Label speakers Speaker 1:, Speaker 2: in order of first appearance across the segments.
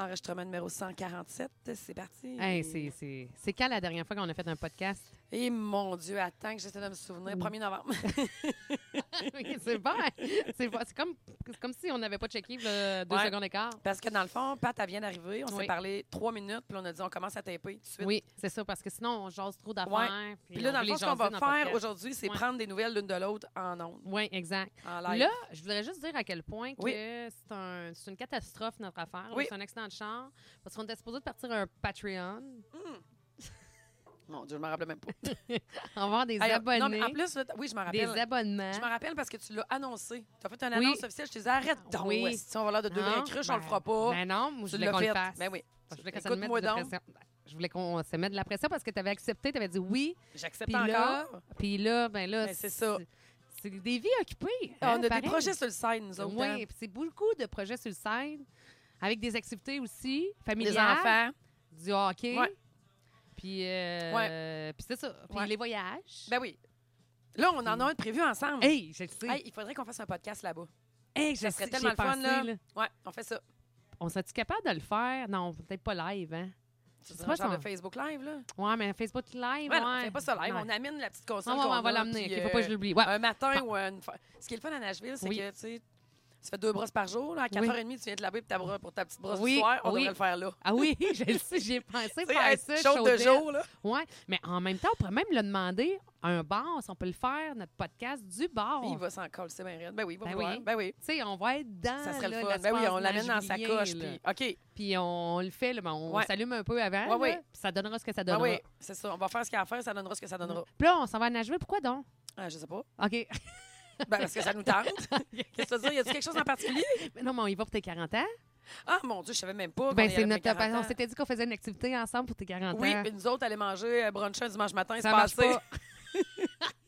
Speaker 1: Enregistrement numéro 147, c'est parti.
Speaker 2: Hey, Hein, c'est- c'est c'est quand la dernière fois qu'on a fait un podcast?
Speaker 1: Et mon Dieu, attends que j'essaie de me souvenir.
Speaker 2: Mm.
Speaker 1: 1er novembre.
Speaker 2: Oui, c'est bon. hein? C'est bon. C'est comme, c'est comme si on n'avait pas checké le deux
Speaker 1: Ouais.
Speaker 2: secondes écart.
Speaker 1: Parce que dans le fond, Pat, elle vient d'arriver. On s'est
Speaker 2: Oui.
Speaker 1: parlé trois minutes, puis on a dit on commence à taper tout de suite.
Speaker 2: Oui, c'est ça, parce que sinon, on jase trop d'affaires.
Speaker 1: Ouais. Puis là, dans le fond, ce qu'on va faire aujourd'hui, c'est
Speaker 2: Ouais.
Speaker 1: prendre des nouvelles l'une de l'autre en ondes,
Speaker 2: Oui, exact.
Speaker 1: en live.
Speaker 2: Là, je voudrais juste dire à quel point que
Speaker 1: Oui.
Speaker 2: c'est un- c'est une catastrophe, notre affaire.
Speaker 1: Oui.
Speaker 2: C'est un accident de char. Parce qu'on était supposé de partir un Patreon,
Speaker 1: Mon Dieu, je me rappelle même pas.
Speaker 2: avoir des
Speaker 1: Hey,
Speaker 2: abonnés,
Speaker 1: Non, mais en plus, là, t- oui, je m'en
Speaker 2: des
Speaker 1: rappelle.
Speaker 2: abonnements.
Speaker 1: Je m'en rappelle parce que tu l'as annoncé. Tu as fait une
Speaker 2: Oui. Ah,
Speaker 1: annonce officielle. Je te disais, arrête donc.
Speaker 2: Oui.
Speaker 1: ouais, Si on va l'air de devenir
Speaker 2: Non,
Speaker 1: cruche, on
Speaker 2: ben-
Speaker 1: le fera pas.
Speaker 2: Ben non, moi, je
Speaker 1: tu
Speaker 2: voulais qu'on le
Speaker 1: fait.
Speaker 2: fasse.
Speaker 1: Ben oui.
Speaker 2: Parce que Je voulais qu'on se mette
Speaker 1: Écoute-moi
Speaker 2: de la
Speaker 1: donc.
Speaker 2: pression. Je voulais qu'on se mette de la pression parce que tu avais accepté, tu avais dit oui.
Speaker 1: J'accepte
Speaker 2: Puis là,
Speaker 1: encore.
Speaker 2: puis là, ben là,
Speaker 1: Ben, c'est ça. Ah,
Speaker 2: C'est des vies occupées. hein,
Speaker 1: on a
Speaker 2: pareil.
Speaker 1: des projets sur le site, nous autres. hein.
Speaker 2: Oui, puis c'est beaucoup de projets sur le site, avec des activités aussi,
Speaker 1: Des
Speaker 2: familiales,
Speaker 1: enfants.
Speaker 2: du hockey.
Speaker 1: Ouais.
Speaker 2: Puis, euh, puis c'est ça. Puis
Speaker 1: Ouais.
Speaker 2: les voyages.
Speaker 1: Ben oui. Là, on en a un de prévu ensemble.
Speaker 2: hey, je le sais.
Speaker 1: Hey, il faudrait qu'on fasse un podcast là-bas.
Speaker 2: Hey, je
Speaker 1: Ça
Speaker 2: le
Speaker 1: serait
Speaker 2: sais,
Speaker 1: tellement
Speaker 2: j'y
Speaker 1: le
Speaker 2: ai
Speaker 1: fun,
Speaker 2: pensé,
Speaker 1: là. Ouais, on fait ça.
Speaker 2: On serait-tu capable de le faire? Non, peut-être pas live, hein?
Speaker 1: Tu
Speaker 2: sais
Speaker 1: sais
Speaker 2: pas
Speaker 1: pas genre
Speaker 2: si on-
Speaker 1: de Facebook Live, là?
Speaker 2: Ouais, mais Facebook Live,
Speaker 1: Ouais,
Speaker 2: ouais.
Speaker 1: non, on fait pas ça live.
Speaker 2: Non.
Speaker 1: On amène la petite
Speaker 2: Ah
Speaker 1: console.
Speaker 2: ouais,
Speaker 1: qu'on
Speaker 2: on va
Speaker 1: a,
Speaker 2: l'amener.
Speaker 1: puis,
Speaker 2: Il faut pas que je
Speaker 1: euh,
Speaker 2: l'oublie. Ouais.
Speaker 1: Un matin ou une fois. Ce qui est le fun à Nashville, c'est
Speaker 2: Oui.
Speaker 1: que, tu sais, tu fais deux brosses par jour. Là, à 4h30, tu viens te laver pour ta, bro- pour ta petite brosse
Speaker 2: Oui,
Speaker 1: du soir. On
Speaker 2: oui.
Speaker 1: devrait le faire là.
Speaker 2: Ah oui, je le sais, j'ai pensé
Speaker 1: Tu sais,
Speaker 2: faire
Speaker 1: être
Speaker 2: ça.
Speaker 1: chaude de
Speaker 2: chaudette.
Speaker 1: jour, là.
Speaker 2: Ouais, mais en même temps, on pourrait même le demander à un bar, si on peut le faire, notre podcast du bar.
Speaker 1: Il va s'en coller, c'est bien raide. Ben oui, il va
Speaker 2: Oh. Ben
Speaker 1: vouloir.
Speaker 2: oui.
Speaker 1: Ben oui.
Speaker 2: Tu sais, on va être dans
Speaker 1: Ça serait le
Speaker 2: là,
Speaker 1: fun. Ben oui,
Speaker 2: l'espace
Speaker 1: on l'amène dans sa
Speaker 2: nashvillien,
Speaker 1: coche.
Speaker 2: là.
Speaker 1: Puis, OK. Ben
Speaker 2: Puis on, on le fait, là, mais on
Speaker 1: Ouais.
Speaker 2: s'allume un peu avant.
Speaker 1: Ouais,
Speaker 2: là,
Speaker 1: ouais.
Speaker 2: Puis ça donnera ce que ça
Speaker 1: Ah
Speaker 2: donnera.
Speaker 1: oui, c'est ça. On va faire ce qu'il y a à faire, ça donnera ce que ça donnera.
Speaker 2: Puis là, on s'en va à Nashville. Pourquoi donc?
Speaker 1: Ah, je sais pas.
Speaker 2: OK.
Speaker 1: Ben, parce que ça nous tente. Qu'est-ce que tu veux dire? Y a-t-il quelque chose en particulier?
Speaker 2: Mais non, mais on y va pour tes 40 ans.
Speaker 1: Ah, mon Dieu, je savais même pas. qu'on
Speaker 2: Ben,
Speaker 1: allait
Speaker 2: c'est
Speaker 1: mettre
Speaker 2: notre.
Speaker 1: 40 ans.
Speaker 2: On s'était dit qu'on faisait une activité ensemble pour tes 40
Speaker 1: Oui,
Speaker 2: ans.
Speaker 1: puis nous autres, aller manger euh, brunch un dimanche matin,
Speaker 2: ça
Speaker 1: c'est
Speaker 2: marche
Speaker 1: passé.
Speaker 2: pas.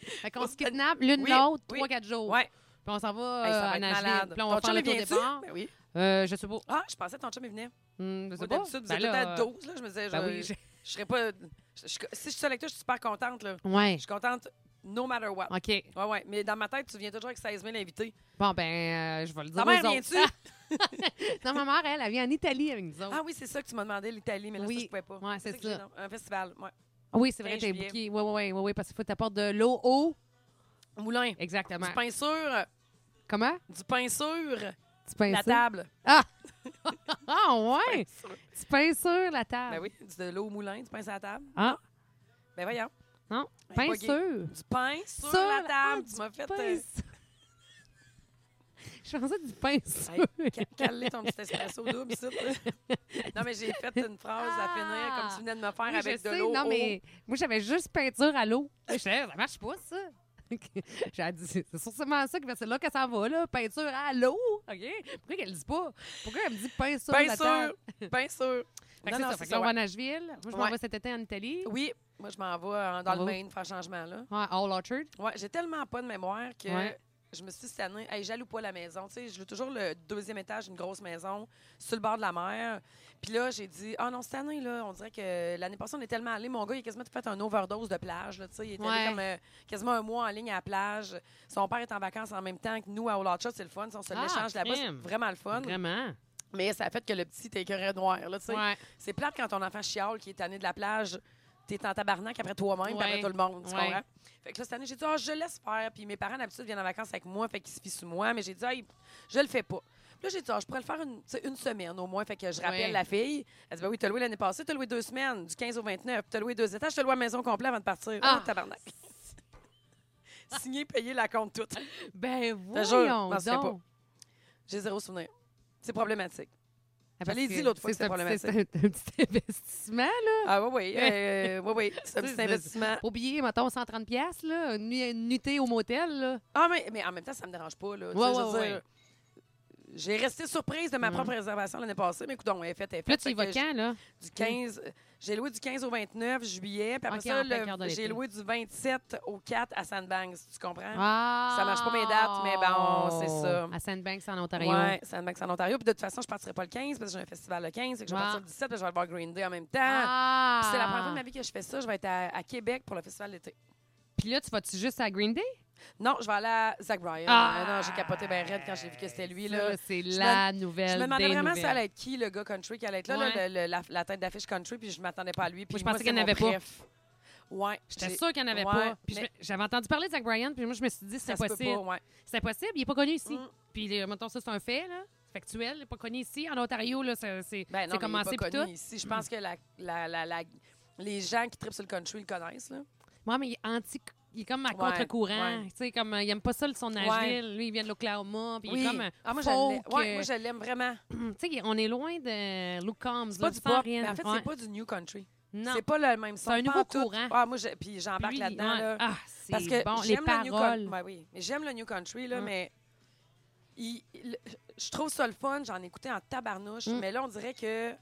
Speaker 2: fait qu'on se kidnappe l'une
Speaker 1: Oui,
Speaker 2: l'autre,
Speaker 1: oui.
Speaker 2: trois, quatre jours.
Speaker 1: Ouais.
Speaker 2: Puis on s'en va,
Speaker 1: Hey,
Speaker 2: euh,
Speaker 1: ça va
Speaker 2: à
Speaker 1: être
Speaker 2: Nashville.
Speaker 1: malade.
Speaker 2: Puis là, on va
Speaker 1: Ton
Speaker 2: faire le
Speaker 1: chum,
Speaker 2: tour
Speaker 1: il
Speaker 2: des
Speaker 1: vient-tu?
Speaker 2: bars.
Speaker 1: Ben oui.
Speaker 2: Euh, je sais pas.
Speaker 1: Ah, je pensais que ton chum, il venait.
Speaker 2: Hum, je
Speaker 1: Moi,
Speaker 2: sais pas.
Speaker 1: D'habitude, vous
Speaker 2: Ben
Speaker 1: êtes
Speaker 2: là,
Speaker 1: peut-être 12. Là. Je me disais,
Speaker 2: Ben
Speaker 1: je,
Speaker 2: oui,
Speaker 1: je, je serais pas. je- je- si je suis avec toi, je suis super contente. Là.
Speaker 2: Ouais.
Speaker 1: Je suis contente no matter what.
Speaker 2: OK.
Speaker 1: Ouais, ouais. Mais dans ma tête, tu viens toujours avec 16 000 invités.
Speaker 2: Bon, ben, euh, je vais le dire
Speaker 1: Ta
Speaker 2: aux
Speaker 1: mère,
Speaker 2: autres.
Speaker 1: viens-tu?
Speaker 2: non, ma mère, elle, elle vient en Italie avec nous autres.
Speaker 1: Ah oui, c'est ça que tu m'as demandé, l'Italie, mais là,
Speaker 2: Oh. Oui.
Speaker 1: ça, je pouvais pas.
Speaker 2: Ouais, c'est
Speaker 1: que j'ai-
Speaker 2: ça.
Speaker 1: Un festival, ouais.
Speaker 2: Ah oui, c'est vrai,
Speaker 1: 15
Speaker 2: t'es
Speaker 1: juillet.
Speaker 2: bouqué. Oui, oui, oui, oui, parce qu'il faut que t'apportes de l'eau eau.
Speaker 1: Moulin.
Speaker 2: Exactement.
Speaker 1: Du pain sûr, euh,
Speaker 2: Comment?
Speaker 1: du pain sûr,
Speaker 2: Tu peins
Speaker 1: la
Speaker 2: ça?
Speaker 1: table.
Speaker 2: Ah,
Speaker 1: Pain
Speaker 2: ouais!
Speaker 1: sûr.
Speaker 2: Tu peins sur la table.
Speaker 1: Ben oui, de l'eau au moulin, du pain sur la table.
Speaker 2: Ah,
Speaker 1: Ben voyons.
Speaker 2: non.
Speaker 1: Elle est
Speaker 2: Pain
Speaker 1: pas gay.
Speaker 2: sur.
Speaker 1: Du pain sur,
Speaker 2: Sur
Speaker 1: la
Speaker 2: la-
Speaker 1: table.
Speaker 2: ah,
Speaker 1: tu m'as fait.
Speaker 2: Pain
Speaker 1: euh,
Speaker 2: sur. Je pensais du pain sur.
Speaker 1: Hey, ca- Caler ton petit espresso double, ça. Non, mais j'ai fait une phrase à finir comme tu venais de me faire
Speaker 2: Oui, je
Speaker 1: avec de
Speaker 2: sais,
Speaker 1: l'eau.
Speaker 2: Non,
Speaker 1: eau.
Speaker 2: mais moi, j'avais juste peinture à l'eau. Je sais, ça marche pas, ça. J'ai dit, c'est sûrement ça que c'est là que ça va, là. Peinture à l'eau. OK? Pourquoi qu'elle le dit pas? Pourquoi elle me dit peinture à
Speaker 1: Bien
Speaker 2: la
Speaker 1: sûr,
Speaker 2: table?
Speaker 1: bien sûr.
Speaker 2: Fait que
Speaker 1: Non,
Speaker 2: c'est
Speaker 1: non,
Speaker 2: ça.
Speaker 1: c'est
Speaker 2: Fait que
Speaker 1: ça,
Speaker 2: là, on va à
Speaker 1: ouais.
Speaker 2: Nashville. Moi, je m'en
Speaker 1: Ouais. Ah
Speaker 2: vais cet été en Italie.
Speaker 1: Oui, moi, je m'en vais euh,
Speaker 2: On
Speaker 1: dans le
Speaker 2: va où?
Speaker 1: Maine faire changement, là.
Speaker 2: Ouais, All Orchard.
Speaker 1: Ouais, j'ai tellement pas de mémoire que
Speaker 2: Ouais.
Speaker 1: je me suis dit cette année, hey, j'alloue pas la maison. Tu sais, je loue toujours le deuxième étage d'une grosse maison sur le bord de la mer. Puis là, j'ai dit, ah non, cette année, là, on dirait que l'année passée, on est tellement allé. Mon gars, il a quasiment fait un overdose de plage. Là, tu sais, il est
Speaker 2: Ouais.
Speaker 1: allé comme euh, quasiment un mois en ligne à la plage. Son père est en vacances en même temps que nous à Olacha. C'est le fun. Si on se
Speaker 2: Ah,
Speaker 1: l'échange là-bas. C'est
Speaker 2: crime.
Speaker 1: vraiment le fun.
Speaker 2: Vraiment?
Speaker 1: Mais ça a fait que le petit t'es écœuré noir. Là, tu sais.
Speaker 2: Ouais.
Speaker 1: C'est plate quand ton enfant chiale qui est tanné de la plage. T'es en tabarnak après toi-même, puis
Speaker 2: Ouais.
Speaker 1: après tout le monde, tu
Speaker 2: Ouais.
Speaker 1: comprends? Fait que là, cette année, j'ai dit, ah, je laisse faire. Puis mes parents, d'habitude, viennent en vacances avec moi, fait qu'ils se fient sous moi, mais j'ai dit, Hey, je le fais pas. Puis là, j'ai dit, ah, je pourrais le faire une, tu sais, une semaine au moins, fait que je rappelle
Speaker 2: Ouais.
Speaker 1: la fille. Elle dit, ben oui, t'as loué l'année passée, t'as loué deux semaines, du 15 au 29, t'as loué deux étages, t'as loué la maison complète avant de partir. Ah,
Speaker 2: Ah.
Speaker 1: tabarnak. Signé, payé, la compte toute.
Speaker 2: Ben
Speaker 1: te jure,
Speaker 2: voyons
Speaker 1: m'en souviens
Speaker 2: donc.
Speaker 1: J'ai zéro souvenir. C'est problématique.
Speaker 2: Ah, parce
Speaker 1: l'ai
Speaker 2: que
Speaker 1: dit l'autre fois que
Speaker 2: c'est
Speaker 1: c'était
Speaker 2: un petit- C'est un, un petit investissement, là.
Speaker 1: Ah, oui, oui, euh, oui, oui, c'est un petit
Speaker 2: C'est-
Speaker 1: investissement.
Speaker 2: Pas oublier, mettons, 130 pièces là, une, nuit- une nuitée au motel, là.
Speaker 1: Ah, mais, mais en même temps, ça me dérange pas. Là. Tu sais,
Speaker 2: Ouais,
Speaker 1: je veux
Speaker 2: ouais,
Speaker 1: dire, J'ai resté surprise de ma
Speaker 2: Mhm.
Speaker 1: propre réservation l'année passée, mais écoute, on est faite, elle est
Speaker 2: Puis là,
Speaker 1: faite.
Speaker 2: tu y
Speaker 1: Fait que
Speaker 2: vas quand, là?
Speaker 1: j'ai- Du 15, j'ai loué du 15 au 29 juillet, puis après
Speaker 2: Ok,
Speaker 1: ça,
Speaker 2: en plein cœur de
Speaker 1: le- j'ai
Speaker 2: l'été.
Speaker 1: loué du 27 au 4 à Sandbanks, tu comprends?
Speaker 2: Ah!
Speaker 1: Ça marche pas mes dates, mais bon, c'est ça.
Speaker 2: À Sandbanks, en Ontario.
Speaker 1: Ouais, Sandbanks en Ontario. Puis de toute façon, je partirai pas le 15 parce que j'ai un festival le 15, fait que je vais
Speaker 2: Ah.
Speaker 1: partir le 17 puis je vais aller voir Green Day en même temps.
Speaker 2: Ah!
Speaker 1: Puis C'est la première fois de ma vie que je fais ça. Je vais être à, à Québec pour le festival d'été.
Speaker 2: Puis là, tu vas-tu juste à Green Day?
Speaker 1: Non, je vais aller à Zach Bryan.
Speaker 2: Ah!
Speaker 1: Euh, non, j'ai capoté bien raide quand j'ai vu que c'était lui.
Speaker 2: Ça,
Speaker 1: Là.
Speaker 2: C'est
Speaker 1: me-
Speaker 2: la
Speaker 1: Je
Speaker 2: nouvelle.
Speaker 1: me demandais
Speaker 2: des
Speaker 1: vraiment
Speaker 2: nouvelles.
Speaker 1: ça allait être qui, le gars country qui allait être là, là,
Speaker 2: Ouais.
Speaker 1: le- le- la, la tête d'affiche country, puis je m'attendais pas à lui. Puis
Speaker 2: je pensais
Speaker 1: moi,
Speaker 2: qu'il n'y en
Speaker 1: c'est
Speaker 2: avait
Speaker 1: mon
Speaker 2: pas.
Speaker 1: préf. Ouais,
Speaker 2: J'étais
Speaker 1: j'ai-
Speaker 2: sûre qu'il n'y en avait
Speaker 1: Ouais,
Speaker 2: pas. Puis
Speaker 1: mais-
Speaker 2: je- j'avais entendu parler de Zach Bryan, puis moi, je me suis dit, c'est
Speaker 1: ça se peut
Speaker 2: impossible.
Speaker 1: pas, ouais.
Speaker 2: C'est impossible, il n'est pas connu ici.
Speaker 1: Mm.
Speaker 2: Puis, euh, mettons, ça, c'est un fait, là. Factuel, il n'est pas connu ici. En Ontario, là, c'est c'est-
Speaker 1: Ben non, mais
Speaker 2: c'est
Speaker 1: il est
Speaker 2: commencé,
Speaker 1: pas
Speaker 2: puis
Speaker 1: connu
Speaker 2: tout.
Speaker 1: ici. Je pense que la, la, la, la- les gens qui tripent sur le country le connaissent. Là.
Speaker 2: Moi, mais il est anti. Il est comme à
Speaker 1: Ouais,
Speaker 2: contre-courant.
Speaker 1: ouais.
Speaker 2: Tu sais, comme, euh, il n'aime pas ça, le son Nashville. Lui, il vient de l'Oklahoma. Puis, il est comme. euh,
Speaker 1: ah, moi, je
Speaker 2: folk,
Speaker 1: l'aime. Ouais, moi,
Speaker 2: euh,
Speaker 1: je l'aime vraiment.
Speaker 2: tu sais, il est- on est loin de Luke Combs.
Speaker 1: C'est
Speaker 2: là,
Speaker 1: pas du
Speaker 2: sans
Speaker 1: pop,
Speaker 2: rien.
Speaker 1: mais en fait,
Speaker 2: Ouais.
Speaker 1: c'est pas du new country.
Speaker 2: Non.
Speaker 1: C'est pas le même son.
Speaker 2: C'est un
Speaker 1: pas en
Speaker 2: nouveau
Speaker 1: tout.
Speaker 2: courant.
Speaker 1: Ah, moi, je- puis j'embarque
Speaker 2: Puis,
Speaker 1: là-dedans.
Speaker 2: ouais.
Speaker 1: Là,
Speaker 2: Ah,
Speaker 1: parce
Speaker 2: c'est
Speaker 1: que
Speaker 2: bon. Les
Speaker 1: j'aime le new country.
Speaker 2: paroles.
Speaker 1: oui, mais j'aime le new country, là,
Speaker 2: Hum.
Speaker 1: mais il- il- je trouve ça le fun. J'en écoutais en tabarnouche,
Speaker 2: Hum.
Speaker 1: mais là, on dirait que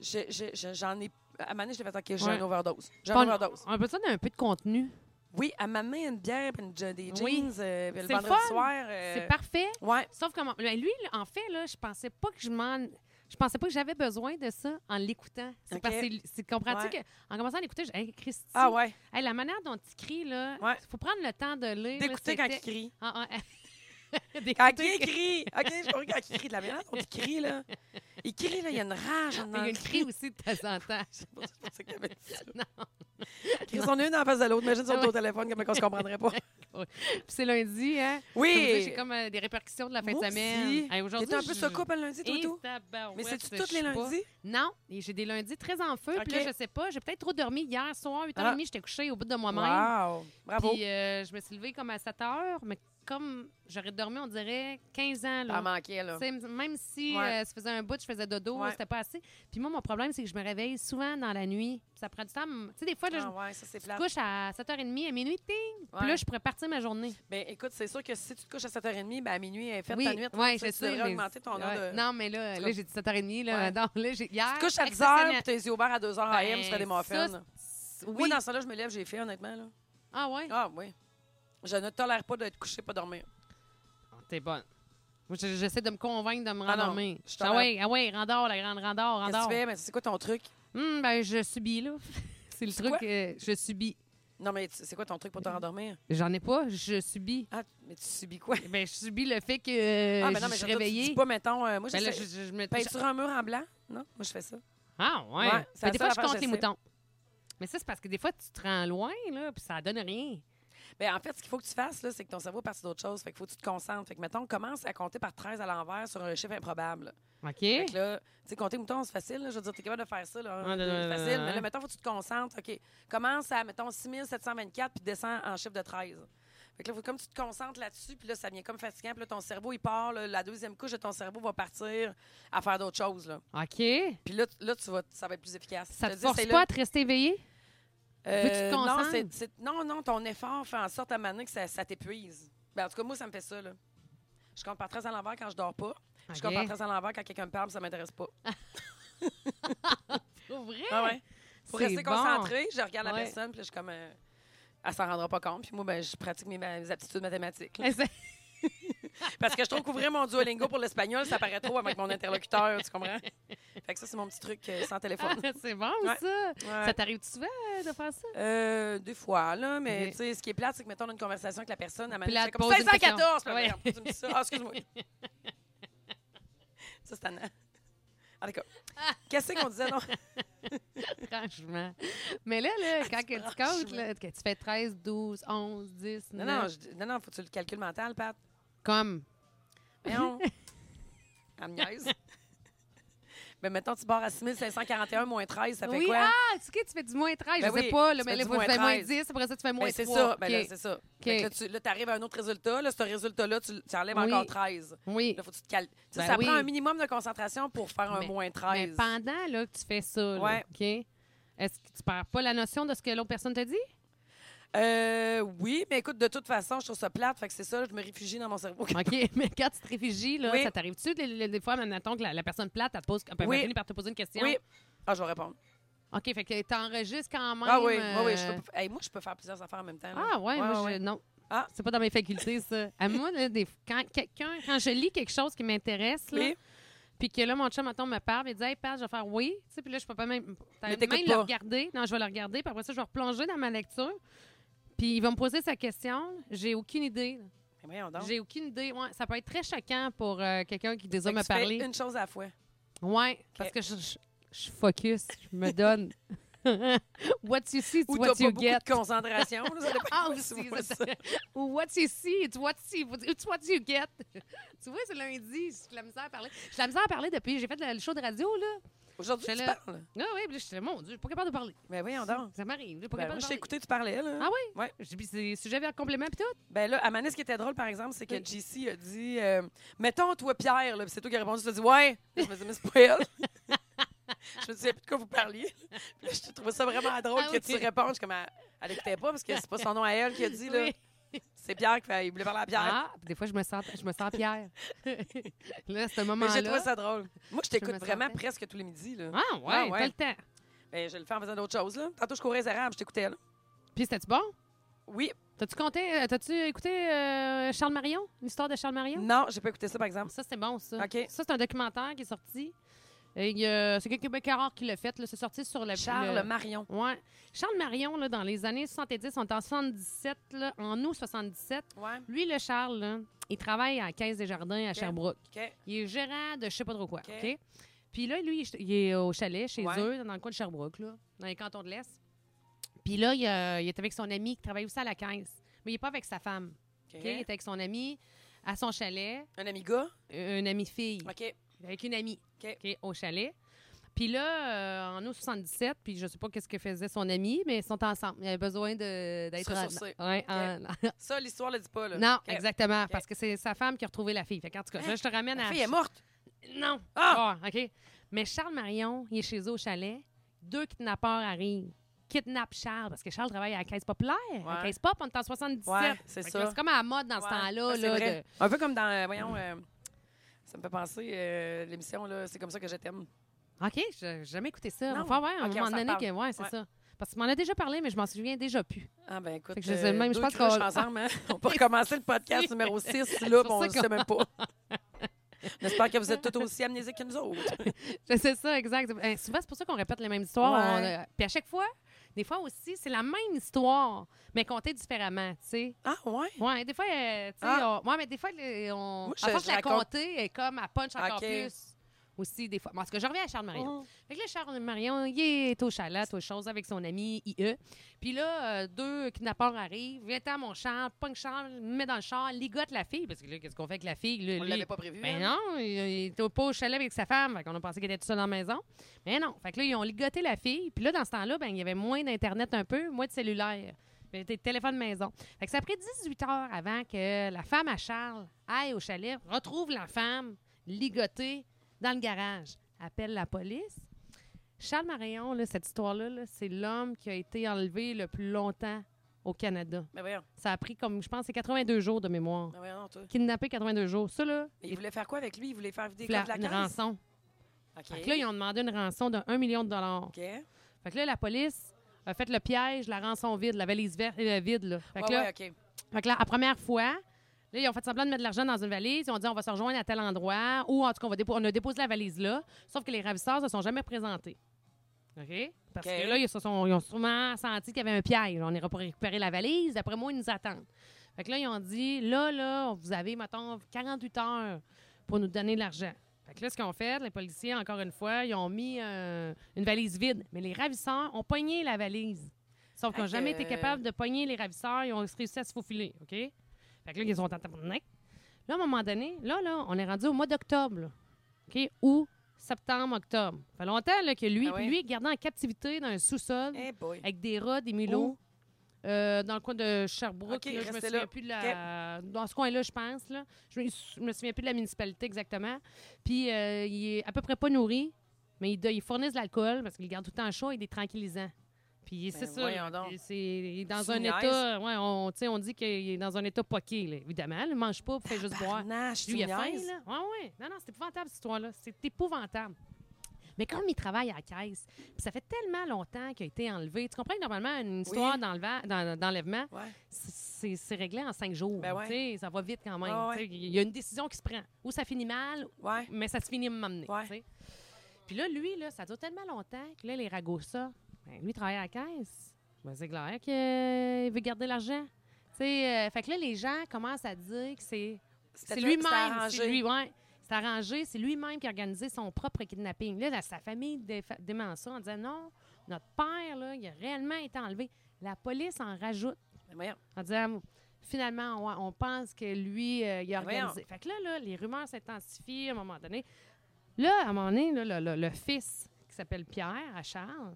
Speaker 1: je- je- je- j'en ai. À un moment donné, je l'ai fait, OK, j'ai
Speaker 2: Ouais.
Speaker 1: une overdose. J'ai
Speaker 2: Pas
Speaker 1: une
Speaker 2: une-
Speaker 1: overdose.
Speaker 2: On a besoin d'un peu de contenu.
Speaker 1: Oui, à m'amener une bière, puis une je- des jeans,
Speaker 2: Oui.
Speaker 1: euh, puis le
Speaker 2: C'est le
Speaker 1: vendredi
Speaker 2: fun.
Speaker 1: soir. euh,
Speaker 2: C'est parfait.
Speaker 1: Ouais.
Speaker 2: Sauf comment. ben, lui, là, en fait, là, je pensais pas que je m'en. Je pensais pas que j'avais besoin de ça en l'écoutant. C'est
Speaker 1: OK.
Speaker 2: parce que c'est- c'est- comprends-tu
Speaker 1: Ouais.
Speaker 2: que en commençant à l'écouter, j'ai hey, Christy,
Speaker 1: Ah ouais.
Speaker 2: hey, la manière dont il crie là,
Speaker 1: Ouais.
Speaker 2: faut prendre le temps de lire. là,
Speaker 1: D'écouter quand
Speaker 2: c'était-
Speaker 1: il crie.
Speaker 2: Ah, ah,
Speaker 1: Quand
Speaker 2: d'écouter.
Speaker 1: il crie. OK, je comprends quand il crie de la manière dont il crie, là. Il crie, là, il y a une rage
Speaker 2: Il
Speaker 1: dans
Speaker 2: y a
Speaker 1: le
Speaker 2: une cri aussi de temps en temps.
Speaker 1: C'est pour ça c'est pour ça que t'avais dit ça.
Speaker 2: Non.
Speaker 1: Chris, on est une en face de l'autre. Imagine sur
Speaker 2: Ah ouais.
Speaker 1: ton téléphone, comment on se comprendrait pas.
Speaker 2: Puis c'est lundi, hein. Comme ça,
Speaker 1: Oui.
Speaker 2: J'ai comme euh, des répercussions de la fin
Speaker 1: Moi
Speaker 2: de semaine.
Speaker 1: aussi.
Speaker 2: Hey,
Speaker 1: T'es
Speaker 2: aujourd'hui,
Speaker 1: un peu
Speaker 2: je-
Speaker 1: ce couple le lundi,
Speaker 2: Et
Speaker 1: tout.
Speaker 2: tabarouette,
Speaker 1: Mais c'est-tu
Speaker 2: je
Speaker 1: tous les
Speaker 2: sais pas.
Speaker 1: lundis?
Speaker 2: Non, et j'ai des lundis très en feu. Puis
Speaker 1: OK. Ah.
Speaker 2: là, je sais pas, j'ai peut-être trop dormi hier soir, 8h30, j'étais couchée au bout de moi-même.
Speaker 1: Wow. Bravo.
Speaker 2: Ah, Puis euh, je me suis levée comme à 7 heures, mais comme j'aurais dormi, on dirait 15 ans.
Speaker 1: T'en
Speaker 2: Là.
Speaker 1: manquais, là.
Speaker 2: Tu sais, Même si
Speaker 1: Ouais.
Speaker 2: euh, ça faisait un bout, je faisais dodo,
Speaker 1: Ouais.
Speaker 2: c'était pas assez. Puis moi, mon problème, c'est que je me réveille souvent dans la nuit. Ça prend du temps. à m- Tu sais, des fois, là,
Speaker 1: Ah ouais, ça, c'est
Speaker 2: je
Speaker 1: plat.
Speaker 2: me couche à 7h30, à minuit, ting! Puis là, je pourrais partir ma journée.
Speaker 1: Ben, écoute, c'est sûr que si tu te couches à 7h30, ben, à minuit, elle est faite
Speaker 2: oui,
Speaker 1: ta nuit.
Speaker 2: ouais,
Speaker 1: Tu sais,
Speaker 2: je
Speaker 1: tu
Speaker 2: sais,
Speaker 1: devrais
Speaker 2: mais-
Speaker 1: augmenter ton heure
Speaker 2: ouais.
Speaker 1: de-
Speaker 2: Non, mais là,
Speaker 1: tout
Speaker 2: là
Speaker 1: cas.
Speaker 2: j'ai dit 7h30. Là.
Speaker 1: Ouais.
Speaker 2: Non, là, j'ai... hier...
Speaker 1: Tu te couches à 10
Speaker 2: exceptionnel-
Speaker 1: h puis tes yeux ouverts à 2 h
Speaker 2: Ben,
Speaker 1: AM, tu fais des muffins.
Speaker 2: ça, c'est- Oui.
Speaker 1: Moi, dans ce là je me lève, j'ai fait, honnêtement. Là.
Speaker 2: Ah ouais?
Speaker 1: Ah, oui. Je ne tolère pas d'être couché, pas dormir.
Speaker 2: T'es bonne. Moi, je- j'essaie de me convaincre de me
Speaker 1: Ah non,
Speaker 2: rendormir.
Speaker 1: je
Speaker 2: Ah,
Speaker 1: t'en-
Speaker 2: ouais, ah ouais, rendors, la grande rendors,
Speaker 1: Qu'est-ce que
Speaker 2: rendors.
Speaker 1: tu fais? Mais c'est quoi ton truc?
Speaker 2: Hum, ben, je subis, là. C'est le
Speaker 1: C'est
Speaker 2: truc,
Speaker 1: quoi?
Speaker 2: euh, je subis.
Speaker 1: Non, mais tu- c'est quoi ton truc
Speaker 2: Euh.
Speaker 1: pour te rendormir?
Speaker 2: J'en ai pas, je subis.
Speaker 1: Ah, mais tu subis quoi?
Speaker 2: Ben, je subis le fait que euh,
Speaker 1: ah, ben mais
Speaker 2: je suis
Speaker 1: genre, toi, tu
Speaker 2: réveillée.
Speaker 1: dis pas, mettons, euh, moi,
Speaker 2: Ben là,
Speaker 1: j'essaie-
Speaker 2: je, je- je me...
Speaker 1: Peins-tu sur un mur en blanc? Non? Moi, je fais ça.
Speaker 2: Ah, ouais.
Speaker 1: Ouais,
Speaker 2: Ben,
Speaker 1: c'est la
Speaker 2: des
Speaker 1: seule
Speaker 2: fois, je
Speaker 1: affaire que
Speaker 2: compte
Speaker 1: je
Speaker 2: les
Speaker 1: sais.
Speaker 2: moutons. Mais ça, c'est parce que des fois, tu te rends loin, là, puis ça donne rien.
Speaker 1: Ben, en fait, ce qu'il faut que tu fasses, là, c'est que ton cerveau passe à d'autres choses. Fait qu'il faut que tu te concentres. Fait que, mettons, commence à compter par 13 à l'envers sur un chiffre improbable. là.
Speaker 2: OK?
Speaker 1: Fait que là, tu sais, compter moutons, c'est facile. là. Je veux dire, t'es capable de faire ça. Là,
Speaker 2: Ouais,
Speaker 1: C'est
Speaker 2: ouais, ouais,
Speaker 1: facile.
Speaker 2: ouais,
Speaker 1: Mais
Speaker 2: ouais.
Speaker 1: là, mettons, faut que tu te concentres. OK. Commence à, mettons, 6724 puis descends en chiffre de 13. Fait que là, faut comme tu te concentres là-dessus, puis là, ça devient comme fatigant. Puis là, ton cerveau, il part. là, la deuxième couche de ton cerveau va partir à faire d'autres choses. Là.
Speaker 2: OK.
Speaker 1: Puis là, tu- là, tu vas, ça va être plus efficace.
Speaker 2: Ça
Speaker 1: Je
Speaker 2: te
Speaker 1: dis,
Speaker 2: force
Speaker 1: c'est
Speaker 2: pas
Speaker 1: là-
Speaker 2: à te rester éveillé? Veux-tu te
Speaker 1: Euh,
Speaker 2: concentres?
Speaker 1: non, c'est- c'est- non, non, ton effort fait en sorte à maner que ça, ça t'épuise. Ben, en tout cas, moi, ça me fait ça. Là. Je compte par 13 à l'envers quand je dors pas. Je compte par 13 à l'envers quand quelqu'un me parle, puis ça m'intéresse pas.
Speaker 2: Pour vrai?
Speaker 1: Ah ouais. Pour
Speaker 2: Eh, C'est
Speaker 1: rester
Speaker 2: bon.
Speaker 1: concentré, je regarde
Speaker 2: Ouais.
Speaker 1: la personne, puis là, je suis comme. euh, elle s'en rendra pas compte. Puis moi, ben, je pratique mes, ma- mes aptitudes mathématiques. là.
Speaker 2: Eh, c'est-
Speaker 1: Parce que je trouve qu'ouvrir mon Duolingo pour l'espagnol, ça paraît trop avec mon interlocuteur, tu comprends? Fait que ça, c'est mon petit truc euh, sans téléphone.
Speaker 2: Ah, c'est bon,
Speaker 1: Ouais.
Speaker 2: ça.
Speaker 1: Ouais.
Speaker 2: Ça t'arrive souvent euh, de faire ça?
Speaker 1: Euh, des fois, là, mais
Speaker 2: Ok.
Speaker 1: tu sais, ce qui est plate, c'est que mettons on a une conversation avec la personne, elle m'a
Speaker 2: Puis là, elle te
Speaker 1: comme
Speaker 2: pose une
Speaker 1: 514, puis là,
Speaker 2: question.
Speaker 1: merde, tu me dis ça. Ah, excuse-moi. ça, c'est Anna. En tout cas, qu'est-ce qu'on disait, non?
Speaker 2: Franchement. Mais là, là quand que tu
Speaker 1: Ah, Franchement.
Speaker 2: comptes, là, que tu fais 13, 12, 11, 10,
Speaker 1: Non,
Speaker 2: 9,
Speaker 1: non, je dis- non, non, faut-tu le calcul mental, Pat?
Speaker 2: comme.
Speaker 1: Voyons. Elle me niaise. Ben, mettons, tu barres à 6541 moins 13, ça fait
Speaker 2: oui,
Speaker 1: quoi?
Speaker 2: ah, tu sais, tu fais du moins 13,
Speaker 1: Ben
Speaker 2: je sais
Speaker 1: oui,
Speaker 2: pas, là,
Speaker 1: tu
Speaker 2: mais
Speaker 1: fais
Speaker 2: là,
Speaker 1: du
Speaker 2: faut que tu
Speaker 1: moins
Speaker 2: fais moins
Speaker 1: 13.
Speaker 2: 10, après ça, tu fais moins
Speaker 1: Ben, c'est
Speaker 2: 3.
Speaker 1: ça. Ben,
Speaker 2: OK.
Speaker 1: là, c'est ça. Fait que là, tu arrives à un autre résultat. Là, ce résultat-là, tu, tu enlèves
Speaker 2: Oui.
Speaker 1: encore 13.
Speaker 2: oui.
Speaker 1: Là, faut que tu te cal- tu sais,
Speaker 2: Ben
Speaker 1: ça
Speaker 2: oui.
Speaker 1: prend un minimum de concentration pour faire un
Speaker 2: Mais-
Speaker 1: moins
Speaker 2: Mais
Speaker 1: 13.
Speaker 2: pendant là, que tu fais ça, là,
Speaker 1: Ouais.
Speaker 2: OK? Est-ce que tu perds pas la notion de ce que l'autre personne te dit?
Speaker 1: Euh, oui, mais écoute, de toute façon, je trouve ça plate. Fait que c'est ça, je me réfugie dans mon cerveau.
Speaker 2: OK, mais quand tu te réfugies, là,
Speaker 1: Oui.
Speaker 2: ça t'arrive-tu? Des, des- des fois, mettons que la, la personne plate, elle, te pose, elle peut
Speaker 1: Oui.
Speaker 2: finir par te poser une question.
Speaker 1: Oui. Ah, je vais répondre.
Speaker 2: OK, fait que t'enregistres quand même.
Speaker 1: Ah oui, oui, oui. Je
Speaker 2: euh,
Speaker 1: peux... hey, moi, je peux faire plusieurs affaires en même temps. là.
Speaker 2: Ah ouais, moi,
Speaker 1: ouais.
Speaker 2: je- non.
Speaker 1: Ah.
Speaker 2: C'est pas dans mes facultés, ça. À moi, là, des, quand, quelqu'un, quand je lis quelque chose qui m'intéresse, là,
Speaker 1: Oui.
Speaker 2: puis que là, mon chum, mettons, me parle, il dit « Hey, Pat, je vais faire oui », tu sais, puis là, je peux pas même,
Speaker 1: Mais
Speaker 2: même
Speaker 1: t'écoutes
Speaker 2: le
Speaker 1: pas.
Speaker 2: regarder. Non, je vais le regarder, puis après ça, je vais replonger dans ma lecture. Puis il va me poser sa question. J'ai aucune idée.
Speaker 1: Mais voyons donc.
Speaker 2: J'ai aucune idée. Ouais, ça peut être très choquant pour euh, quelqu'un qui désire
Speaker 1: Fait que
Speaker 2: me
Speaker 1: tu fais
Speaker 2: parler.
Speaker 1: une chose à la fois.
Speaker 2: Ouais, parce que je, je, je focus, je me donne. what you see, it's
Speaker 1: Ou
Speaker 2: what
Speaker 1: t'as pas
Speaker 2: you
Speaker 1: beaucoup
Speaker 2: get.
Speaker 1: de concentration. là, ça dépend
Speaker 2: Ah,
Speaker 1: de quoi
Speaker 2: aussi,
Speaker 1: tu vois
Speaker 2: ça,
Speaker 1: ça.
Speaker 2: Ou what you see, it's what, you- it's what you get. tu vois, c'est lundi, j'ai de la misère à parler. J'ai de la misère à parler depuis. J'ai fait le le show de radio, là.
Speaker 1: Aujourd'hui,
Speaker 2: Je
Speaker 1: tu
Speaker 2: le-
Speaker 1: parles.
Speaker 2: Ah oui, puis là, j'étais, mon Dieu, je suis pas capable de parler.
Speaker 1: Mais voyons donc.
Speaker 2: Ça m'arrive, je suis pas
Speaker 1: Ben, moi, je t'ai
Speaker 2: capable de parler.
Speaker 1: écouté, tu parlais. Là.
Speaker 2: Ah oui?
Speaker 1: Ouais.
Speaker 2: J'ai dit, c'est sujet vers complément, puis tout.
Speaker 1: Ben là, à Manet, ce qui était drôle, par exemple, c'est que
Speaker 2: Oui.
Speaker 1: JC a dit euh, Mettons, toi, Pierre, là, Puis c'est toi qui as répondu, tu as dit Ouais. Là, je me dis Mais c'est pas elle. je me disais plus de quoi vous parliez. Puis là, je trouvais ça vraiment drôle
Speaker 2: Ah
Speaker 1: que
Speaker 2: oui.
Speaker 1: tu répondes. Je suis comme Elle elle écoutait pas parce que c'est pas son nom à elle qui a dit, là.
Speaker 2: Oui.
Speaker 1: C'est Pierre qui fait, il voulait parler à Pierre.
Speaker 2: Ah, puis des fois, je me sens, je me sens Pierre. là, c'est un
Speaker 1: Mais j'ai
Speaker 2: moment-là.
Speaker 1: trouvé ça drôle. Moi, je t'écoute
Speaker 2: me
Speaker 1: vraiment
Speaker 2: sentais.
Speaker 1: presque tous les midis. Là.
Speaker 2: Ah, ouais,
Speaker 1: Ah, ouais.
Speaker 2: t'as le temps.
Speaker 1: Ben, je le fais en faisant d'autres choses. Là. Tantôt, je courais les arabes, je t'écoutais. là.
Speaker 2: Puis, c'était-tu bon?
Speaker 1: Oui.
Speaker 2: T'as-tu compté, euh, t'as-tu écouté euh, Charles Marion, l'histoire de Charles Marion?
Speaker 1: Non, j'ai pas écouté ça, par exemple.
Speaker 2: Ça, c'est bon, ça.
Speaker 1: OK.
Speaker 2: Ça, c'est un documentaire qui est sorti. Et il y a- c'est quelqu'un de rare qui l'a fait. là. C'est sorti sur le.
Speaker 1: Charles
Speaker 2: le-
Speaker 1: Marion.
Speaker 2: Ouais. Charles Marion, là, dans les années 70, on est en 77, là, en août 77.
Speaker 1: Ouais.
Speaker 2: Lui, le Charles, là, il travaille à Caisse des Jardins à Sherbrooke.
Speaker 1: OK.
Speaker 2: Il est gérant de je sais pas trop quoi.
Speaker 1: OK.
Speaker 2: OK? Puis là, lui, il est- il est au chalet chez
Speaker 1: Ouais.
Speaker 2: eux, dans le coin de Sherbrooke, là, dans les cantons de l'Est. Puis là, il, euh, il est avec son ami qui travaille aussi à la caisse. Mais il n'est pas avec sa femme.
Speaker 1: OK.
Speaker 2: OK? Il est avec son ami à son chalet,
Speaker 1: Un ami gars.
Speaker 2: euh, une amie fille.
Speaker 1: OK.
Speaker 2: Avec une amie.
Speaker 1: OK.
Speaker 2: OK, au chalet. Puis là, euh, en août 77, puis je sais pas qu'est-ce que faisait son ami, mais ils sont ensemble. Il avait besoin de- d'être
Speaker 1: Ressourcer.
Speaker 2: en- ouais, en-
Speaker 1: Ça, l'histoire le dit pas. Là.
Speaker 2: non,
Speaker 1: OK.
Speaker 2: exactement,
Speaker 1: OK.
Speaker 2: parce que c'est sa femme qui a retrouvé la fille. Fait qu'en tout cas, là, je te ramène
Speaker 1: La
Speaker 2: à
Speaker 1: fille est morte.
Speaker 2: non.
Speaker 1: Ah!
Speaker 2: Ah! OK. Mais Charles Marion, il est chez eux au chalet. Deux kidnappeurs arrivent. Kidnappent Charles, parce que Charles travaille à la caisse populaire. À la
Speaker 1: Ouais.
Speaker 2: caisse pop, on est en 77.
Speaker 1: Ouais, c'est
Speaker 2: Fait que
Speaker 1: ça.
Speaker 2: là, C'est comme à la mode dans ce
Speaker 1: Ouais.
Speaker 2: temps-là.
Speaker 1: Ouais, c'est
Speaker 2: là,
Speaker 1: vrai.
Speaker 2: de-
Speaker 1: Un peu comme dans, euh, voyons, euh, ça me fait penser, euh, l'émission, là, c'est comme ça que je t'aime.
Speaker 2: OK, j'ai jamais écouté ça.
Speaker 1: Non.
Speaker 2: Enfin, ouais, à un
Speaker 1: OK, on
Speaker 2: moment
Speaker 1: s'en
Speaker 2: donné,
Speaker 1: reparle.
Speaker 2: que- ouais, c'est
Speaker 1: Ouais.
Speaker 2: ça. Parce que tu m'en as déjà parlé, mais je m'en souviens déjà plus.
Speaker 1: Ah ben écoute,
Speaker 2: Fait que je sais même, je
Speaker 1: deux
Speaker 2: pense
Speaker 1: crushs
Speaker 2: qu'on-
Speaker 1: ensemble, hein? on peut recommencer le podcast numéro 6, là, puis on
Speaker 2: ça
Speaker 1: ne sait même pas. J'espère que vous êtes tout aussi amnésiques que nous autres.
Speaker 2: C'est ça, exact. Eh, souvent, c'est pour ça qu'on répète les mêmes histoires.
Speaker 1: Ouais.
Speaker 2: On, euh, puis à chaque fois, des fois aussi, c'est la même histoire, mais contée différemment, tu sais.
Speaker 1: Ah ouais?
Speaker 2: Ouais, des fois, euh, tu sais,
Speaker 1: Ah.
Speaker 2: on- ouais, mais des fois, les- on.
Speaker 1: Moi, je-
Speaker 2: à force
Speaker 1: je
Speaker 2: de la
Speaker 1: raconte-
Speaker 2: compter, elle est comme à punch encore
Speaker 1: Ok.
Speaker 2: plus. Aussi, des fois. Bon, en tout cas, je reviens à Charles Marion.
Speaker 1: Mhm.
Speaker 2: Fait que là, Charles Marion, il est au chalet, aux choses, avec son ami IE. Puis là, euh, deux kidnappeurs arrivent, viens à mon Charles, pogne Charles, met dans le char, ligote la fille, parce que là, qu'est-ce qu'on fait avec la fille? Là,
Speaker 1: On
Speaker 2: lui-
Speaker 1: l'avait pas prévu.
Speaker 2: ben
Speaker 1: hein?
Speaker 2: non, il, il était pas au chalet avec sa femme. Fait qu'on a pensé qu'il était tout seul dans la maison. Mais non. Fait que là, ils ont ligoté la fille. Puis là, dans ce temps-là, ben, il y avait moins d'Internet un peu, moins de cellulaire. Mais des téléphones maison. Fait que ça a pris 18 heures avant que la femme à Charles aille au chalet, retrouve la femme ligotée dans le garage, appelle la police. Charles Marion, là, cette histoire-là, là, c'est l'homme qui a été enlevé le plus longtemps au Canada.
Speaker 1: Mais Ben voyons,
Speaker 2: Ça a pris comme, je pense, c'est 82 jours de mémoire.
Speaker 1: mais voyons, toi.
Speaker 2: Kidnappé 82 jours. Ça, là,
Speaker 1: Mais il voulait faire quoi avec lui? Il voulait faire vider
Speaker 2: la-
Speaker 1: comme de la
Speaker 2: une
Speaker 1: caisse?
Speaker 2: rançon.
Speaker 1: OK.
Speaker 2: Fait que là, ils ont demandé une rançon de 1 million de dollars.
Speaker 1: OK. Ouais,
Speaker 2: Fait que là, la police a fait le piège, la rançon vide, la valise ver- euh, vide. Là. Fait, que là,
Speaker 1: ouais, OK.
Speaker 2: fait que là, la première fois, là, ils ont fait semblant de mettre de l'argent dans une valise. Ils ont dit, on va se rejoindre à tel endroit. Ou en tout cas, on, va dépo- on a déposé la valise là. Sauf que les ravisseurs ne se sont jamais présentés. OK? Parce
Speaker 1: OK.
Speaker 2: que là, ils, se sont, ils ont sûrement senti qu'il y avait un piège. On ira pas récupérer la valise. D'après moi, ils nous attendent. Fait que là, ils ont dit, là, là, vous avez, mettons, 48 heures pour nous donner de l'argent. Fait que là, ce qu'ils ont fait, les policiers, encore une fois, ils ont mis euh, une valise vide. Mais les ravisseurs ont pogné la valise. Sauf qu'ils n'ont
Speaker 1: Fait
Speaker 2: jamais
Speaker 1: que-
Speaker 2: été capables de pogner les ravisseurs. Ils ont réussi à se faufiler, OK? Fait que là, ils ont tenté pour Là, à un moment donné, là, là, on est rendu au mois d'octobre, là. OK? Ou septembre, octobre. Ça fait longtemps là, que lui,
Speaker 1: Ah ouais?
Speaker 2: puis lui, il est gardé en captivité dans un sous-sol
Speaker 1: Eh boy.
Speaker 2: avec des rats, des mulots.
Speaker 1: Où?
Speaker 2: Euh, dans le coin de Sherbrooke,
Speaker 1: Ok,
Speaker 2: là, je me
Speaker 1: restez
Speaker 2: souviens
Speaker 1: là.
Speaker 2: plus de la. Dans ce coin-là, je pense. Là. Je, me, je me souviens plus de la municipalité exactement. Puis euh, il est à peu près pas nourri, mais il, do- il fournit de l'alcool parce qu'il garde tout le temps chaud et des tranquillisants. Puis c'est ça.
Speaker 1: Ben voyons
Speaker 2: là,
Speaker 1: donc.
Speaker 2: il- C'est il est dans
Speaker 1: Tu
Speaker 2: un
Speaker 1: me niaises?
Speaker 2: état. Ouais, on, tu sais, on dit qu'il est dans un état poqué, là. évidemment. là, Il mange pas, il fait juste boire.
Speaker 1: Barnache,
Speaker 2: Puis Lui, il a faim,
Speaker 1: niaises?
Speaker 2: là. Ouais, ouais. Non, non, c'est épouvantable, cette histoire-là. C'est épouvantable. Mais comme il travaille à la caisse, puis ça fait tellement longtemps qu'il a été enlevé. Tu comprends que normalement, une histoire d'enleva- d'en- d'enlèvement,
Speaker 1: Ouais.
Speaker 2: c'est c'est réglé en cinq jours.
Speaker 1: Ben ouais.
Speaker 2: Tu sais, Ça va vite quand même.
Speaker 1: Ah ouais.
Speaker 2: Tu sais, Il y a une décision qui se prend. Ou ça finit mal,
Speaker 1: Ouais.
Speaker 2: mais ça se finit à m'amener.
Speaker 1: Ouais.
Speaker 2: Puis là, lui, là, ça dure tellement longtemps que là, les ragots, ça, ben, lui, il travaille à la caisse. Ben, c'est clair qu'il veut garder l'argent. Tu sais, euh, fait que là, les gens commencent à dire que c'est c'est
Speaker 1: C'était- c'était
Speaker 2: lui-même.
Speaker 1: arrangé.
Speaker 2: C'est lui, ouais. C'est arrangé. C'est lui-même qui a organisé son propre kidnapping. Là, la- sa famille défa- dément ça en disant non, notre père, là, il a réellement été enlevé. La police en rajoute
Speaker 1: Mais Ben voyons.
Speaker 2: en disant finalement, on, on pense que lui, euh, il a
Speaker 1: Mais Ben voyons.
Speaker 2: organisé. Fait que là, là, les rumeurs s'intensifient à un moment donné. Là, à un moment donné, là, le, le- le fils qui s'appelle Pierre, à Charles,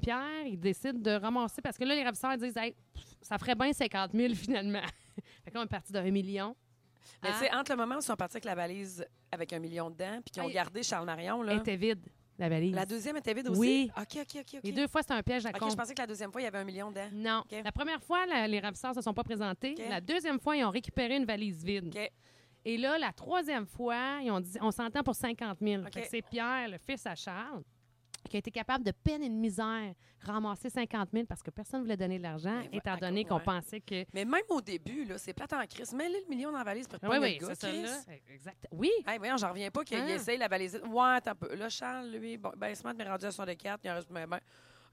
Speaker 2: Pierre, il décide de ramasser parce que là, les ravisseurs disent Hey, pff, ça ferait bien 50 000 finalement. fait qu'on est parti d'un million. Ah,
Speaker 1: Mais
Speaker 2: à-
Speaker 1: tu sais, entre le moment où ils sont partis avec la valise avec un million dedans, puis qu'ils ont
Speaker 2: Ah,
Speaker 1: gardé Charles Marion, là,
Speaker 2: Elle était vide, la valise.
Speaker 1: la deuxième était vide aussi?
Speaker 2: Oui.
Speaker 1: OK, OK, OK. ok.
Speaker 2: Les deux fois, c'est un piège à
Speaker 1: OK,
Speaker 2: con.
Speaker 1: je pensais que la deuxième fois, il y avait un million dedans.
Speaker 2: Non.
Speaker 1: OK.
Speaker 2: La première fois, la- les ravisseurs ne se sont pas présentés.
Speaker 1: OK.
Speaker 2: La deuxième fois, ils ont récupéré une valise vide.
Speaker 1: OK.
Speaker 2: Et là, la troisième fois, ils ont dit, on s'entend pour 50 000.
Speaker 1: OK.
Speaker 2: Fait que C'est Pierre, le fils à Charles, qui a été capable de peine et de misère ramasser 50 000 parce que personne ne voulait donner de l'argent,
Speaker 1: Mais ouais,
Speaker 2: étant
Speaker 1: à
Speaker 2: donné
Speaker 1: cause-
Speaker 2: qu'on
Speaker 1: Ben, ouais.
Speaker 2: pensait que...
Speaker 1: Mais même au début, là, c'est plate en crise. Mets-le le million dans la valise pour
Speaker 2: Ah
Speaker 1: pas
Speaker 2: oui,
Speaker 1: le gars,
Speaker 2: c'est ça,
Speaker 1: Chris.
Speaker 2: là. Exact. Oui,
Speaker 1: Hey, voyons, j'en reviens pas qu'il
Speaker 2: Hein?
Speaker 1: essaye la valise. Ouais, attends un peu. Là, Charles, lui, bon, ben, il se met à rendu à 64, il en reste ben, ben.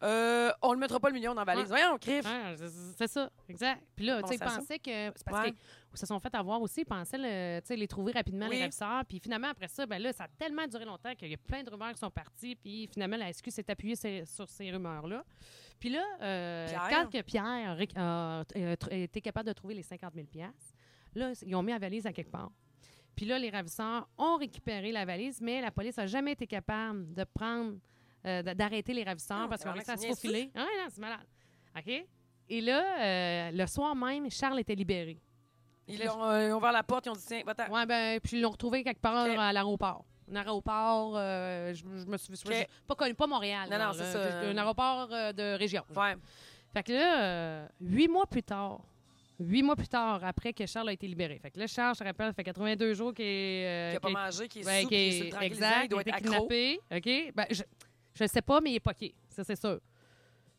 Speaker 1: Euh, on le mettra pas le million dans la valise.
Speaker 2: Ouais.
Speaker 1: Voyons, Criff.
Speaker 2: Ouais, c'est- c'est ça, exact. Puis là,
Speaker 1: Bon,
Speaker 2: tu sais, ils
Speaker 1: ça, ça.
Speaker 2: pensaient que. C'est parce
Speaker 1: Ouais.
Speaker 2: qu'ils se sont fait avoir aussi, ils pensaient le- tu sais, les trouver rapidement, les
Speaker 1: Oui.
Speaker 2: ravisseurs. Puis finalement, après ça, ben là, ça a tellement duré longtemps qu'il y a plein de rumeurs qui sont parties. Puis finalement, la SQ s'est appuyée sur- sur ces rumeurs-là. Puis là, euh,
Speaker 1: Pierre.
Speaker 2: quand que Pierre a réc- a, euh, tr- a été capable de trouver les 50 000 là, ils ont mis la valise à quelque part. Puis là, les ravisseurs ont récupéré la valise, mais la police n'a jamais été capable de prendre, euh, d- d'arrêter les ravisseurs
Speaker 1: Non,
Speaker 2: parce qu'ils ont
Speaker 1: tabarnak,
Speaker 2: réussi à se
Speaker 1: Ah, ben c'est niaiseux.
Speaker 2: faufiler. Ah, ouais, non, c'est malade. OK? Et là, euh, le soir même, Charles était libéré.
Speaker 1: Ils ont euh, ouvert la porte, ils ont dit tiens, va-t'en.
Speaker 2: Ouais, ben, puis ils l'ont retrouvé quelque part
Speaker 1: Ah. Ok.
Speaker 2: à l'aéroport. Un aéroport, euh, je, je me souviens,
Speaker 1: Ok.
Speaker 2: je- pas connu, pas Montréal.
Speaker 1: Non,
Speaker 2: genre,
Speaker 1: non, c'est
Speaker 2: là,
Speaker 1: ça.
Speaker 2: juste Un aéroport euh, de région.
Speaker 1: Ouais.
Speaker 2: Fait que là, euh, huit mois plus tard, huit mois plus tard, après que Charles a été libéré. Fait que là, Charles, je te rappelle, ça fait 82 jours qu'il est. euh,
Speaker 1: Qui a pas
Speaker 2: qu'il est-
Speaker 1: mangé, qui est
Speaker 2: Ouais,
Speaker 1: sous, qui
Speaker 2: qui
Speaker 1: est
Speaker 2: est-
Speaker 1: sous le tranquillisant,
Speaker 2: exact,
Speaker 1: il doit
Speaker 2: il a
Speaker 1: être
Speaker 2: été
Speaker 1: accro.
Speaker 2: kidnappé, OK? Ben, je, je le sais pas, mais il est poqué. Ça, c'est sûr.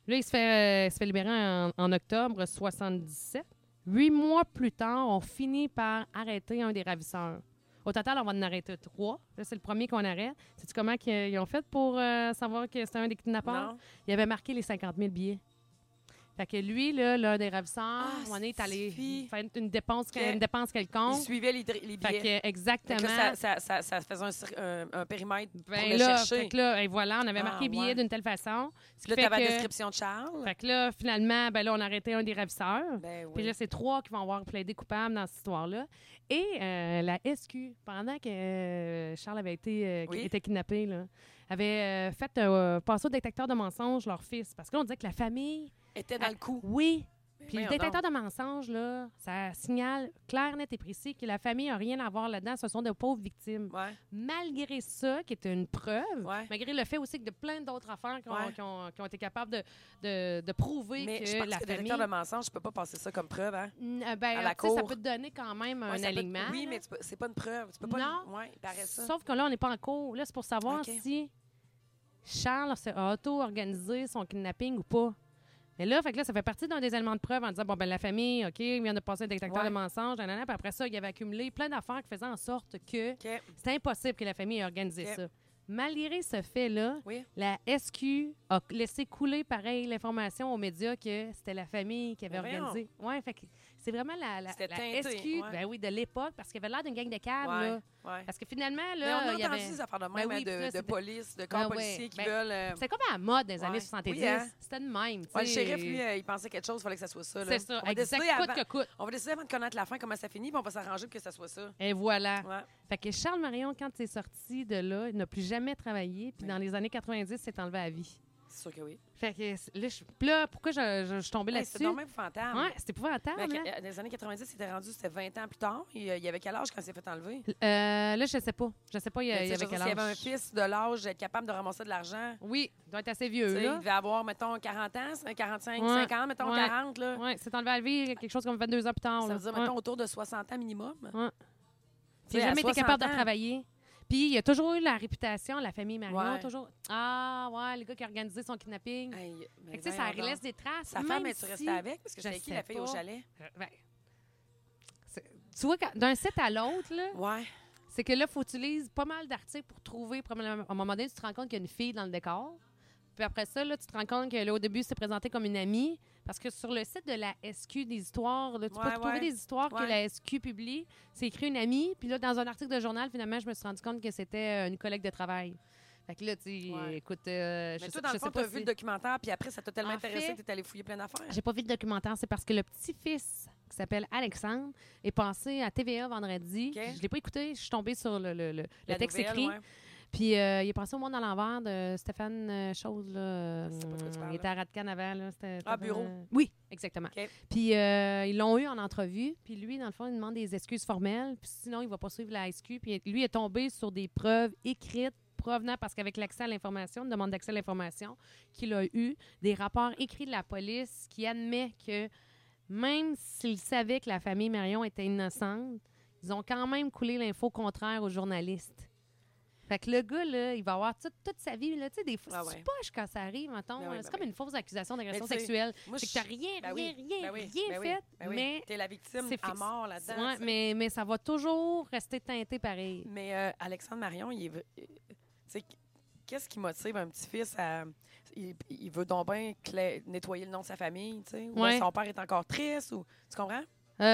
Speaker 2: Là, il se fait, euh, il se fait libérer en, en octobre 77. Huit mois plus tard, on finit par arrêter un des ravisseurs. Au total, on va en arrêter trois. Là, c'est le premier qu'on arrête. Sais-tu comment qu'ils- ils ont fait pour euh, savoir que c'était un des kidnappeurs?
Speaker 1: Non.
Speaker 2: Il avait marqué les 50 000 billets. Fait que lui, là, l'un des ravisseurs,
Speaker 1: Ah,
Speaker 2: on est allé
Speaker 1: si.
Speaker 2: faire une dépense,
Speaker 1: Ok.
Speaker 2: une dépense quelconque.
Speaker 1: Il suivait les, dri- les
Speaker 2: Fait
Speaker 1: billets.
Speaker 2: que, exactement.
Speaker 1: Fait que là, ça, ça, ça, ça faisait un, cir- un- un périmètre pour
Speaker 2: Ben
Speaker 1: le
Speaker 2: là,
Speaker 1: chercher.
Speaker 2: fait que là, et voilà, on avait
Speaker 1: Ah,
Speaker 2: marqué billet
Speaker 1: ouais.
Speaker 2: d'une telle façon. Ce qui
Speaker 1: là,
Speaker 2: fait
Speaker 1: tu la
Speaker 2: que-
Speaker 1: description de Charles.
Speaker 2: Fait que là, finalement, ben là, on a arrêté un des ravisseurs.
Speaker 1: Ben oui.
Speaker 2: Puis là, c'est trois qui vont avoir plaidé coupable dans cette histoire-là. Et euh, la SQ, pendant que euh, Charles avait été euh,
Speaker 1: Oui.
Speaker 2: était kidnappé, là, avait euh, fait euh, passer au détecteur de mensonges leur fils. Parce que là, on disait que la famille, Ah,
Speaker 1: était dans le coup. Ben
Speaker 2: oui. Puis
Speaker 1: voyons
Speaker 2: le détecteur de mensonges, là, ça signale clair, net et précis que la famille n'a rien à voir là-dedans. Ce sont de pauvres victimes
Speaker 1: Ouais.
Speaker 2: malgré ça, qui est une preuve,
Speaker 1: Ouais.
Speaker 2: malgré le fait aussi que de plein d'autres affaires qui ont,
Speaker 1: Ouais.
Speaker 2: qui ont- qui ont été capables de, de, de prouver
Speaker 1: Mais
Speaker 2: que
Speaker 1: je pense
Speaker 2: la
Speaker 1: que le
Speaker 2: famille...
Speaker 1: détecteur de mensonge, je peux pas passer ça comme preuve. Hein?
Speaker 2: N- euh, ben,
Speaker 1: à la
Speaker 2: tu sais, Ça
Speaker 1: cour.
Speaker 2: peut te donner quand même
Speaker 1: Ouais,
Speaker 2: un
Speaker 1: ça peut-
Speaker 2: alignement.
Speaker 1: Oui,
Speaker 2: là.
Speaker 1: mais tu peux- c'est pas une preuve. Tu peux pas.
Speaker 2: Non.
Speaker 1: Ouais, il paraît ça.
Speaker 2: Sauf que là, on n'est pas en cours. Là, c'est pour savoir
Speaker 1: OK.
Speaker 2: si Charles s'est auto-organisé son kidnapping ou pas. Mais là, fait que là, ça fait partie d'un des éléments de preuve en disant, bon, ben la famille, OK, il vient de passer un détecteur
Speaker 1: Ouais.
Speaker 2: de mensonges, nanana, puis après ça, il avait accumulé plein d'affaires qui faisaient en sorte que
Speaker 1: OK.
Speaker 2: c'était impossible que la famille ait organisé
Speaker 1: OK.
Speaker 2: ça. Malgré ce fait-là,
Speaker 1: Oui.
Speaker 2: la SQ a laissé couler pareil l'information aux médias que c'était la famille qui avait
Speaker 1: Mais Ben voyons.
Speaker 2: organisé. Ouais, fait que c'est vraiment la, la,
Speaker 1: C'était
Speaker 2: la
Speaker 1: teinté,
Speaker 2: SQ
Speaker 1: ouais.
Speaker 2: ben oui, de l'époque parce qu'il avait l'air d'une gang de câbles.
Speaker 1: Ouais.
Speaker 2: là.
Speaker 1: ouais.
Speaker 2: Parce que finalement,
Speaker 1: Mais on
Speaker 2: là,
Speaker 1: a
Speaker 2: il y
Speaker 1: entendu
Speaker 2: avait...
Speaker 1: des affaires de même,
Speaker 2: Ben
Speaker 1: hein,
Speaker 2: oui, puis là,
Speaker 1: de, de
Speaker 2: c'est-
Speaker 1: police, de corps
Speaker 2: Ah ouais,
Speaker 1: policiers qui
Speaker 2: ben,
Speaker 1: veulent. euh,
Speaker 2: C'était comme à la mode des années
Speaker 1: Ouais.
Speaker 2: 70.
Speaker 1: Oui, hein?
Speaker 2: C'était de même. tu
Speaker 1: ouais, le
Speaker 2: sais.
Speaker 1: shérif, lui, euh, il pensait quelque chose, il fallait que ça soit ça. là.
Speaker 2: C'est ça,
Speaker 1: On va,
Speaker 2: exact,
Speaker 1: décider
Speaker 2: coûte
Speaker 1: avant,
Speaker 2: que coûte.
Speaker 1: on va décider avant de connaître la fin, comment ça finit, puis on va s'arranger pour que ça soit ça.
Speaker 2: Et voilà.
Speaker 1: Ouais.
Speaker 2: Fait que Charles Marion, quand il est sorti de là, il n'a plus jamais travaillé. Puis
Speaker 1: Ouais.
Speaker 2: dans les années 90, il s'est enlevé à vie.
Speaker 1: C'est sûr que oui.
Speaker 2: Fait que là, je, puis là pourquoi je, je- je suis tombée
Speaker 1: Hey, C'est
Speaker 2: là-dessus?
Speaker 1: normal pour fantôme.
Speaker 2: Ouais, c'était
Speaker 1: Mais
Speaker 2: épouvantable.
Speaker 1: que-
Speaker 2: hein?
Speaker 1: euh, dans les années 90, c'était rendu, c'était 20 ans plus tard. Il, euh, il avait quel âge quand il s'est fait enlever?
Speaker 2: Euh, là, je sais pas. Je sais pas, il y, a-
Speaker 1: Mais
Speaker 2: il
Speaker 1: tu
Speaker 2: y
Speaker 1: sais, je
Speaker 2: avait
Speaker 1: veux
Speaker 2: quel
Speaker 1: dire, s'il y avait un
Speaker 2: âge.
Speaker 1: fils de l'âge d'être capable de ramasser de l'argent,
Speaker 2: Oui, il doit être assez
Speaker 1: tu
Speaker 2: vieux,
Speaker 1: sais, il
Speaker 2: là.
Speaker 1: devait avoir, mettons, 40 ans, c'est- 45,
Speaker 2: Ouais.
Speaker 1: 50, mettons,
Speaker 2: Ouais.
Speaker 1: 40. Là.
Speaker 2: Oui, c'est enlevé à la vie quelque chose comme 22 ans plus tard.
Speaker 1: Ça
Speaker 2: là.
Speaker 1: veut dire,
Speaker 2: Ouais.
Speaker 1: mettons, autour de 60 ans minimum.
Speaker 2: Ouais.
Speaker 1: Tu
Speaker 2: Il
Speaker 1: sais,
Speaker 2: n'a
Speaker 1: à
Speaker 2: jamais été
Speaker 1: 60
Speaker 2: capable de
Speaker 1: ans,
Speaker 2: travailler. Puis il a toujours eu la réputation, la famille Marion,
Speaker 1: Ouais.
Speaker 2: toujours. Ah, ouais, le gars qui a organisé son kidnapping.
Speaker 1: Aïe, mais
Speaker 2: Fait que, tu sais, ça
Speaker 1: voyons donc.
Speaker 2: laisse des traces.
Speaker 1: Sa
Speaker 2: même
Speaker 1: femme, est tu
Speaker 2: si-
Speaker 1: restais avec? Parce que
Speaker 2: je
Speaker 1: c'était qui
Speaker 2: sais
Speaker 1: la fille au
Speaker 2: pas.
Speaker 1: chalet?
Speaker 2: Euh, ben, c'est- tu vois, quand- d'un site à l'autre, là,
Speaker 1: Ouais.
Speaker 2: c'est que là, faut utiliser pas mal d'articles pour trouver. probablement- À un moment donné, tu te rends compte qu'il y a une fille dans le décor. Puis après ça, là, tu te rends compte que là, au début, c'est présenté comme une amie. Parce que sur le site de la SQ des histoires, là, tu
Speaker 1: Ouais,
Speaker 2: peux retrouver
Speaker 1: ouais.
Speaker 2: des histoires que
Speaker 1: Ouais.
Speaker 2: la SQ publie. C'est écrit une amie. Puis là, dans un article de journal, finalement, je me suis rendu compte que c'était euh, une collègue de travail. Fait que là, tu sais,
Speaker 1: Ouais.
Speaker 2: écoute, euh, je
Speaker 1: Mais
Speaker 2: sais,
Speaker 1: toi, dans
Speaker 2: je
Speaker 1: le
Speaker 2: sais
Speaker 1: fond,
Speaker 2: pas
Speaker 1: t'as
Speaker 2: si-
Speaker 1: vu le documentaire, puis après, ça t'a tellement
Speaker 2: En
Speaker 1: intéressé
Speaker 2: fait-
Speaker 1: que t'es allé fouiller plein d'affaires.
Speaker 2: J'ai pas vu le documentaire, c'est parce que le petit-fils qui s'appelle Alexandre est passé à TVA vendredi.
Speaker 1: OK.
Speaker 2: Je l'ai pas écouté, je suis tombée sur le, le- le- le
Speaker 1: La
Speaker 2: texte
Speaker 1: nouvelle,
Speaker 2: écrit.
Speaker 1: ouais.
Speaker 2: Puis euh, il est passé au monde à l'envers de Stéphane euh, Chose. Là.
Speaker 1: Je sais pas de quoi tu
Speaker 2: Hum,
Speaker 1: parles,
Speaker 2: il était à Radcan avant. Là. C'était-
Speaker 1: Ah,
Speaker 2: c'était
Speaker 1: bureau.
Speaker 2: vraiment- Oui, exactement.
Speaker 1: OK.
Speaker 2: Puis euh, ils l'ont eu en entrevue. Puis lui, dans le fond, il demande des excuses formelles. Puis sinon, il va pas suivre la SQ. Puis lui est tombé sur des preuves écrites provenant, parce qu'avec l'accès à l'information, une demande d'accès à l'information qu'il a eu, des rapports écrits de la police qui admet que même s'il savait que la famille Marion était innocente, ils ont quand même coulé l'info contraire aux journalistes. Fait que le gars, là, il va avoir tout- toute sa vie, là, tu sais, des fois,
Speaker 1: Ah
Speaker 2: c'est
Speaker 1: ouais.
Speaker 2: poche quand ça arrive, mettons.
Speaker 1: Ben oui,
Speaker 2: c'est
Speaker 1: ben
Speaker 2: comme une fausse accusation d'agression
Speaker 1: Mais tu sais,
Speaker 2: sexuelle.
Speaker 1: Moi,
Speaker 2: Fait que t'as
Speaker 1: je-
Speaker 2: rien,
Speaker 1: Ben
Speaker 2: rien,
Speaker 1: oui,
Speaker 2: rien,
Speaker 1: ben oui,
Speaker 2: rien
Speaker 1: ben oui,
Speaker 2: fait,
Speaker 1: ben oui.
Speaker 2: mais...
Speaker 1: T'es la victime
Speaker 2: c'est
Speaker 1: à
Speaker 2: fixe.
Speaker 1: mort là-dedans.
Speaker 2: Ouais,
Speaker 1: tu sais.
Speaker 2: mais, mais ça va toujours rester teinté pareil.
Speaker 1: Mais euh, Alexandre Marion, il est v- euh, tu sais, qu'est-ce qui motive un petit-fils à. Il, il veut donc bien cla- nettoyer le nom de sa famille, tu sais. Ou bien
Speaker 2: Ouais.
Speaker 1: son père est encore triste, ou. Tu comprends?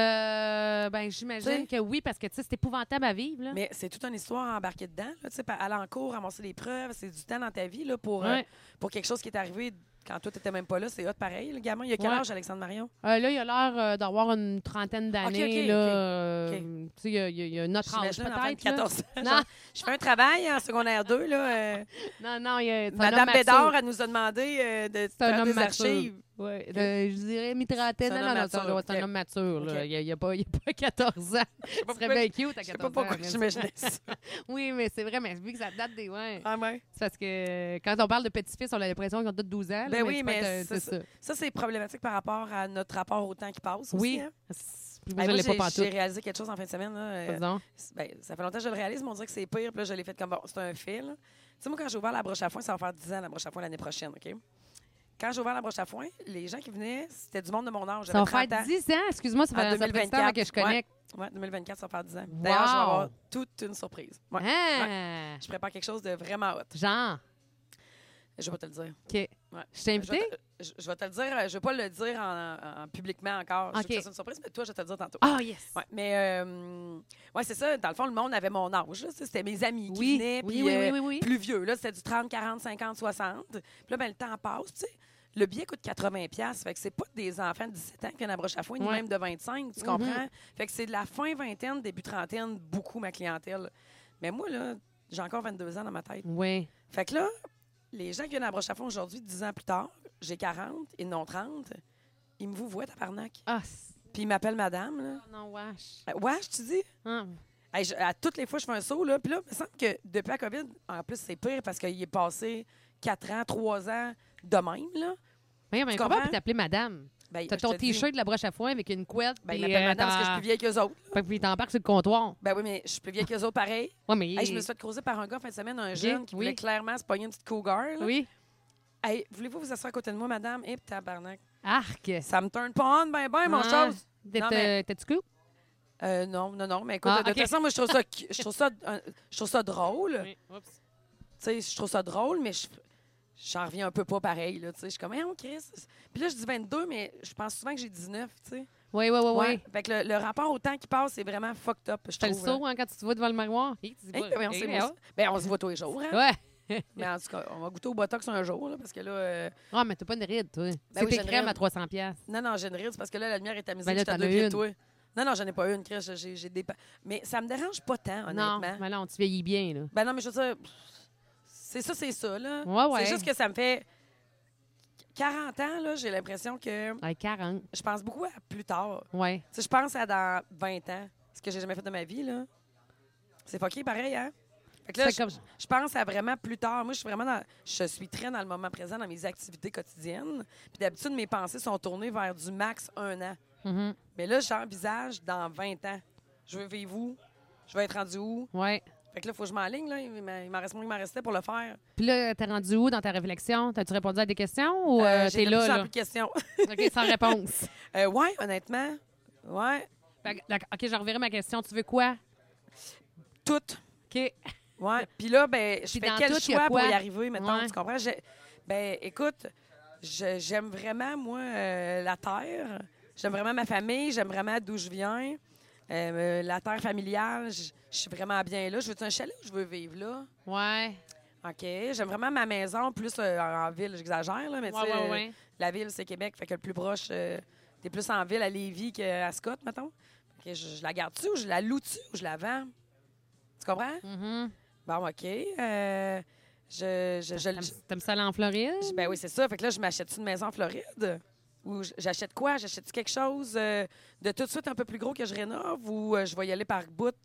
Speaker 2: Euh, ben,
Speaker 1: Mm. Tu
Speaker 2: j'imagine
Speaker 1: sais.
Speaker 2: que oui, parce que, tu sais, c'est épouvantable à vivre, là.
Speaker 1: Mais c'est toute une histoire embarquée dedans, là, tu sais, pa- aller en cours, ramasser des preuves, c'est du temps dans ta vie, là, pour, euh,
Speaker 2: Ouais.
Speaker 1: pour quelque chose qui est arrivé quand toi, t'étais même pas là. C'est hot pareil, le gamin. Il a quel
Speaker 2: Ouais.
Speaker 1: âge, Alexandre Marion?
Speaker 2: Euh, là, il a l'air euh, d'avoir une trentaine d'années.
Speaker 1: ok,
Speaker 2: là,
Speaker 1: ok,
Speaker 2: euh,
Speaker 1: ok.
Speaker 2: Tu sais, il y a- il y, a- il y a notre âge,
Speaker 1: J'imagine, enfant de
Speaker 2: peut-être. là.
Speaker 1: 14 ans.
Speaker 2: Non,
Speaker 1: Genre, Je fais un travail en secondaire 2, là. euh,
Speaker 2: non, non, il y a c'est un
Speaker 1: Madame
Speaker 2: homme
Speaker 1: Bédard,
Speaker 2: mature.
Speaker 1: elle nous a demandé euh, de
Speaker 2: C'est un
Speaker 1: faire
Speaker 2: homme
Speaker 1: des
Speaker 2: mature.
Speaker 1: archives.
Speaker 2: Ouais, de- je dirais mi-trentaine.
Speaker 1: C'est un
Speaker 2: Non, non,
Speaker 1: homme
Speaker 2: non, c'est un-
Speaker 1: mature,
Speaker 2: c'est un
Speaker 1: ok.
Speaker 2: homme mature. là.
Speaker 1: Ok.
Speaker 2: Il n'y a, pas- il y a pas 14
Speaker 1: Je sais
Speaker 2: ans.
Speaker 1: pas
Speaker 2: Ce serait
Speaker 1: pourquoi-
Speaker 2: bien cute à 14 ans.
Speaker 1: je sais pas pourquoi
Speaker 2: mais c'est-
Speaker 1: j'imaginais ça.
Speaker 2: Oui, mais c'est vrai, mais vu que ça date des... Ouais.
Speaker 1: Ah ouais.
Speaker 2: C'est parce que euh, quand on parle de petits-fils, on a l'impression qu'ils ont tous 12 ans. là,
Speaker 1: Ben oui,
Speaker 2: c'est
Speaker 1: mais
Speaker 2: pas un-
Speaker 1: c'est
Speaker 2: ça.
Speaker 1: Ça, c'est problématique par rapport à notre rapport au temps qui passe.
Speaker 2: Oui.
Speaker 1: aussi, hein.
Speaker 2: C'est- Moi,
Speaker 1: Hey,
Speaker 2: je
Speaker 1: moi,
Speaker 2: l'ai pas
Speaker 1: j'ai- J'ai
Speaker 2: pantoute.
Speaker 1: réalisé quelque chose en fin de semaine. là, euh,
Speaker 2: Pardon.
Speaker 1: c'est- ben, ça fait longtemps que je le réalise, mais on dirait que c'est pire. Puis là, je l'ai fait comme bon, c'est un fil. Tu sais, moi, quand j'ai ouvert la broche à foin, ça va faire 10 ans la broche à foin l'année prochaine, OK? Quand j'ai ouvert la broche à foin, les gens qui venaient, c'était du monde de mon âge.
Speaker 2: Ça va
Speaker 1: J'avais
Speaker 2: faire
Speaker 1: 30 ans.
Speaker 2: 10 ans. Excuse-moi, ça
Speaker 1: En
Speaker 2: fait ça fait 10 ans avant que je
Speaker 1: 2024, ouais.
Speaker 2: connecte.
Speaker 1: Ouais, 2024, ça va faire 10 ans. D'ailleurs, je vais
Speaker 2: Wow!
Speaker 1: avoir toute une surprise. Ouais.
Speaker 2: Hein?
Speaker 1: Je prépare quelque chose de vraiment hot.
Speaker 2: Genre,
Speaker 1: Je vais te le dire.
Speaker 2: OK.
Speaker 1: Ouais.
Speaker 2: Je t'ai
Speaker 1: Je vais,
Speaker 2: invité?
Speaker 1: te, je- je vais te le dire, euh, je vais pas le dire en, en- publiquement encore. Je
Speaker 2: Ok.
Speaker 1: sais que c'est une surprise, mais toi, je vais te le dire tantôt.
Speaker 2: Ah, yes!
Speaker 1: Ouais, mais euh, ouais, c'est ça. Dans le fond, le monde avait mon âge. là. C'était mes amis qui
Speaker 2: Oui,
Speaker 1: venaient,
Speaker 2: oui,
Speaker 1: puis,
Speaker 2: oui,
Speaker 1: euh,
Speaker 2: oui, oui, oui.
Speaker 1: plus vieux. Là, c'était du 30, 40, 50, 60. Puis là, ben, le temps passe, tu sais. Le billet coûte 80 pièces, fait que c'est pas des enfants de 17 ans qui viennent à broche à foin, ni
Speaker 2: Ouais.
Speaker 1: même de 25, tu
Speaker 2: Mhm.
Speaker 1: comprends? Fait que c'est de la fin vingtaine, début trentaine, beaucoup ma clientèle. Mais moi, là, j'ai encore 22 ans dans ma tête.
Speaker 2: Oui.
Speaker 1: Fait que là, les gens qui viennent à broche à fond aujourd'hui, 10 ans plus tard, j'ai 40, ils n'ont 30, ils me vous voient, tabarnak.
Speaker 2: Ah, c'est-
Speaker 1: Puis ils m'appellent madame, là.
Speaker 2: Ah, non, wesh.
Speaker 1: Euh, Ouais, je te dis.
Speaker 2: Ah,
Speaker 1: Hey, je- à toutes les fois, je fais un saut, là. Puis là, il me semble que depuis la COVID, en plus, c'est pire parce qu'il est passé 4 ans, 3 ans de même, là.
Speaker 2: Mais mais
Speaker 1: Tu
Speaker 2: comment on peut
Speaker 1: comprends?
Speaker 2: t'appeler madame?
Speaker 1: Ben,
Speaker 2: T'as
Speaker 1: je
Speaker 2: ton
Speaker 1: te dis,
Speaker 2: t-shirt de la broche à foin avec une couette.
Speaker 1: Ben,
Speaker 2: puis,
Speaker 1: il m'appelle
Speaker 2: euh,
Speaker 1: madame parce que je suis
Speaker 2: t'en-
Speaker 1: plus vieille qu'eux autres.
Speaker 2: Fait que Puis t'embarques sur le comptoir.
Speaker 1: Ben oui, mais je suis plus vieille qu'eux autres, pareil.
Speaker 2: Oui, mais.
Speaker 1: Hey, je me suis fait croiser par un gars en fin de semaine, un
Speaker 2: Ok,
Speaker 1: jeune qui
Speaker 2: oui.
Speaker 1: voulait clairement se pogner une petite cougar, là.
Speaker 2: Oui.
Speaker 1: Hey, voulez-vous vous asseoir à côté de moi, madame? Eh, tabarnak.
Speaker 2: Arc.
Speaker 1: Ça me tourne pas on, ben, ben, mon
Speaker 2: Ah,
Speaker 1: chose.
Speaker 2: t'es-
Speaker 1: Non, mais-
Speaker 2: T'es-tu cool?
Speaker 1: Euh, non, non, non, mais écoute,
Speaker 2: Ah,
Speaker 1: de
Speaker 2: ok.
Speaker 1: toute façon, moi, je trouve ça, cu- je trouve ça, euh, je trouve ça drôle.
Speaker 2: Oui. Oups.
Speaker 1: tu sais, je trouve ça drôle, mais je j'en reviens un peu pas pareil, là, tu sais. Je suis comme, hey, on Chris. Puis là, je dis 22, mais je pense souvent que j'ai 19, tu sais.
Speaker 2: Oui, oui, oui, oui.
Speaker 1: Fait que le, le rapport au temps qui passe, c'est vraiment fucked up, je
Speaker 2: T'as
Speaker 1: trouve.
Speaker 2: le saut hein, quand tu te vois devant le miroir. Hey, tu dis
Speaker 1: Hey,
Speaker 2: pas-
Speaker 1: ben, on,
Speaker 2: hey,
Speaker 1: s'est-
Speaker 2: ouais.
Speaker 1: ben, on se voit tous les jours, hein.
Speaker 2: Ouais.
Speaker 1: Mais en tout cas, on va goûter au Botox un jour, là, parce que là... euh,
Speaker 2: Ah, mais t'as pas une ride, toi. c'est
Speaker 1: Ben oui,
Speaker 2: tes
Speaker 1: j'ai une
Speaker 2: crèmes
Speaker 1: ride.
Speaker 2: à 300 pièces.
Speaker 1: Non, non, j'ai une ride, c'est parce que là, la lumière est amusée,
Speaker 2: Ben là,
Speaker 1: j'étais à
Speaker 2: t'en
Speaker 1: deux
Speaker 2: as
Speaker 1: pieds de
Speaker 2: une.
Speaker 1: toi. Non, non, j'en ai pas une, Chris. J'ai j'ai des... pa- Mais ça me dérange pas tant,
Speaker 2: Non,
Speaker 1: honnêtement.
Speaker 2: mais là, on te vieillit bien, là.
Speaker 1: Ben non, mais je veux dire, pff, c'est ça, c'est ça, là.
Speaker 2: Ouais, ouais.
Speaker 1: C'est juste que ça me fait... 40 ans, là, j'ai l'impression que...
Speaker 2: Ouais, 40.
Speaker 1: je pense beaucoup à plus tard.
Speaker 2: Ouais.
Speaker 1: Tu sais, je pense à dans 20 ans, ce que j'ai jamais fait de ma vie, là. C'est fucké, pareil, hein? Fait que là,
Speaker 2: C'est
Speaker 1: je,
Speaker 2: comme-
Speaker 1: je pense à vraiment plus tard. Moi, je suis vraiment dans- Je suis très dans le moment présent, dans mes activités quotidiennes. Puis d'habitude, mes pensées sont tournées vers du max un an.
Speaker 2: Mhm.
Speaker 1: Mais là, j'envisage dans 20 ans. Je veux vivre où? Je vais être rendu où?
Speaker 2: Ouais.
Speaker 1: Fait que là, faut que je m'enligne, là. Il m'en il m'en reste moins qu'il m'en restait pour le faire.
Speaker 2: Puis là, t'es rendu où dans ta réflexion? T'as-tu répondu à des questions ou euh,
Speaker 1: Euh, j'ai de
Speaker 2: t'es
Speaker 1: plus
Speaker 2: là,
Speaker 1: en
Speaker 2: là?
Speaker 1: plus de questions.
Speaker 2: OK, sans réponse.
Speaker 1: Euh, ouais, honnêtement. Ouais.
Speaker 2: Fait que, d'accord, OK, je reverrai ma question. Tu veux quoi?
Speaker 1: Toutes.
Speaker 2: OK.
Speaker 1: Ouais. Puis là, ben, je
Speaker 2: Puis
Speaker 1: fais
Speaker 2: dans
Speaker 1: quel
Speaker 2: tout, il y a
Speaker 1: choix pour
Speaker 2: quoi?
Speaker 1: y arriver, mettons,
Speaker 2: Ouais.
Speaker 1: tu comprends? J'ai- Ben, écoute, je- j'aime vraiment, moi, euh, la terre. J'aime vraiment ma famille. J'aime vraiment d'où je viens. Euh, la terre familiale, je je suis vraiment bien là. Je veux un chalet où je veux vivre, là?
Speaker 2: Ouais.
Speaker 1: OK. J'aime vraiment ma maison, plus euh, en en ville, j'exagère, là, mais tu
Speaker 2: Ouais,
Speaker 1: sais,
Speaker 2: ouais,
Speaker 1: euh,
Speaker 2: ouais.
Speaker 1: la ville, c'est Québec. Fait que le plus proche, euh, t'es plus en ville à Lévis qu'à Scott, mettons. Fait que je, je la garde-tu ou je la loue-tu ou je la vends? Tu comprends?
Speaker 2: Mhm.
Speaker 1: Bon, OK. Euh, je, je, je-
Speaker 2: T'aimes-
Speaker 1: je-
Speaker 2: T'aimes ça aller en Floride?
Speaker 1: je- ben oui, c'est ça. Fait que là, je m'achète une maison en Floride? Ou j- j'achète quoi? J'achète quelque chose euh, de tout de suite un peu plus gros que je rénove ou euh, je vais y aller par bout?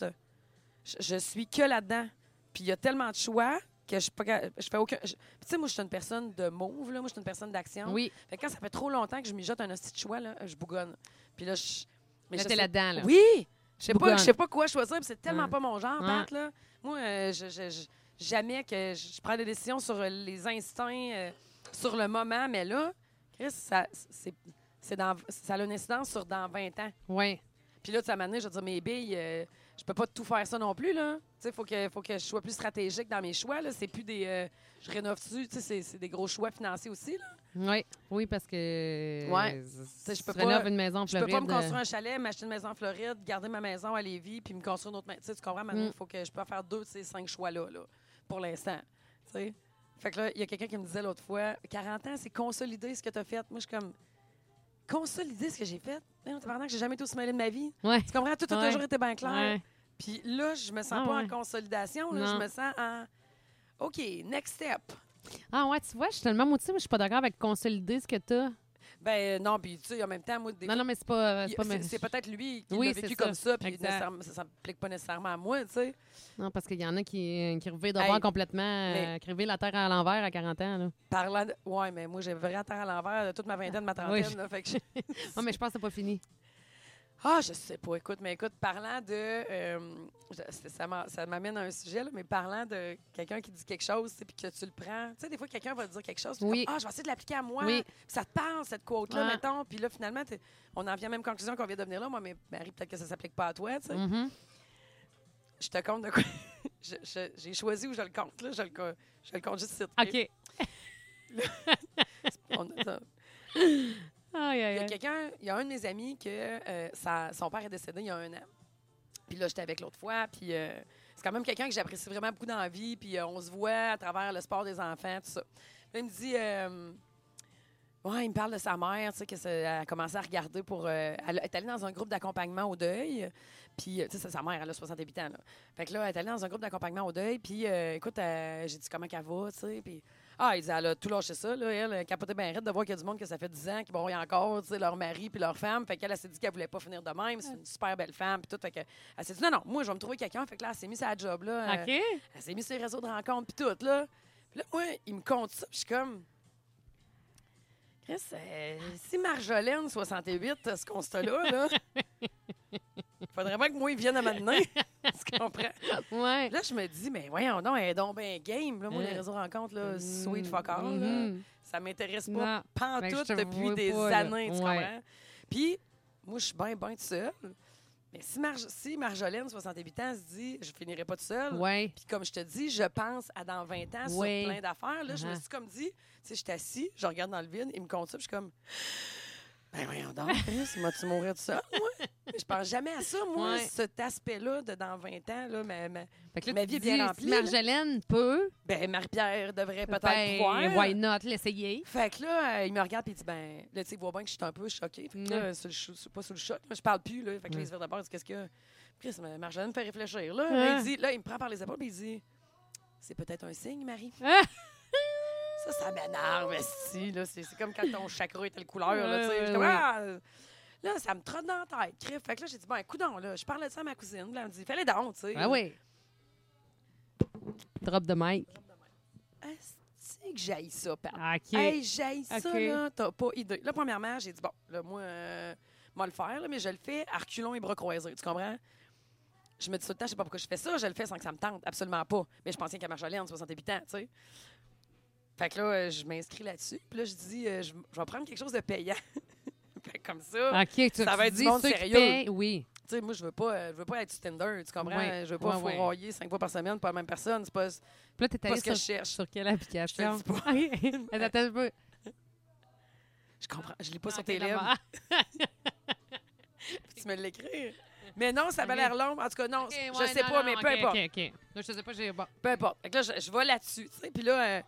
Speaker 1: Je, je suis que là-dedans. Puis il y a tellement de choix que je, suis pas ca- je fais aucun. je- Tu sais, moi, je suis une personne de move, là. Moi, je suis une personne d'action.
Speaker 2: Oui,
Speaker 1: Fait que quand ça fait trop longtemps que je mijote un hostie de choix, là, je bougonne. Puis là, je. mais
Speaker 2: là,
Speaker 1: je
Speaker 2: t'es
Speaker 1: sais-
Speaker 2: là-dedans, là.
Speaker 1: Oui! Je sais pas,
Speaker 2: Bougonne. Hein.
Speaker 1: je sais pas quoi choisir, puis c'est tellement
Speaker 2: Ouais.
Speaker 1: pas mon genre,
Speaker 2: Ouais.
Speaker 1: Pat, là. Moi, euh, je, je- je- jamais que je prends des décisions sur euh, les instincts, euh, sur le moment, mais là, Chris, ça, c'est, c'est dans, ça a une incidence sur dans 20 ans.
Speaker 2: Oui.
Speaker 1: Puis là, tu sais, à un moment donné, je veux dire, mes billes, euh, je peux pas tout faire ça non plus, là. Tu sais, faut que, faut que je sois plus stratégique dans mes choix, là. C'est plus des... euh, je rénove dessus, tu sais, c'est, c'est des gros choix financiers aussi, là.
Speaker 2: Oui. Oui, parce que.
Speaker 1: Ouais.
Speaker 2: Je
Speaker 1: je peux
Speaker 2: peux rénoves
Speaker 1: pas-
Speaker 2: une maison en
Speaker 1: Je peux
Speaker 2: Floride.
Speaker 1: pas me construire
Speaker 2: euh,
Speaker 1: un chalet, m'acheter une maison en Floride, garder ma maison à Lévis, puis me construire une autre maison. Tu sais, tu comprends, maintenant, il
Speaker 2: Mm.
Speaker 1: faut que je peux faire deux de ces cinq choix-là, là, pour l'instant. Tu sais? Fait que là, il y a quelqu'un qui me disait l'autre fois, 40 ans, c'est consolider ce que tu as fait. Moi, je suis comme, consolider ce que j'ai fait? Non, que j'ai jamais été aussi mêlée de ma vie.
Speaker 2: euh, Ouais.
Speaker 1: Tu comprends? Tout a
Speaker 2: Ouais.
Speaker 1: toujours été bien clair.
Speaker 2: Ouais.
Speaker 1: Puis là, je me sens
Speaker 2: Ah
Speaker 1: pas
Speaker 2: ouais.
Speaker 1: en consolidation, là,
Speaker 2: Non.
Speaker 1: je me sens en, OK, next step.
Speaker 2: Ah, ouais, tu vois, je suis tellement motivée, mais je suis pas d'accord avec consolider ce que t'as.
Speaker 1: Ben non, puis tu sais, en même temps, moi, des
Speaker 2: Non, non, mais c'est pas.
Speaker 1: Il-
Speaker 2: pas
Speaker 1: C'est
Speaker 2: ma-
Speaker 1: c'est peut-être lui qui
Speaker 2: Oui,
Speaker 1: l'a
Speaker 2: c'est
Speaker 1: vécu
Speaker 2: ça.
Speaker 1: comme ça, puis
Speaker 2: Exact.
Speaker 1: nécessairement- ça ne s'applique pas nécessairement à moi, tu sais.
Speaker 2: Non, parce qu'il y en a qui, qui revirent de
Speaker 1: Hey,
Speaker 2: bord complètement,
Speaker 1: mais-
Speaker 2: euh, qui revirent la terre à l'envers à 40 ans. Là.
Speaker 1: Parlant de... Ouais, mais moi, j'ai vraiment terre à l'envers de toute ma vingtaine, ma trentaine.
Speaker 2: Oui.
Speaker 1: là, fait que je-
Speaker 2: Non, mais je pense que c'est pas fini.
Speaker 1: Ah, je sais pas. Écoute, mais écoute, parlant de... euh, je- c'est- ça m'a- ça m'amène à un sujet, là, mais parlant de quelqu'un qui dit quelque chose, tu sais, puis que tu le prends. Tu sais, des fois, quelqu'un va te dire quelque chose, puis
Speaker 2: Oui.
Speaker 1: comme, ah, je vais essayer de l'appliquer à moi.
Speaker 2: Oui. Ah.
Speaker 1: Puis Ça te parle, cette quote-là,
Speaker 2: Ouais.
Speaker 1: mettons. Puis là, finalement, t'es- on en vient à la même conclusion qu'on vient de venir là. Moi, mais Marie, peut-être que ça s'applique pas à toi, tu sais.
Speaker 2: Mhm.
Speaker 1: Je te compte de quoi... je- je- J'ai choisi où je le compte, là. Je le, co- je le compte juste ici.
Speaker 2: OK.
Speaker 1: On a ça.
Speaker 2: Aïe,
Speaker 1: Il y
Speaker 2: aïe,
Speaker 1: a
Speaker 2: aïe.
Speaker 1: quelqu'un, il y a un de mes amis que euh, sa- son père est décédé il y a un an. Puis là, j'étais avec l'autre fois. Puis euh, c'est quand même quelqu'un que j'apprécie vraiment beaucoup dans la vie. Puis euh, on se voit à travers le sport des enfants, tout ça. Là, il me dit. euh, ouais, il me parle de sa mère, tu sais, qu'elle a commencé à regarder pour. euh, elle est allée dans un groupe d'accompagnement au deuil. Puis, euh, tu sais, c'est sa mère, elle a 68 ans, là. Fait que là, elle est allée dans un groupe d'accompagnement au deuil. Puis, euh, écoute, euh, j'ai dit comment qu'elle va, tu sais. Puis, ah, il dit, elle a tout lâché ça, là. Elle, elle capotait bien raide de voir qu'il y a du monde que ça fait 10 ans qui vont encore, tu sais, leur mari puis leur femme. Fait qu'elle, elle s'est dit qu'elle voulait pas finir de même. C'est une super belle femme, puis tout. Fait que, elle s'est dit, non, non, moi, je vais me trouver quelqu'un. Fait que là, elle s'est mise à la job, là. Euh,
Speaker 2: OK.
Speaker 1: elle s'est mise sur les réseaux de rencontres, puis tout, là. Puis là, moi, il me compte ça, puis je suis comme... Chris, euh, si Marjolaine, 68, a ce constat-là, là... faudrait pas que moi, il vienne à maintenant. tu comprends?
Speaker 2: Ouais.
Speaker 1: Là, je me dis, mais voyons donc, elle est donc bien game. Là, moi,
Speaker 2: Hein.
Speaker 1: les réseaux de rencontres, là, sweet fuck all, là.
Speaker 2: Mhm.
Speaker 1: Ça m'intéresse pas
Speaker 2: Mm-hmm. Non. Fait que
Speaker 1: pantoute
Speaker 2: je te vois
Speaker 1: depuis des
Speaker 2: pas, là.
Speaker 1: années, tu
Speaker 2: Ouais.
Speaker 1: comprends? Puis, moi, je suis bien, bien toute seule. Mais si, Marj- si Marjolaine, 68 ans, se dit « Je finirai pas toute seule
Speaker 2: Ouais.
Speaker 1: puis comme je te dis, je pense à dans 20 ans
Speaker 2: Oui.
Speaker 1: sur plein d'affaires. Là, je me
Speaker 2: Uh-huh.
Speaker 1: suis comme dit, tu sais, je suis assis, je regarde dans le vide, il me compte ça, puis je suis comme, ben voyons donc, Chris, m'as-tu mourir de ça, moi? Je pense jamais à ça, moi,
Speaker 2: Ouais.
Speaker 1: cet aspect-là de dans 20 ans, là, ma- ma-
Speaker 2: Fait que là,
Speaker 1: Ma
Speaker 2: tu
Speaker 1: vie est
Speaker 2: dis,
Speaker 1: bien
Speaker 2: si
Speaker 1: remplie, là.
Speaker 2: Marjolaine peut.
Speaker 1: ben Marie-Pierre devrait peut-être
Speaker 2: ben,
Speaker 1: pouvoir.
Speaker 2: why not l'essayer?
Speaker 1: Fait que là, euh, il me regarde et il dit ben là tu sais, il voit bien que je suis un peu choquée. Fait que là,
Speaker 2: Ouais.
Speaker 1: sur le chou- sur- pas sous le choc, mais je parle plus là. Fait que là,
Speaker 2: Ouais.
Speaker 1: il se fait d'abord, il dit qu'est-ce que Chris, mais Marjolaine me fait réfléchir là. Là,
Speaker 2: Ouais.
Speaker 1: il dit là, il me prend par les épaules et il dit c'est peut-être un signe, Marie.
Speaker 2: Ah!
Speaker 1: Ça, ça m'énerve, esti, là. C'est c'est comme quand ton chakra est telle couleur, là, tu sais.
Speaker 2: Ouais,
Speaker 1: J'étais
Speaker 2: ouais,
Speaker 1: comme,
Speaker 2: ouais.
Speaker 1: Ah! Là, ça me trotte dans la tête. Crif. Fait que là, j'ai dit, ben, coudon, là. Je parlais de ça à ma cousine. Puis elle me dit, fais-les donc, tu sais.
Speaker 2: Ah oui. Drop de mic.
Speaker 1: Esti que j'aille ça, Pat.
Speaker 2: OK.
Speaker 1: Hey, j'aille ça,
Speaker 2: Ok.
Speaker 1: là. T'as pas idée. Là, premièrement, j'ai dit, bon, là, moi, euh, moi le faire, là, mais je le fais à reculons et bras croisés. Tu comprends? Je me dis tout le temps, je sais pas pourquoi je fais ça, je le fais sans que ça me tente, absolument pas. Mais je pensais qu'à Marjolaine, 68 ans, tu sais. Fait que là, euh, je m'inscris là-dessus. Puis là, je dis, euh, je, je vais prendre quelque chose de payant. fait que comme ça,
Speaker 2: OK, tu
Speaker 1: Ça
Speaker 2: tu
Speaker 1: va être du
Speaker 2: dis
Speaker 1: monde
Speaker 2: ceux qui
Speaker 1: sérieux.
Speaker 2: payent, Oui.
Speaker 1: Tu sais, moi, je veux pas, euh, je veux pas être sur Tinder, tu comprends?
Speaker 2: Ouais,
Speaker 1: Je veux pas
Speaker 2: ouais, ouais.
Speaker 1: fourroyer cinq fois par semaine, pas la même personne. C'est pas, c'est
Speaker 2: Puis là, t'es
Speaker 1: pas
Speaker 2: allé
Speaker 1: ce que
Speaker 2: sur,
Speaker 1: je cherche.
Speaker 2: sur quelle application?
Speaker 1: Je te le
Speaker 2: Ok. Attends, attends, je peux-
Speaker 1: Je comprends. Je lis pas sur
Speaker 2: Ok,
Speaker 1: tes lèvres.
Speaker 2: d'abord.
Speaker 1: puis Tu me l'écris. Mais non, ça va
Speaker 2: Ok.
Speaker 1: l'air long. En tout cas, non,
Speaker 2: Ok,
Speaker 1: je
Speaker 2: ouais,
Speaker 1: sais
Speaker 2: non,
Speaker 1: pas,
Speaker 2: non,
Speaker 1: mais
Speaker 2: ok,
Speaker 1: peu importe.
Speaker 2: OK, OK. Là, je sais pas, j'ai... Bon.
Speaker 1: Peu importe. Fait que là, je, je vais là-dessus. tu sais. Puis là, euh,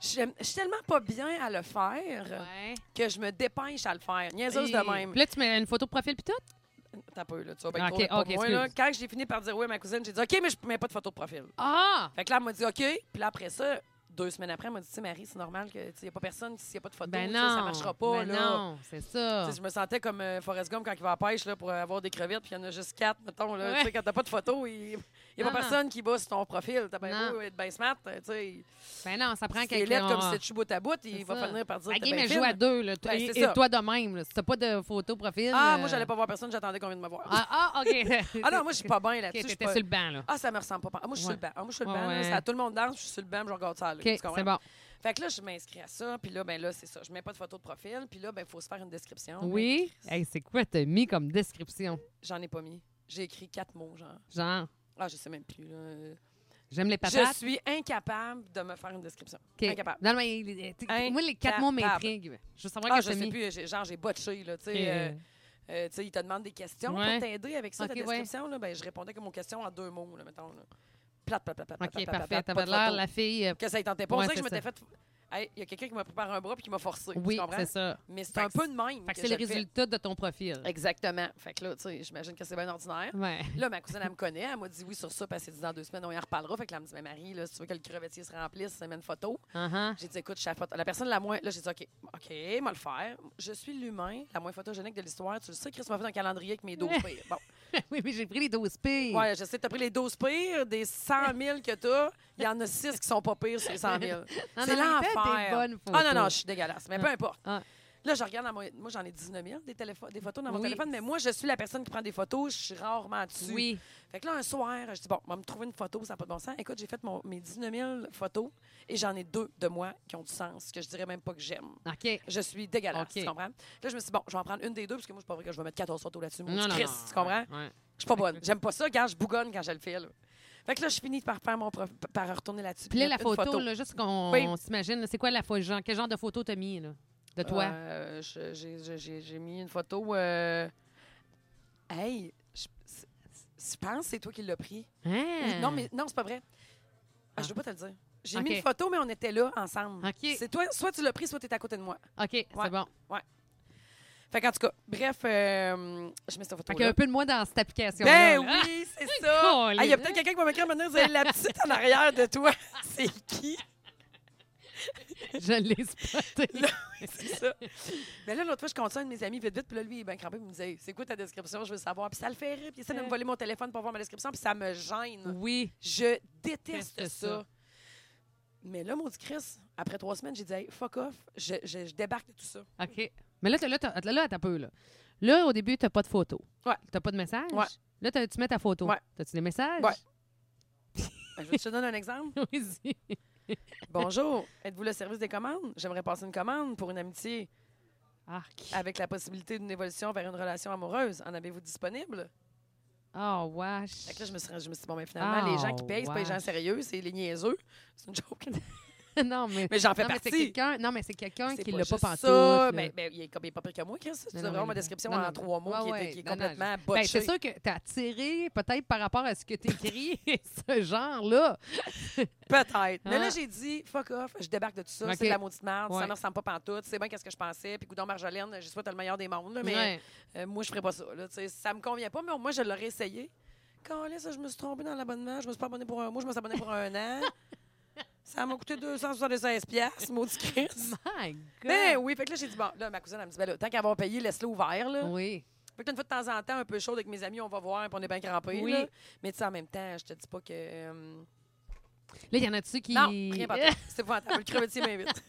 Speaker 1: je je suis tellement pas bien à le faire
Speaker 2: Ouais.
Speaker 1: que je me dépêche à le faire. Niaiseuse
Speaker 2: Et-
Speaker 1: de même.
Speaker 2: Puis là, tu mets une photo de profil puis tout?
Speaker 1: T'as peu, là. Tu vas bien
Speaker 2: Ah,
Speaker 1: trop
Speaker 2: ok,
Speaker 1: vite pour
Speaker 2: ok,
Speaker 1: moi, là.
Speaker 2: excuse.
Speaker 1: Quand j'ai fini par dire oui à ma cousine, j'ai dit OK, mais je mets pas de photo de profil.
Speaker 2: Ah!
Speaker 1: Fait que là, elle m'a dit OK. Puis là, après ça, deux semaines après, elle m'a dit Tu sais, Marie, c'est normal que tu sais, y a pas personne, s'il n'y a pas de photo,
Speaker 2: Ben
Speaker 1: tu
Speaker 2: non!
Speaker 1: sais, ça marchera pas,
Speaker 2: ben
Speaker 1: là.
Speaker 2: non, c'est ça.
Speaker 1: Tu sais, je me sentais comme euh, Forrest Gump quand il va à la pêche là, pour euh, avoir des crevettes, puis il y en a juste quatre, mettons. Là,
Speaker 2: Ouais.
Speaker 1: Tu sais, Quand t'as pas de photo, il n'y a pas
Speaker 2: Non, non.
Speaker 1: personne qui bat sur ton profil. T'as bien
Speaker 2: Non.
Speaker 1: beau être bien smart. euh, Tu sais,
Speaker 2: Ben non, ça prend
Speaker 1: si
Speaker 2: quelqu'un.
Speaker 1: t'es lettre comme
Speaker 2: Ah.
Speaker 1: si tu bout à bout, il
Speaker 2: C'est
Speaker 1: va
Speaker 2: ça.
Speaker 1: finir par dire
Speaker 2: La
Speaker 1: t'es
Speaker 2: game,
Speaker 1: bien
Speaker 2: elle
Speaker 1: fine.
Speaker 2: joue à deux. Là.
Speaker 1: Ben,
Speaker 2: et,
Speaker 1: c'est
Speaker 2: et
Speaker 1: ça.
Speaker 2: toi de même. Là. Si t'as pas de photo profil...
Speaker 1: Ah,
Speaker 2: euh,
Speaker 1: moi, j'allais pas voir personne, j'attendais qu'on vienne me voir. Ah,
Speaker 2: Ah, ah, OK.
Speaker 1: non, moi, je suis pas bien
Speaker 2: OK,
Speaker 1: là-dessus. je suis
Speaker 2: t'étais
Speaker 1: pas-
Speaker 2: sur le banc, là.
Speaker 1: Ah, ça me ressemble pas. Ah, moi, je suis
Speaker 2: Ouais.
Speaker 1: sur le banc. Ah, moi, je suis sur le
Speaker 2: Ouais,
Speaker 1: banc. là.
Speaker 2: ouais.
Speaker 1: Ça, tout le monde danse, je suis sur le banc, puis je regarde ça. là.
Speaker 2: OK,
Speaker 1: Tu comprends? Ah,
Speaker 2: c'est bon.
Speaker 1: Fait que là, je m'inscris à ça. Puis là, ben là, c'est ça. Je mets pas de photo de profil. Puis là, ben, faut se faire une description. mais
Speaker 2: Oui? Hey, c'est quoi t'as mis comme description?
Speaker 1: J'en ai pas mis. J'ai écrit quatre mots, genre.
Speaker 2: Genre,
Speaker 1: Ah, je sais même plus, là.
Speaker 2: j'aime les
Speaker 1: Je
Speaker 2: patates.
Speaker 1: suis incapable de me faire une description.
Speaker 2: OK.
Speaker 1: Incapable.
Speaker 2: Non, mais il- il- t'es- moi, les quatre mots
Speaker 1: Incapable.
Speaker 2: m'intriguent. Je veux savoir
Speaker 1: Ah,
Speaker 2: que
Speaker 1: je
Speaker 2: t'as
Speaker 1: sais
Speaker 2: mis.
Speaker 1: plus, j'ai- genre j'ai botché, là, tu sais.
Speaker 2: Euh,
Speaker 1: euh, euh, tu sais, ils te demandent des questions
Speaker 2: Ouais.
Speaker 1: pour t'aider avec ça,
Speaker 2: Ok, ouais.
Speaker 1: ta description, là. Ben, je répondais comme aux questions en deux mots, là, mettons, là. Plate, plate, plate, plate, plate,
Speaker 2: OK,
Speaker 1: plate, plate,
Speaker 2: parfait. T'as
Speaker 1: pas
Speaker 2: pas
Speaker 1: de
Speaker 2: l'air,
Speaker 1: photo.
Speaker 2: la fille... euh,
Speaker 1: Que ça ait tenté pas. On
Speaker 2: Ouais,
Speaker 1: dirait que je
Speaker 2: c'est
Speaker 1: m'étais fait... Hey, il y a quelqu'un qui m'a pris par un bras puis qui m'a forcé,
Speaker 2: Oui,
Speaker 1: tu comprends?
Speaker 2: c'est ça.
Speaker 1: Mais c'est
Speaker 2: Fait
Speaker 1: un
Speaker 2: que
Speaker 1: peu de même
Speaker 2: Fait que
Speaker 1: que
Speaker 2: c'est les
Speaker 1: je le fais.
Speaker 2: résultats de ton profil.
Speaker 1: Exactement. Fait que là, tu sais, j'imagine que c'est bien ordinaire.
Speaker 2: Ouais.
Speaker 1: Là, ma cousine, elle me connaît. Elle m'a dit oui sur ça, parce qu'elle s'est dit dans deux semaines, on y en reparlera. Fait que là, elle me dit, mais Marie, là, si tu veux que le crevettier se remplisse, ça met une photo.
Speaker 2: Uh-huh.
Speaker 1: J'ai dit, écoute, je suis la photo- La personne la moins. Là, j'ai dit, OK, OK, moi le faire. Je suis l'humain, la moins photogénique de l'histoire. Tu le sais, Chris m'a fait un calendrier avec mes 12 pires. Bon.
Speaker 2: oui, mais j'ai pris les 12 pires.
Speaker 1: Ouais, je sais, t'as pris les 12 pires, des 100 000 que t'as. Il y en a 6 qui sont pas pires sur les 100 000.
Speaker 2: Non,
Speaker 1: C'est
Speaker 2: non, mais
Speaker 1: l'enfer.
Speaker 2: faites des bonnes
Speaker 1: Ah non, non,
Speaker 2: photos.
Speaker 1: je suis dégueulasse. Mais peu importe.
Speaker 2: Ah.
Speaker 1: Là, je regarde dans mon. Moi, j'en ai 19 000 des, télépho- des photos dans mon
Speaker 2: Oui.
Speaker 1: téléphone, mais moi, je suis la personne qui prend des photos. Je suis rarement dessus.
Speaker 2: Oui.
Speaker 1: Fait que là, un soir, je dis, bon, on va me trouver une photo, ça n'a pas de bon sens. Écoute, j'ai fait mon, mes 19 000 photos et j'en ai deux de moi qui ont du sens, que je dirais même pas que j'aime.
Speaker 2: OK.
Speaker 1: Je suis dégueulasse,
Speaker 2: OK.
Speaker 1: tu comprends? Là, je me suis dit, bon, je vais en prendre une des deux, parce que moi, je suis pas vrai que je vais mettre 14 photos là-dessus. Mon
Speaker 2: Non,
Speaker 1: petit
Speaker 2: non,
Speaker 1: Christ,
Speaker 2: non.
Speaker 1: tu comprends?
Speaker 2: Ouais.
Speaker 1: Je suis pas bonne. J'aime pas ça quand je bougonne quand je le fais. là. Fait que là, je finis par faire mon prof- par retourner là-dessus.
Speaker 2: Puis là, la
Speaker 1: mettre une
Speaker 2: photo, là, juste qu'on
Speaker 1: Oui.
Speaker 2: on s'imagine, là, c'est quoi la photo? Genre, quel genre de photo t'as mis, là, de toi?
Speaker 1: Euh, je- j'ai- j'ai- J'ai j'ai mis une photo. euh, Hey, je c'est- je pense que c'est toi qui l'as pris.
Speaker 2: Hein?
Speaker 1: Euh, Non, mais non, c'est pas vrai. Ah,
Speaker 2: Ah.
Speaker 1: Je veux pas te le dire. J'ai
Speaker 2: Ok.
Speaker 1: mis une photo, mais on était là ensemble.
Speaker 2: Ok.
Speaker 1: C'est toi, soit tu l'as pris, soit tu es à côté de moi.
Speaker 2: OK, c'est bon.
Speaker 1: Fait qu'en tout cas, bref, euh, je mets cette
Speaker 2: Fait
Speaker 1: photo.
Speaker 2: qu'il y a un peu de moi dans cette application-là.
Speaker 1: Ben
Speaker 2: là.
Speaker 1: oui, c'est ça.
Speaker 2: Colin.
Speaker 1: Il y a peut-être quelqu'un qui va m'écrire maintenant, c'est la petite en arrière de toi. C'est qui?
Speaker 2: Ah, Je l'ai spoté.
Speaker 1: Là, C'est ça. Mais là, l'autre fois, je compte ça à un de mes amis vite vite, puis là, lui, il est bien crampé, il me disait, c'est quoi ta description? Je veux savoir. Puis ça le fait rire, puis il
Speaker 2: Euh.
Speaker 1: essaie de me voler mon téléphone pour voir ma description, puis ça me gêne.
Speaker 2: Oui.
Speaker 1: Je déteste
Speaker 2: Déteste
Speaker 1: ça.
Speaker 2: ça.
Speaker 1: Mais là, maudit Chris, après trois semaines, j'ai dit, hey, fuck off, je, je- je débarque de tout ça.
Speaker 2: OK. Mais là, t'as- là, t'as- là, là, t'as peu, là. Là, au début, t'as pas de photo.
Speaker 1: Ouais.
Speaker 2: T'as pas de message.
Speaker 1: Ouais.
Speaker 2: Là, t'as- tu mets ta photo.
Speaker 1: Ouais.
Speaker 2: T'as-tu des messages?
Speaker 1: Ouais. Ben, je veux- je te donne un exemple.
Speaker 2: Vas-y.
Speaker 1: Bonjour, êtes-vous le service des commandes? J'aimerais passer une commande pour une amitié
Speaker 2: Arc.
Speaker 1: avec la possibilité d'une évolution vers une relation amoureuse. En avez-vous disponible?
Speaker 2: Oh, wesh.
Speaker 1: Fait que là, je me suis, je me suis dit, bon, mais finalement,
Speaker 2: Ah,
Speaker 1: les gens qui payent, c'est pas les gens
Speaker 2: wesh.
Speaker 1: sérieux, c'est les niaiseux. C'est une joke.
Speaker 2: non, mais...
Speaker 1: Mais j'en fais
Speaker 2: non, mais c'est
Speaker 1: partie.
Speaker 2: quelqu'un, non, mais c'est quelqu'un
Speaker 1: C'est
Speaker 2: qui l'a pas
Speaker 1: juste
Speaker 2: pantoute.
Speaker 1: ça,
Speaker 2: là.
Speaker 1: mais, mais il est comme il est pas pire que moi, Chris. Tu
Speaker 2: non,
Speaker 1: as
Speaker 2: mais
Speaker 1: vraiment ma
Speaker 2: non.
Speaker 1: description
Speaker 2: Non, non,
Speaker 1: en
Speaker 2: mais-
Speaker 1: trois mots
Speaker 2: Ouais,
Speaker 1: qui, est-
Speaker 2: ouais.
Speaker 1: qui est
Speaker 2: Non, non,
Speaker 1: complètement
Speaker 2: Ben,
Speaker 1: botchée.
Speaker 2: c'est sûr que t'es attiré peut-être par rapport à ce que t'écris, ce genre-là.
Speaker 1: Peut-être. Mais
Speaker 2: Ah.
Speaker 1: là, j'ai dit, fuck off, je débarque de tout ça,
Speaker 2: Ok.
Speaker 1: c'est de la maudite merde,
Speaker 2: Ouais.
Speaker 1: ça me ressemble pas pantoute, c'est bien qu'est-ce que je pensais, puis Goudon Marjolaine, je souhaite le meilleur des mondes, là, mais
Speaker 2: Ouais.
Speaker 1: euh, moi, je ferais pas ça. Là, tu sais, ça me convient pas, mais au moins, je l'aurais essayé. Quand là, je me suis trompée dans l'abonnement, je me suis pas abonnée pour un mois, je me suis abonnée pour un an. Ça m'a coûté 276 piastres, maudit Christ.
Speaker 2: Oh My God.
Speaker 1: Ben oui, fait que là, j'ai dit, bon, là, ma cousine, elle me dit, ben là, tant qu'à avoir payé, laisse-le ouvert, là.
Speaker 2: oui.
Speaker 1: Fait que là, une fois de temps en temps, un peu chaud avec mes amis, on va voir, puis on est bien crampés.
Speaker 2: Oui.
Speaker 1: là. Mais tu sais, en même temps, je te dis pas que. euh,
Speaker 2: Là, il y en a-tu qui.
Speaker 1: Non, rien pas C'est épouvantable. Le crevetier m'invite.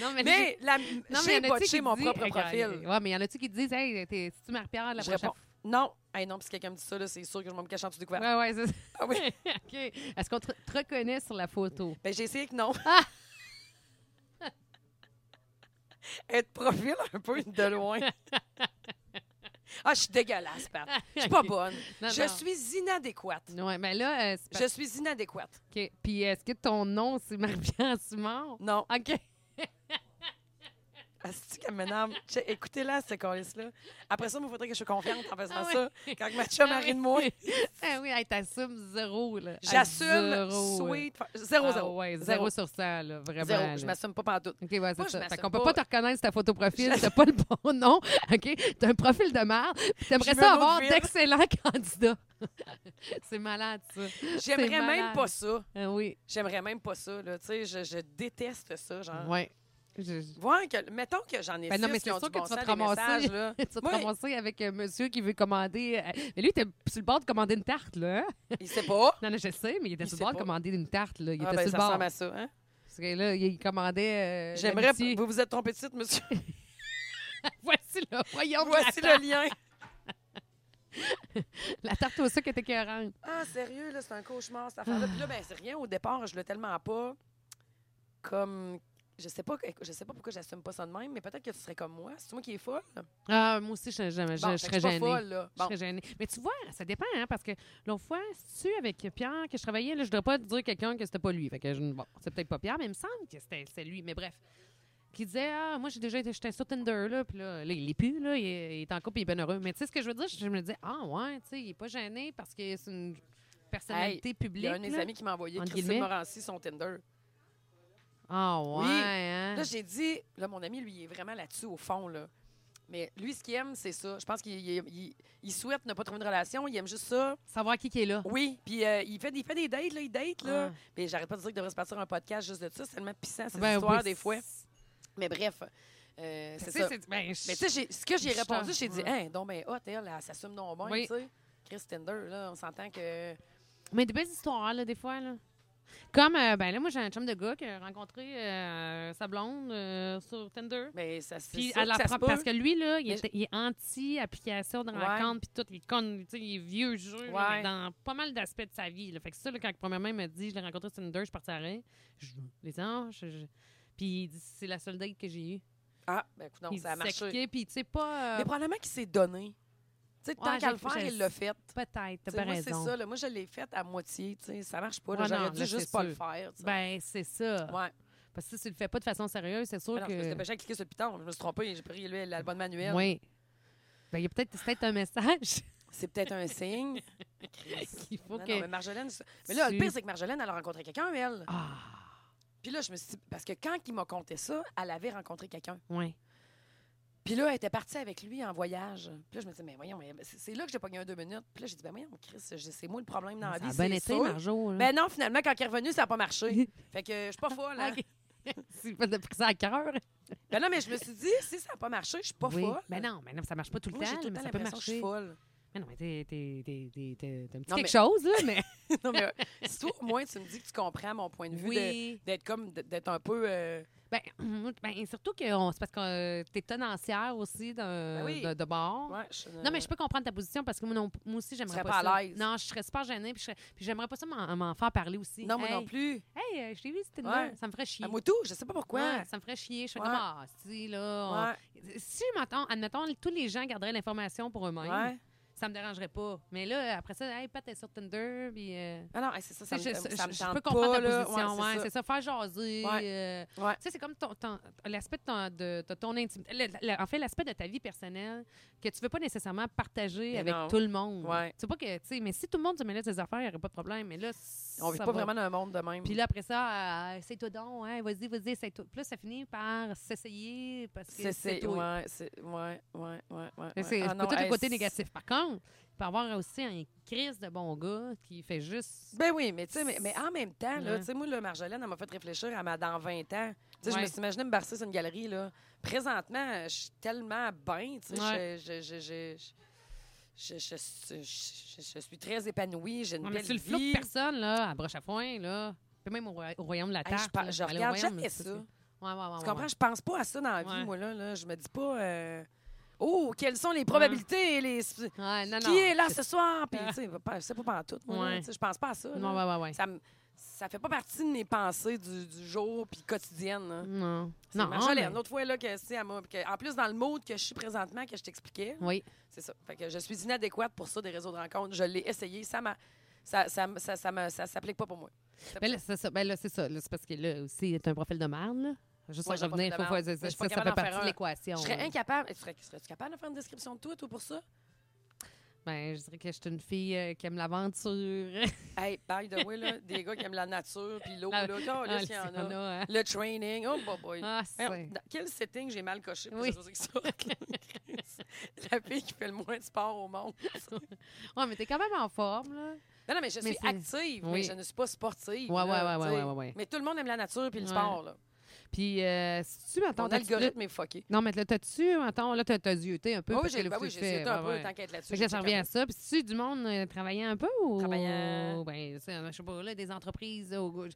Speaker 2: non, mais.
Speaker 1: Mais la...
Speaker 2: non, mais
Speaker 1: j'ai
Speaker 2: y en a-tu
Speaker 1: botché
Speaker 2: qui
Speaker 1: mon
Speaker 2: dit-
Speaker 1: propre
Speaker 2: Hey,
Speaker 1: profil.
Speaker 2: Ouais, mais il y en a-tu qui disent, hey, t'es- si tu marie pierre la
Speaker 1: Je
Speaker 2: prochaine
Speaker 1: réponds. Non. Hey, non, parce que quelqu'un me dit ça, là, c'est sûr que je vais me cacher en dessous du
Speaker 2: fois.
Speaker 1: couvert.
Speaker 2: Ouais, ouais, c'est ça.
Speaker 1: Ah oui.
Speaker 2: OK. Est-ce qu'on te, te reconnaît sur la photo?
Speaker 1: Ben, j'ai essayé que non.
Speaker 2: Ah!
Speaker 1: Être profil un peu de loin. Ah, je suis dégueulasse, Pat. Je suis pas bonne.
Speaker 2: Non,
Speaker 1: je
Speaker 2: non.
Speaker 1: suis inadéquate.
Speaker 2: Ouais, mais là, euh, c'est
Speaker 1: Je suis inadéquate.
Speaker 2: parce que- Puis est-ce que ton nom, c'est Marie-Pierre Simard?
Speaker 1: Non.
Speaker 2: OK.
Speaker 1: Asti qu'elle m'énerve. Che- Écoutez-la, cette colisse-là. Après ça, il faudrait que je sois confiante en faisant
Speaker 2: Ah ouais.
Speaker 1: ça. Quand ma chum
Speaker 2: Ah
Speaker 1: arrive
Speaker 2: oui.
Speaker 1: de moi,
Speaker 2: ah oui, hey, t'assumes zéro, là. À
Speaker 1: j'assume
Speaker 2: zéro, là.
Speaker 1: sweet. Zéro,
Speaker 2: Ah
Speaker 1: zéro.
Speaker 2: ouais,
Speaker 1: Zéro.
Speaker 2: zéro sur 100, là, vraiment.
Speaker 1: Zéro. Je
Speaker 2: là.
Speaker 1: m'assume pas pantoute.
Speaker 2: OK, ouais,
Speaker 1: Moi,
Speaker 2: c'est
Speaker 1: je
Speaker 2: ça. Fait
Speaker 1: m'assume
Speaker 2: qu'on peut
Speaker 1: pas.
Speaker 2: pas te reconnaître ta photo profil, t'as pas le bon nom, OK? T'as un profil de merde, puis t'aimerais
Speaker 1: Je veux
Speaker 2: ça
Speaker 1: un
Speaker 2: avoir
Speaker 1: autre ville.
Speaker 2: d'excellents candidats. c'est malade, ça. C'est
Speaker 1: J'aimerais même
Speaker 2: malade.
Speaker 1: pas ça.
Speaker 2: Ah oui,
Speaker 1: J'aimerais même pas ça. Là. Tu sais, Je, je déteste ça. Genre.
Speaker 2: ouais. Je- je-
Speaker 1: Voir que, mettons que j'en ai
Speaker 2: Ben non,
Speaker 1: Ah. six
Speaker 2: mais
Speaker 1: qui
Speaker 2: c'est
Speaker 1: ont
Speaker 2: sûr
Speaker 1: du
Speaker 2: que
Speaker 1: bon
Speaker 2: tu vas
Speaker 1: sens,
Speaker 2: te
Speaker 1: des
Speaker 2: ramasser.
Speaker 1: messages, là.
Speaker 2: tu vas te
Speaker 1: Moi,
Speaker 2: ramasser avec un monsieur qui veut commander... euh, Mais lui, il était sur le bord de commander une tarte, là. hein?
Speaker 1: Il sait pas.
Speaker 2: Non, non, je sais, mais il était
Speaker 1: Il
Speaker 2: sur
Speaker 1: sait
Speaker 2: le bord de
Speaker 1: pas.
Speaker 2: commander une tarte, là. Il
Speaker 1: Ah,
Speaker 2: était
Speaker 1: ben,
Speaker 2: sur
Speaker 1: ça
Speaker 2: le bord.
Speaker 1: ressemble à ça. Hein?
Speaker 2: Parce que là, il commandait... euh,
Speaker 1: J'aimerais.
Speaker 2: l'amitié.
Speaker 1: Vous vous êtes trompé de site, monsieur.
Speaker 2: Voici le voyons de
Speaker 1: Voici
Speaker 2: la,
Speaker 1: le lien.
Speaker 2: la tarte au sucre était écœurante.
Speaker 1: Ah, sérieux, là, c'est un cauchemar, cette affaire-là. Puis là, ben, c'est rien. Au départ, je l'ai tellement pas. Comme. Je sais pas, je sais pas pourquoi j'assume pas ça de même, mais peut-être que tu serais comme moi. C'est moi qui est folle.
Speaker 2: Ah, moi aussi, je, je- je-
Speaker 1: Bon, fait
Speaker 2: je
Speaker 1: que
Speaker 2: serais
Speaker 1: suis pas
Speaker 2: gênée.
Speaker 1: folle, là.
Speaker 2: Je
Speaker 1: Bon.
Speaker 2: serais gênée. Mais tu vois, ça dépend, hein, parce que l'autre fois, tu avec Pierre que je travaillais, là, je ne devrais pas dire quelqu'un que c'était pas lui. Fait que je- bon, c'est peut-être pas Pierre, mais il me semble que c'était c'était lui. Mais bref. Qui disait Ah, moi j'ai déjà été j'étais sur Tinder, là, puis là, là, il l'est plus, là, il est, il est en couple, il est bien heureux. Mais tu sais ce que je veux dire, je me dis Ah ouais, tu sais, il est pas gêné parce que c'est une personnalité
Speaker 1: Il
Speaker 2: publique.
Speaker 1: y a un de mes
Speaker 2: là.
Speaker 1: amis qui m'a envoyé
Speaker 2: entre
Speaker 1: Christine
Speaker 2: guillemets.
Speaker 1: Morancy, son Tinder.
Speaker 2: Ah ouais.
Speaker 1: Oui.
Speaker 2: hein.
Speaker 1: Là, j'ai dit, là, mon ami, lui, il est vraiment là-dessus, au fond, là. Mais lui, ce qu'il aime, c'est ça. Je pense qu'il il- il- il souhaite ne pas trouver de relation. Il aime juste ça.
Speaker 2: Savoir qui, qui est là.
Speaker 1: Oui. Puis euh, il, fait, il fait des dates, là. Il date, là.
Speaker 2: Ah.
Speaker 1: Mais j'arrête pas de dire qu'il devrait se partir un podcast juste de ça. C'est tellement pissant, ces
Speaker 2: Ben
Speaker 1: histoires,
Speaker 2: oui,
Speaker 1: des fois.
Speaker 2: c'est-
Speaker 1: Mais bref, euh, c'est
Speaker 2: Tu sais,
Speaker 1: ça.
Speaker 2: c'est-
Speaker 1: Mais
Speaker 2: ben,
Speaker 1: tu sais, j'ai- ce que j'ai
Speaker 2: Je suis
Speaker 1: répondu,
Speaker 2: un-
Speaker 1: j'ai dit,
Speaker 2: ouais.
Speaker 1: hein, donc, ben, hot, elle, elle s'assume non bon,
Speaker 2: Oui.
Speaker 1: tu sais. Chris Tinder, là, on s'entend que.
Speaker 2: Mais des belles histoires, là, des fois, là. Comme, euh, ben là, moi, j'ai un chum de gars qui a rencontré euh, sa blonde euh, sur Tinder.
Speaker 1: Mais ben, ça c'est
Speaker 2: Puis
Speaker 1: sûr
Speaker 2: à
Speaker 1: que
Speaker 2: la
Speaker 1: ça se
Speaker 2: pro-
Speaker 1: peut.
Speaker 2: parce que lui, là, il
Speaker 1: Mais
Speaker 2: est, il est anti-application de
Speaker 1: Ouais.
Speaker 2: rencontre, puis tout. Il est con, tu sais, il est vieux jeu, là,
Speaker 1: Ouais.
Speaker 2: mais dans pas mal d'aspects de sa vie. là. Fait que ça, là, quand premièrement, il m'a dit, je l'ai rencontré sur Tinder, je suis partie à rien. Je les ans, Ah, je, je- Puis il dit, c'est la seule date que j'ai eue.
Speaker 1: Ah, ben, écoute, non,
Speaker 2: il
Speaker 1: ça a
Speaker 2: dit, ça
Speaker 1: marché.
Speaker 2: cliquait, puis tu sais pas. euh,
Speaker 1: Mais probablement qu'il s'est donné. Tu sais, tant
Speaker 2: Ouais,
Speaker 1: qu'à
Speaker 2: je-
Speaker 1: le faire,
Speaker 2: je-
Speaker 1: il l'a fait.
Speaker 2: Peut-être, t'as
Speaker 1: Tu sais,
Speaker 2: pas
Speaker 1: moi, c'est
Speaker 2: raison.
Speaker 1: ça. là. Moi, je l'ai faite à moitié. tu sais, Ça marche pas. là.
Speaker 2: Ouais,
Speaker 1: J'aurais
Speaker 2: non,
Speaker 1: dû
Speaker 2: là,
Speaker 1: juste
Speaker 2: c'est
Speaker 1: pas
Speaker 2: sûr.
Speaker 1: le faire. tu sais.
Speaker 2: Ben, c'est ça.
Speaker 1: ouais.
Speaker 2: Parce que si tu le fais pas de façon sérieuse, c'est sûr
Speaker 1: Ah non, Je me suis
Speaker 2: que.
Speaker 1: dépêchée à cliquer sur le piton. Je me suis trompée. J'ai pris lui, l'album manuel.
Speaker 2: Oui. Ben, il y a peut-être c'est peut-être un message
Speaker 1: C'est peut-être un signe.
Speaker 2: qu'il faut
Speaker 1: Non,
Speaker 2: que.
Speaker 1: non, mais Marjolaine. c'est- Mais là, le
Speaker 2: Tu-
Speaker 1: pire, c'est que Marjolaine, elle a rencontré quelqu'un, elle.
Speaker 2: Ah,
Speaker 1: Puis là, je me suis dit, parce que quand il m'a conté ça, elle avait rencontré quelqu'un.
Speaker 2: oui.
Speaker 1: Puis là, elle était partie avec lui en voyage. Puis là, je me disais, mais voyons, mais c'est c'est là que j'ai pogné un deux minutes. Puis là, j'ai dit, ben voyons, Chris, j'ai- c'est moi le problème dans
Speaker 2: Ça
Speaker 1: la vie.
Speaker 2: a bien
Speaker 1: c'est
Speaker 2: été,
Speaker 1: sûr.
Speaker 2: Marjo. là.
Speaker 1: Ben non, finalement, quand il est revenu, ça n'a pas marché. fait que euh, je suis pas folle. hein.
Speaker 2: Ah, OK. Tu pas pris ça à cœur.
Speaker 1: Ben non, mais je me suis dit, si ça n'a pas marché, je suis pas
Speaker 2: Oui.
Speaker 1: folle.
Speaker 2: Ben non, mais non, ça marche pas tout le
Speaker 1: Moi, j'ai
Speaker 2: temps,
Speaker 1: tout le
Speaker 2: mais
Speaker 1: temps
Speaker 2: ça peut
Speaker 1: l'impression que je suis
Speaker 2: marcher.
Speaker 1: folle.
Speaker 2: Mais non, mais t'es, t'es, t'es, t'es, t'es- t'es un petit
Speaker 1: Non,
Speaker 2: quelque
Speaker 1: mais-
Speaker 2: chose, là, mais.
Speaker 1: non, mais euh, si toi, au moins, tu me dis que tu comprends mon point de vue de- d'être comme, de- d'être un peu... euh,
Speaker 2: Ben, ben, surtout que on- c'est parce que euh, t'es tenancière aussi d'un-
Speaker 1: Ben oui.
Speaker 2: de, de bord.
Speaker 1: ouais, je suis une-
Speaker 2: Non, mais je peux comprendre ta position parce que moi, non- moi aussi, j'aimerais
Speaker 1: serais
Speaker 2: pas,
Speaker 1: pas à
Speaker 2: ça.
Speaker 1: l'aise.
Speaker 2: Non, je serais super gênée. Puis, je serais- puis j'aimerais pas ça m'en, m'en faire parler aussi.
Speaker 1: Non, moi
Speaker 2: Hey,
Speaker 1: non plus.
Speaker 2: Hey, euh, je t'ai vu, c'était
Speaker 1: Ouais.
Speaker 2: Ça me ferait chier.
Speaker 1: À moi tout, je sais pas pourquoi.
Speaker 2: Ouais, ça me ferait chier. Je suis
Speaker 1: Ouais.
Speaker 2: comme, ah, si, là.
Speaker 1: Ouais,
Speaker 2: on- Si, mettons, admettons, tous les gens garderaient l'information pour eux-mêmes,
Speaker 1: ouais.
Speaker 2: ça me dérangerait pas. Mais là, après ça, hey, Pat, t'es sur Tinder, puis. euh,
Speaker 1: Ah non, hey, c'est ça, ça me,
Speaker 2: tu sais, je,
Speaker 1: ça me
Speaker 2: je- je
Speaker 1: tente
Speaker 2: peux comprendre
Speaker 1: pas,
Speaker 2: ta
Speaker 1: là.
Speaker 2: position.
Speaker 1: Ouais,
Speaker 2: ouais,
Speaker 1: c'est
Speaker 2: c'est ça. faire jaser. euh,
Speaker 1: Ouais.
Speaker 2: Tu sais, c'est comme ton, ton- l'aspect de, ton, de- de ton intimité. le- le- en fait, l'aspect de ta vie personnelle que tu veux pas nécessairement partager
Speaker 1: Mais
Speaker 2: avec
Speaker 1: non.
Speaker 2: tout le monde.
Speaker 1: Ouais.
Speaker 2: C'est pas que, tu sais, mais si tout le monde se mêlait de ses affaires, il n'y aurait pas de problème. Mais là,
Speaker 1: ça. On vit
Speaker 2: ça
Speaker 1: pas
Speaker 2: va-
Speaker 1: vraiment dans un monde de même.
Speaker 2: puis là, après ça, euh, essaye-toi donc, hein, vas-y, vas-y, essaye-toi. Puis là, ça finit par s'essayer parce que
Speaker 1: c'est,
Speaker 2: c'est
Speaker 1: c'est,
Speaker 2: toi.
Speaker 1: ouais, c'est, ouais, ouais, ouais, ouais. ouais.
Speaker 2: Mais C'est
Speaker 1: Ah non,
Speaker 2: tout le
Speaker 1: hey,
Speaker 2: côté
Speaker 1: c'est-
Speaker 2: négatif. Par contre, il peut y avoir aussi un crise de bon gars qui fait juste.
Speaker 1: Ben oui, mais tu sais, mais, mais en même temps, là,
Speaker 2: Ouais.
Speaker 1: tu sais, moi, là, Marjolaine, elle m'a fait réfléchir à ma dans 20 ans. Tu sais, je me
Speaker 2: Ouais.
Speaker 1: suis imaginé me barcer sur une galerie, là. Présentement, je suis tellement bien, tu sais,
Speaker 2: Ouais.
Speaker 1: je, je, je, je, je, je, je- je- je suis très épanouie, j'ai une
Speaker 2: Non, mais
Speaker 1: belle
Speaker 2: tu le flou
Speaker 1: vie.
Speaker 2: de personne, là, à broche à foin, là. Puis même au, roya- au royaume de la
Speaker 1: Hey,
Speaker 2: Terre.
Speaker 1: je, par- je regarde jamais ça.
Speaker 2: Ouais, ouais, ouais,
Speaker 1: Tu
Speaker 2: ouais,
Speaker 1: comprends?
Speaker 2: ouais.
Speaker 1: Je pense pas à ça dans la vie,
Speaker 2: Ouais.
Speaker 1: moi, là. là. Je me dis pas... euh, Oh, quelles sont les probabilités et les...
Speaker 2: Ouais, non, non.
Speaker 1: Qui est là
Speaker 2: c'est- Ah.
Speaker 1: ce soir? Puis, tu sais, pas- je sais pas pantoute, moi. là,
Speaker 2: Ouais.
Speaker 1: tu sais, Je pense pas à ça. là.
Speaker 2: Non, bah, ouais, ouais, ouais.
Speaker 1: Ça me, ça fait pas partie de mes pensées du, du jour puis quotidienne. là.
Speaker 2: Non.
Speaker 1: C'est
Speaker 2: Non,
Speaker 1: Marjolaine.
Speaker 2: mais-
Speaker 1: L'autre fois, là, que c'est à moi. puis que- en plus, dans le mode que je suis présentement, que je t'expliquais,
Speaker 2: Oui.
Speaker 1: c'est ça. Fait que je suis inadéquate pour ça, des réseaux de rencontres. Je l'ai essayé. Ça m'a. Ça, ça, ça, ça, me- ça s'applique pas pour moi.
Speaker 2: Ben là, c'est ça. Ben là, c'est ça. Là, c'est parce que là aussi, c'est un profil de merde, là. Juste
Speaker 1: Ouais,
Speaker 2: en
Speaker 1: j'ai un
Speaker 2: revenir, il faut
Speaker 1: profil de merde,
Speaker 2: faire ça.
Speaker 1: mais je
Speaker 2: Ça,
Speaker 1: suis pas
Speaker 2: ça fait
Speaker 1: capable d'en faire
Speaker 2: partie de
Speaker 1: un.
Speaker 2: l'équation.
Speaker 1: Je serais
Speaker 2: là.
Speaker 1: incapable. Serais, serais-tu capable de faire une description de toi, toi, pour ça?
Speaker 2: Ben, je dirais que je suis une fille euh, qui aime l'aventure.
Speaker 1: Hey, by the way, là, des gars qui aiment la nature puis l'eau,
Speaker 2: Ah,
Speaker 1: là, oh, là,
Speaker 2: Ah,
Speaker 1: s'il y en
Speaker 2: s'il y en
Speaker 1: a.
Speaker 2: a, hein.
Speaker 1: Le training, oh, boy, boy.
Speaker 2: Ah,
Speaker 1: Voyons,
Speaker 2: c'est...
Speaker 1: dans quel setting j'ai mal coché pour
Speaker 2: Oui.
Speaker 1: que ça soit ça? La fille qui fait le moins de sport au monde.
Speaker 2: Ouais, mais t'es quand même en forme, là.
Speaker 1: Non, non, mais je
Speaker 2: Mais
Speaker 1: suis
Speaker 2: c'est-
Speaker 1: active,
Speaker 2: Oui.
Speaker 1: mais je ne suis pas sportive.
Speaker 2: Ouais,
Speaker 1: là,
Speaker 2: ouais, ouais,
Speaker 1: tu
Speaker 2: ouais,
Speaker 1: sais.
Speaker 2: ouais, ouais.
Speaker 1: Mais tout le monde aime la nature puis le
Speaker 2: Ouais.
Speaker 1: sport. Là.
Speaker 2: Puis, euh, si tu, mettons...
Speaker 1: Ton
Speaker 2: t'as-tu-
Speaker 1: algorithme est fucké.
Speaker 2: Non, mais là, t'as-tu, attends, là, t'as, t'as zioté un peu.
Speaker 1: Ah oui,
Speaker 2: parce que
Speaker 1: j'ai
Speaker 2: là,
Speaker 1: bah
Speaker 2: faut
Speaker 1: oui,
Speaker 2: que tu
Speaker 1: j'ai
Speaker 2: fais-
Speaker 1: essayé un
Speaker 2: ouais,
Speaker 1: peu,
Speaker 2: ouais.
Speaker 1: t'inquiète là-dessus.
Speaker 2: Fait que là,
Speaker 1: j'ai
Speaker 2: ça
Speaker 1: checké
Speaker 2: revient
Speaker 1: un
Speaker 2: à ça. Puis, tu du monde euh, travaillant un peu ou.
Speaker 1: Travaillant.
Speaker 2: Ben, c'est, je sais pas, là, des entreprises. Ou, ben,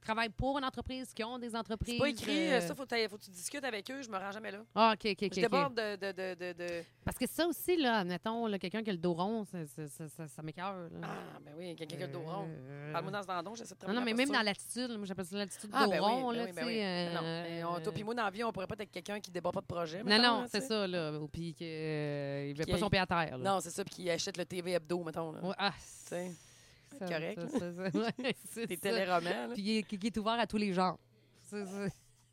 Speaker 2: travaille pour une entreprise, qui ont des
Speaker 1: peu.
Speaker 2: entreprises.
Speaker 1: C'est pas écrit,
Speaker 2: euh,
Speaker 1: ça, faut, que faut que tu discutes avec eux, je me rends jamais là.
Speaker 2: Ah, OK, OK, OK.
Speaker 1: Je
Speaker 2: ok.
Speaker 1: déborde de, de, de, de, de-
Speaker 2: Parce que ça aussi, là, admettons, là, quelqu'un qui a le dos rond, ça, ça, ça, ça- ça m'écoeure, là.
Speaker 1: Ah, ben oui, quelqu'un qui a le dos
Speaker 2: Euh,
Speaker 1: rond.
Speaker 2: euh,
Speaker 1: Parle-moi dans ce dandon, j'essaie de
Speaker 2: Non, non,
Speaker 1: travailler
Speaker 2: mais
Speaker 1: la
Speaker 2: même
Speaker 1: posture.
Speaker 2: dans l'attitude, là, moi j'appelle ça l'attitude
Speaker 1: Ah,
Speaker 2: dos
Speaker 1: ben oui,
Speaker 2: rond,
Speaker 1: ben
Speaker 2: là,
Speaker 1: oui,
Speaker 2: tu
Speaker 1: ben oui.
Speaker 2: sais.
Speaker 1: Mais Non,
Speaker 2: euh,
Speaker 1: mais on- toi puis moi, dans la vie, on pourrait pas être quelqu'un qui débat pas de projet.
Speaker 2: Non,
Speaker 1: mettons,
Speaker 2: non,
Speaker 1: là,
Speaker 2: c'est
Speaker 1: tu sais.
Speaker 2: ça, là. Ou puis qu'il ne met
Speaker 1: Puis
Speaker 2: pas
Speaker 1: qu'il-
Speaker 2: son pied à terre, là.
Speaker 1: Non, c'est ça, puis qui achète le TV Hebdo, mettons. là.
Speaker 2: Ouais, ah,
Speaker 1: Tu sais,
Speaker 2: ça,
Speaker 1: correct,
Speaker 2: ça, ça, ça, ouais, c'est
Speaker 1: tes
Speaker 2: ça.
Speaker 1: téléromans. là.
Speaker 2: Puis il est- qui qui est ouvert à tous les genres. C'est ça.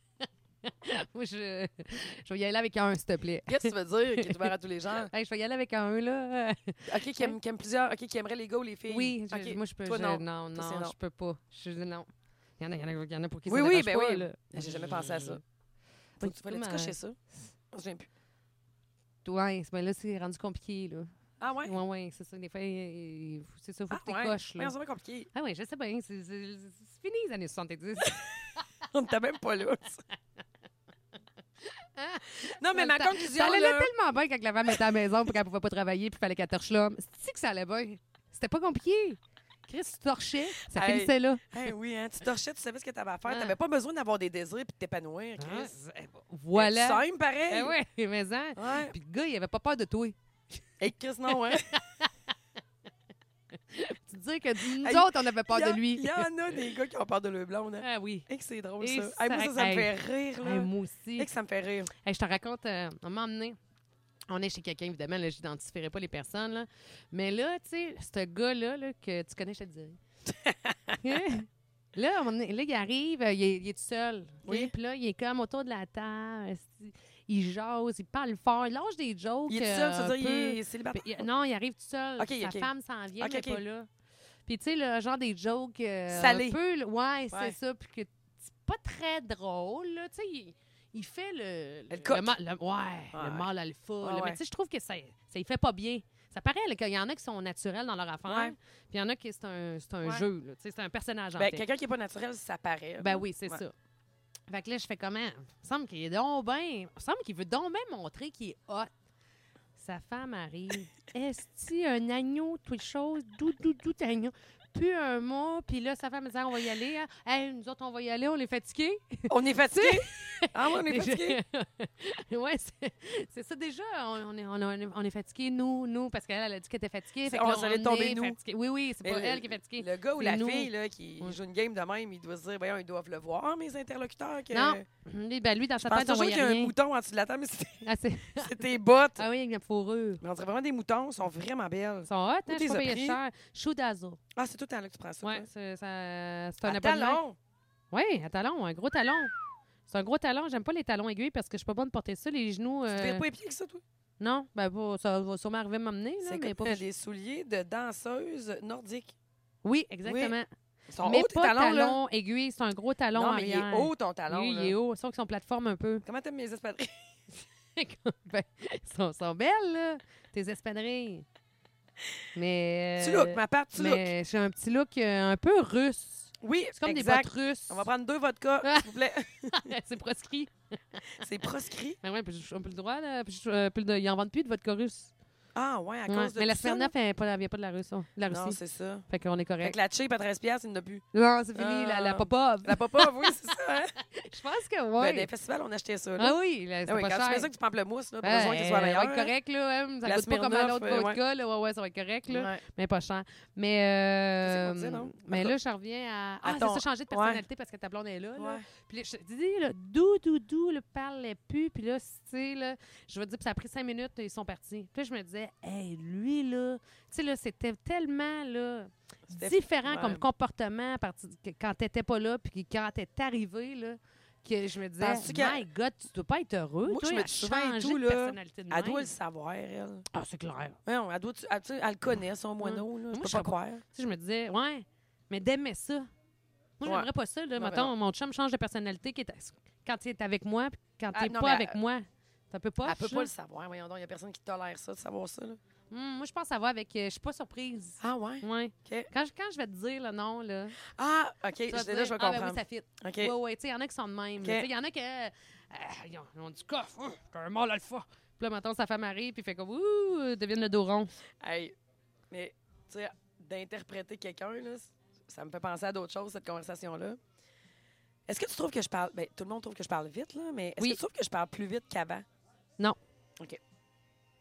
Speaker 2: moi, je, je vais y aller avec un, s'il te plaît.
Speaker 1: Qu'est-ce que tu veux dire, qui est ouvert à tous les gens?
Speaker 2: Hey, je vais y aller avec un, là.
Speaker 1: OK, qui aime, qui aime plusieurs. OK, qui aimerait les gars ou les filles.
Speaker 2: Oui, je-
Speaker 1: OK.
Speaker 2: moi, je peux.
Speaker 1: Toi,
Speaker 2: je-
Speaker 1: non.
Speaker 2: non,
Speaker 1: Toi, c'est
Speaker 2: non,
Speaker 1: non.
Speaker 2: je peux pas. Je, non. Il y, en a, il, y en a, il y en a pour qui
Speaker 1: Oui,
Speaker 2: ça
Speaker 1: oui, ben
Speaker 2: dérange pas,
Speaker 1: oui.
Speaker 2: là.
Speaker 1: J'ai jamais pensé à ça. Faut que tu fallait-tu
Speaker 2: Exactement.
Speaker 1: cocher ça? Je me souviens plus.
Speaker 2: Ouais, c'est- ben là, c'est rendu compliqué, là.
Speaker 1: Ah ouais?
Speaker 2: Ouais, ouais, c'est ça. Des fois, il- il- c'est ça, faut
Speaker 1: Ah
Speaker 2: que tu
Speaker 1: ouais.
Speaker 2: coches, là.
Speaker 1: Mais c'est bien compliqué.
Speaker 2: Ah oui, je sais bien. C'est c'est- c'est fini, les années 70.
Speaker 1: On n'était même pas là. tu sais. non, mais ma
Speaker 2: Ça-
Speaker 1: conclusion,
Speaker 2: Ça allait
Speaker 1: là...
Speaker 2: tellement bien quand la femme était à la maison puis qu'elle pouvait pas travailler puis fallait qu'elle torche l'homme. C'est que ça allait bien. C'était pas compliqué. Chris, tu torchais, ça
Speaker 1: Hey.
Speaker 2: finissait là.
Speaker 1: Eh oui, hein, tu torchais, tu savais ce que tu avais à faire.
Speaker 2: Hein.
Speaker 1: Tu n'avais pas besoin d'avoir des désirs et de t'épanouir. Chris. eh,
Speaker 2: Hein?
Speaker 1: C'est
Speaker 2: Voilà.
Speaker 1: simple, pareil.
Speaker 2: Eh ouais, mais hein.
Speaker 1: Ouais.
Speaker 2: Puis le gars, il avait pas peur de toi.
Speaker 1: Et Chris, non, hein?
Speaker 2: Tu dis que nous
Speaker 1: Hey,
Speaker 2: autres, on avait peur
Speaker 1: Il y a-
Speaker 2: de lui.
Speaker 1: Il y en a des gars qui ont peur de l'œil blonde. Hein?
Speaker 2: Ah oui.
Speaker 1: Et que c'est drôle,
Speaker 2: Et
Speaker 1: ça. Hey, moi, ça, ça
Speaker 2: sac-
Speaker 1: me fait rire, là.
Speaker 2: Hey, moi aussi.
Speaker 1: Et que ça me fait rire.
Speaker 2: Hey, je te raconte, euh, on m'a emmené. On est chez quelqu'un, évidemment, là, j'identifierai pas les personnes, là. Mais là, tu sais, ce gars-là, là, que tu connais, je te le dirai. Hein? là, à un moment donné, là, il arrive, euh, il est, il est tout seul. tu sais,
Speaker 1: Oui.
Speaker 2: Puis là, il est comme autour de la table, esti, il jase, il parle fort, il lâche des jokes.
Speaker 1: Il est tout
Speaker 2: euh,
Speaker 1: seul, ça
Speaker 2: un
Speaker 1: veut dire
Speaker 2: peu.
Speaker 1: il est célibataire.
Speaker 2: Puis, euh, non, il arrive tout seul.
Speaker 1: Ok,
Speaker 2: Sa
Speaker 1: ok.
Speaker 2: femme s'en vient,
Speaker 1: Ok,
Speaker 2: mais
Speaker 1: ok.
Speaker 2: pas là. Puis, tu sais, le genre des jokes. euh,
Speaker 1: Salés.
Speaker 2: Un peu, là, ouais, c'est
Speaker 1: Ouais.
Speaker 2: ça. Puis que c'est pas très drôle, là. Tu sais, il, il fait le.
Speaker 1: Le coq.
Speaker 2: ma- le- ouais,
Speaker 1: Ouais.
Speaker 2: le mâle alpha.
Speaker 1: Ouais,
Speaker 2: là. Mais
Speaker 1: ouais.
Speaker 2: tu sais, je trouve que ça, ça y fait pas bien. Ça paraît là, qu'il y en a qui sont naturels dans leur affaire.
Speaker 1: Ouais.
Speaker 2: Puis il y en a qui c'est un, c'est un
Speaker 1: Ouais.
Speaker 2: jeu, là. Tu sais, c'est un personnage en
Speaker 1: Ben,
Speaker 2: fait.
Speaker 1: quelqu'un qui n'est pas naturel, ça paraît.
Speaker 2: Ben oui, c'est
Speaker 1: Euh, Ouais.
Speaker 2: ça. Fait que là, je fais comment? Il me semble qu'il est donc bien. Il me semble qu'il veut donc bien montrer qu'il est hot. Sa femme arrive. Est-ce un agneau, toute chose? Dou, dou, dou, agneau. Plus un mot. Puis là, sa femme me dit Ah, on va y aller. hein. Hey, nous autres, on va y aller. On est fatigués.
Speaker 1: On est fatigué. ah ouais, on est
Speaker 2: Déjà-
Speaker 1: fatigué.
Speaker 2: ouais, c'est- c'est ça déjà. On, on est, on, est- on est fatigués, nous, nous. Parce qu'elle, elle a dit qu'elle était fatiguée. Fait
Speaker 1: C'est-
Speaker 2: que
Speaker 1: on
Speaker 2: là,
Speaker 1: s'en est tombé, nous.
Speaker 2: fatigués. Oui, oui, c'est
Speaker 1: Mais
Speaker 2: pas
Speaker 1: le-
Speaker 2: elle qui est fatiguée.
Speaker 1: Le gars ou
Speaker 2: C'est
Speaker 1: la
Speaker 2: nous.
Speaker 1: fille là, qui
Speaker 2: Ouais.
Speaker 1: joue une game de même, il doit se dire, voyons, ils doivent le voir, mes interlocuteurs. Que...
Speaker 2: Non, Lui, ben, lui, dans
Speaker 1: Je
Speaker 2: sa
Speaker 1: pense
Speaker 2: tête, on
Speaker 1: toujours
Speaker 2: voyait
Speaker 1: qu'il y a un
Speaker 2: rien.
Speaker 1: mouton en dessous de la table, mais c'est-
Speaker 2: Ah, c'est-
Speaker 1: c'est tes bottes.
Speaker 2: ah oui, avec la fourrure.
Speaker 1: Mais on dirait vraiment des moutons, ils sont vraiment belles.
Speaker 2: Ils sont hot, hein?
Speaker 1: Où t'es
Speaker 2: Je suis pas
Speaker 1: appris?
Speaker 2: payée cher. Choudazo.
Speaker 1: Ah, c'est tout en là que tu prends ça.
Speaker 2: Ouais,
Speaker 1: toi.
Speaker 2: c'est ça- c'est un
Speaker 1: À
Speaker 2: abonnement.
Speaker 1: talons.
Speaker 2: Oui, un talon, un gros talon. C'est un gros talon. J'aime pas les talons aiguilles parce que je suis pas bonne de porter ça. Les genoux.
Speaker 1: Tu te
Speaker 2: euh,
Speaker 1: fais pas les pieds avec ça, toi?
Speaker 2: Non, ben, pas- ça va sûrement arriver à m'emmener. là,
Speaker 1: C'est
Speaker 2: mais
Speaker 1: comme
Speaker 2: pas-
Speaker 1: des souliers de danseuse nordique.
Speaker 2: Oui, exactement.
Speaker 1: Ils sont
Speaker 2: mais
Speaker 1: hauts, tes
Speaker 2: pas
Speaker 1: talons, là.
Speaker 2: talon aiguille. C'est un gros talon
Speaker 1: Non, mais il est
Speaker 2: arrière.
Speaker 1: haut, ton talon.
Speaker 2: Lui,
Speaker 1: là.
Speaker 2: il est haut. Sauf qu'ils sont plateforme un peu.
Speaker 1: Comment t'aimes mes espadrilles?
Speaker 2: ben, ils sont, sont belles, là, tes espadrilles. Mais.
Speaker 1: Tu
Speaker 2: euh,
Speaker 1: look, ma part, tu look.
Speaker 2: Mais j'ai un petit look euh, un peu russe.
Speaker 1: Oui,
Speaker 2: C'est comme
Speaker 1: exact.
Speaker 2: des bottes russes. Ah.
Speaker 1: On va prendre deux vodka, s'il vous plaît.
Speaker 2: c'est proscrit.
Speaker 1: C'est proscrit.
Speaker 2: Ben Ah ouais, puis j'ai plus le droit, là. Puis je- euh, plus de- ils en vendent plus de vodka russe.
Speaker 1: Ah, ouais, à
Speaker 2: Ouais.
Speaker 1: cause de.
Speaker 2: Mais la
Speaker 1: tout ça, là?
Speaker 2: Smirnoff, elle ne vient pas de la Russie. De la
Speaker 1: Non,
Speaker 2: Russie.
Speaker 1: c'est ça.
Speaker 2: Fait qu'on est
Speaker 1: Fait
Speaker 2: correct.
Speaker 1: que la cheap à 13$, piastres, il n'y en a plus.
Speaker 2: Non, c'est fini, la, la
Speaker 1: Ah.
Speaker 2: pop-up.
Speaker 1: La papa, oui, c'est ça, hein?
Speaker 2: Je pense que
Speaker 1: Ben,
Speaker 2: oui.
Speaker 1: dans les festivals, on achetait ça. Là.
Speaker 2: ah oui, là, c'est
Speaker 1: Ah oui,
Speaker 2: pas
Speaker 1: quand
Speaker 2: cher. Ben,
Speaker 1: tu fais ça que tu pamplemousses, là, pas
Speaker 2: Ouais,
Speaker 1: besoin qu'il soit
Speaker 2: elle
Speaker 1: meilleur.
Speaker 2: va être correct, là. hein, Ça
Speaker 1: La
Speaker 2: coûte pas comme à
Speaker 1: Smirnoff,
Speaker 2: l'autre
Speaker 1: euh,
Speaker 2: vodka, là. Ouais, ouais, ça va être correct, là.
Speaker 1: Ouais.
Speaker 2: Mais pas cher. Mais, euh,
Speaker 1: Qu'est-ce qu'on dit, non?
Speaker 2: mais
Speaker 1: Attends.
Speaker 2: là, je reviens à. Ah,
Speaker 1: Attends,
Speaker 2: c'est ça, changer de
Speaker 1: ouais.
Speaker 2: personnalité parce que ta blonde est là. là.
Speaker 1: Ouais.
Speaker 2: Puis là, je te dis, là, dou, dou, dou, le parlait plus. Puis là, tu sais, là, je veux dire, puis ça a pris cinq minutes et ils sont partis. Puis là, je me disais, hey, lui, là, tu sais, là, c'était tellement, là,
Speaker 1: C'était-
Speaker 2: différent
Speaker 1: ouais.
Speaker 2: comme comportement à partir de- quand t'étais pas là, puis que- quand t'es arrivé, là, que je me disais,
Speaker 1: Penses-tu qu'elle-
Speaker 2: my God, tu dois pas être heureux.
Speaker 1: Moi,
Speaker 2: toi,
Speaker 1: je me
Speaker 2: à
Speaker 1: dis souvent et
Speaker 2: changer
Speaker 1: tout,
Speaker 2: de
Speaker 1: là,
Speaker 2: personnalité de
Speaker 1: Elle
Speaker 2: même.
Speaker 1: doit le savoir, elle.
Speaker 2: Ah, c'est clair.
Speaker 1: Non, elle, doit, tu- elle, tu sais, elle le connaît, son moineau. Là, je
Speaker 2: Moi,
Speaker 1: peux
Speaker 2: je
Speaker 1: pas
Speaker 2: serais pas-
Speaker 1: croire.
Speaker 2: Tu sais, je me disais, ouais, mais d'aimer ça. Moi,
Speaker 1: Ouais.
Speaker 2: j'aimerais pas ça. Là.
Speaker 1: Non, mais
Speaker 2: Mettons,
Speaker 1: non.
Speaker 2: mon chum change de personnalité qui est- quand il est avec moi, puis quand
Speaker 1: Ah,
Speaker 2: il est
Speaker 1: non,
Speaker 2: pas
Speaker 1: mais
Speaker 2: avec
Speaker 1: elle-
Speaker 2: moi. Ça peut pas.
Speaker 1: elle peut pas le savoir. Voyons donc, il y a personne qui tolère ça, de savoir ça. là.
Speaker 2: moi, je pense que ça va avec. euh, je suis pas surprise.
Speaker 1: Ah, ouais?
Speaker 2: Ouais.
Speaker 1: OK.
Speaker 2: Quand, je, quand je vais te dire le nom, là,
Speaker 1: Ah, OK.
Speaker 2: tu vas te
Speaker 1: Là, je vais
Speaker 2: dire, ah, ben oui,
Speaker 1: comprendre.
Speaker 2: ça fit.
Speaker 1: OK.
Speaker 2: Ouais, ouais, tu sais, il y en a qui sont de même.
Speaker 1: OK.
Speaker 2: là. Tu sais, Il y en a qui. euh, euh, ils, ont, ils ont du coffre, hein, t'as un mâle alpha. Puis là, maintenant, sa femme arrive, puis fait comme, ouh, devine le dos rond.
Speaker 1: Hey, mais, tu sais, d'interpréter quelqu'un, là, c- ça me fait penser à d'autres choses, cette conversation-là. Est-ce que tu trouves que je parle. Ben, tout le monde trouve que je parle vite, là, mais est-ce
Speaker 2: Oui.
Speaker 1: que tu trouves que je parle plus vite qu'avant?
Speaker 2: Non.
Speaker 1: OK.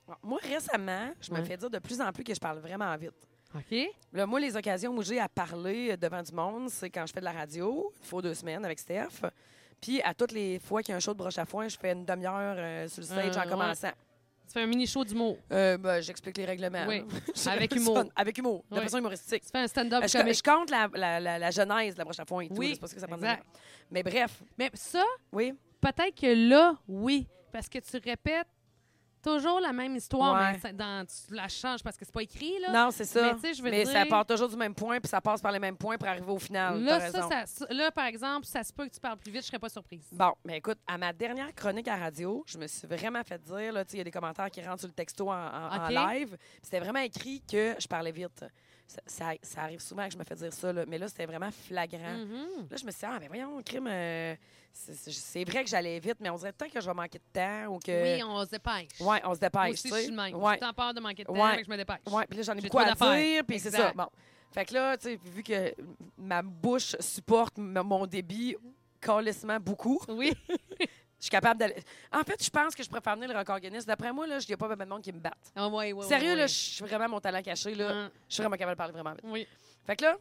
Speaker 1: Bon, moi, récemment, je me
Speaker 2: Ouais.
Speaker 1: fais dire de plus en plus que je parle vraiment vite.
Speaker 2: OK?
Speaker 1: Là, moi, les occasions où j'ai à parler euh, devant du monde, c'est quand je fais de la radio, il faut deux semaines avec Steph. Puis à toutes les fois qu'il y a un show de broche à foin, je fais une demi-heure euh, sur le stage
Speaker 2: Euh,
Speaker 1: en
Speaker 2: ouais.
Speaker 1: commençant.
Speaker 2: Tu fais un mini show d'humour.
Speaker 1: Euh, ben, J'explique les règlements.
Speaker 2: Oui.
Speaker 1: là. Je-
Speaker 2: Avec
Speaker 1: c'est
Speaker 2: humour.
Speaker 1: fun. Avec humour, de
Speaker 2: Oui.
Speaker 1: façon humoristique.
Speaker 2: Tu fais un stand-up
Speaker 1: Euh, Je,
Speaker 2: comique.
Speaker 1: je compte la, la, la, la genèse de la broche à foin et tout.
Speaker 2: Oui,
Speaker 1: là, C'est parce que ça prend une
Speaker 2: exact.
Speaker 1: demi-heure. Mais bref,
Speaker 2: Mais ça,
Speaker 1: oui.
Speaker 2: peut-être que là, oui, parce que tu répètes toujours la même histoire,
Speaker 1: Ouais.
Speaker 2: mais ça- dans, tu la changes parce que c'est pas écrit, là.
Speaker 1: Non, c'est ça.
Speaker 2: Ah, Mais tu sais, je veux
Speaker 1: Mais
Speaker 2: dire-
Speaker 1: ça part toujours du même point, puis ça passe par les mêmes points pour arriver au final.
Speaker 2: là,
Speaker 1: T'as
Speaker 2: ça,
Speaker 1: raison.
Speaker 2: ça- ça- là, par exemple, ça se peut que tu parles plus vite, je serais pas surprise.
Speaker 1: Bon, mais écoute, à ma dernière chronique à radio, je me suis vraiment fait dire, là, tu sais, il y a des commentaires qui rentrent sur le texto en, en- en
Speaker 2: OK.
Speaker 1: live. puis C'était vraiment écrit que je parlais vite. Ça, ça- ça arrive souvent que je me fais dire ça, là, mais là, c'était vraiment flagrant.
Speaker 2: Mhm.
Speaker 1: Là, je me suis dit, ah, mais voyons, crime, euh, c'est- c'est c'est vrai que j'allais vite, mais on dirait tant que je vais manquer de temps ou que.
Speaker 2: Oui, on se dépêche.
Speaker 1: Euh, Ouais, on se
Speaker 2: Moi
Speaker 1: dépêche.
Speaker 2: aussi,
Speaker 1: tu
Speaker 2: je
Speaker 1: sais.
Speaker 2: suis de même.
Speaker 1: Ouais.
Speaker 2: J'ai tant peur de manquer de temps,
Speaker 1: Ouais.
Speaker 2: mais je me dépêche.
Speaker 1: Ouais, puis là, j'en ai
Speaker 2: J'ai
Speaker 1: beaucoup
Speaker 2: trop
Speaker 1: à
Speaker 2: d'affaires.
Speaker 1: dire, puis c'est ça.
Speaker 2: Exact.
Speaker 1: Bon. Fait que là, tu sais, vu que ma bouche supporte m- mon débit calissement beaucoup,
Speaker 2: Oui,
Speaker 1: je suis capable d'aller. En fait, je pense que je préfère venir le record Guinness. D'après moi, là, il n'y a pas vraiment de monde qui me batte.
Speaker 2: Ah, ouais, ouais,
Speaker 1: Sérieux,
Speaker 2: ouais,
Speaker 1: là,
Speaker 2: ouais.
Speaker 1: je suis vraiment mon talent caché, là.
Speaker 2: Hein,
Speaker 1: Je suis vraiment capable de parler vraiment vite.
Speaker 2: Oui.
Speaker 1: Fait que là,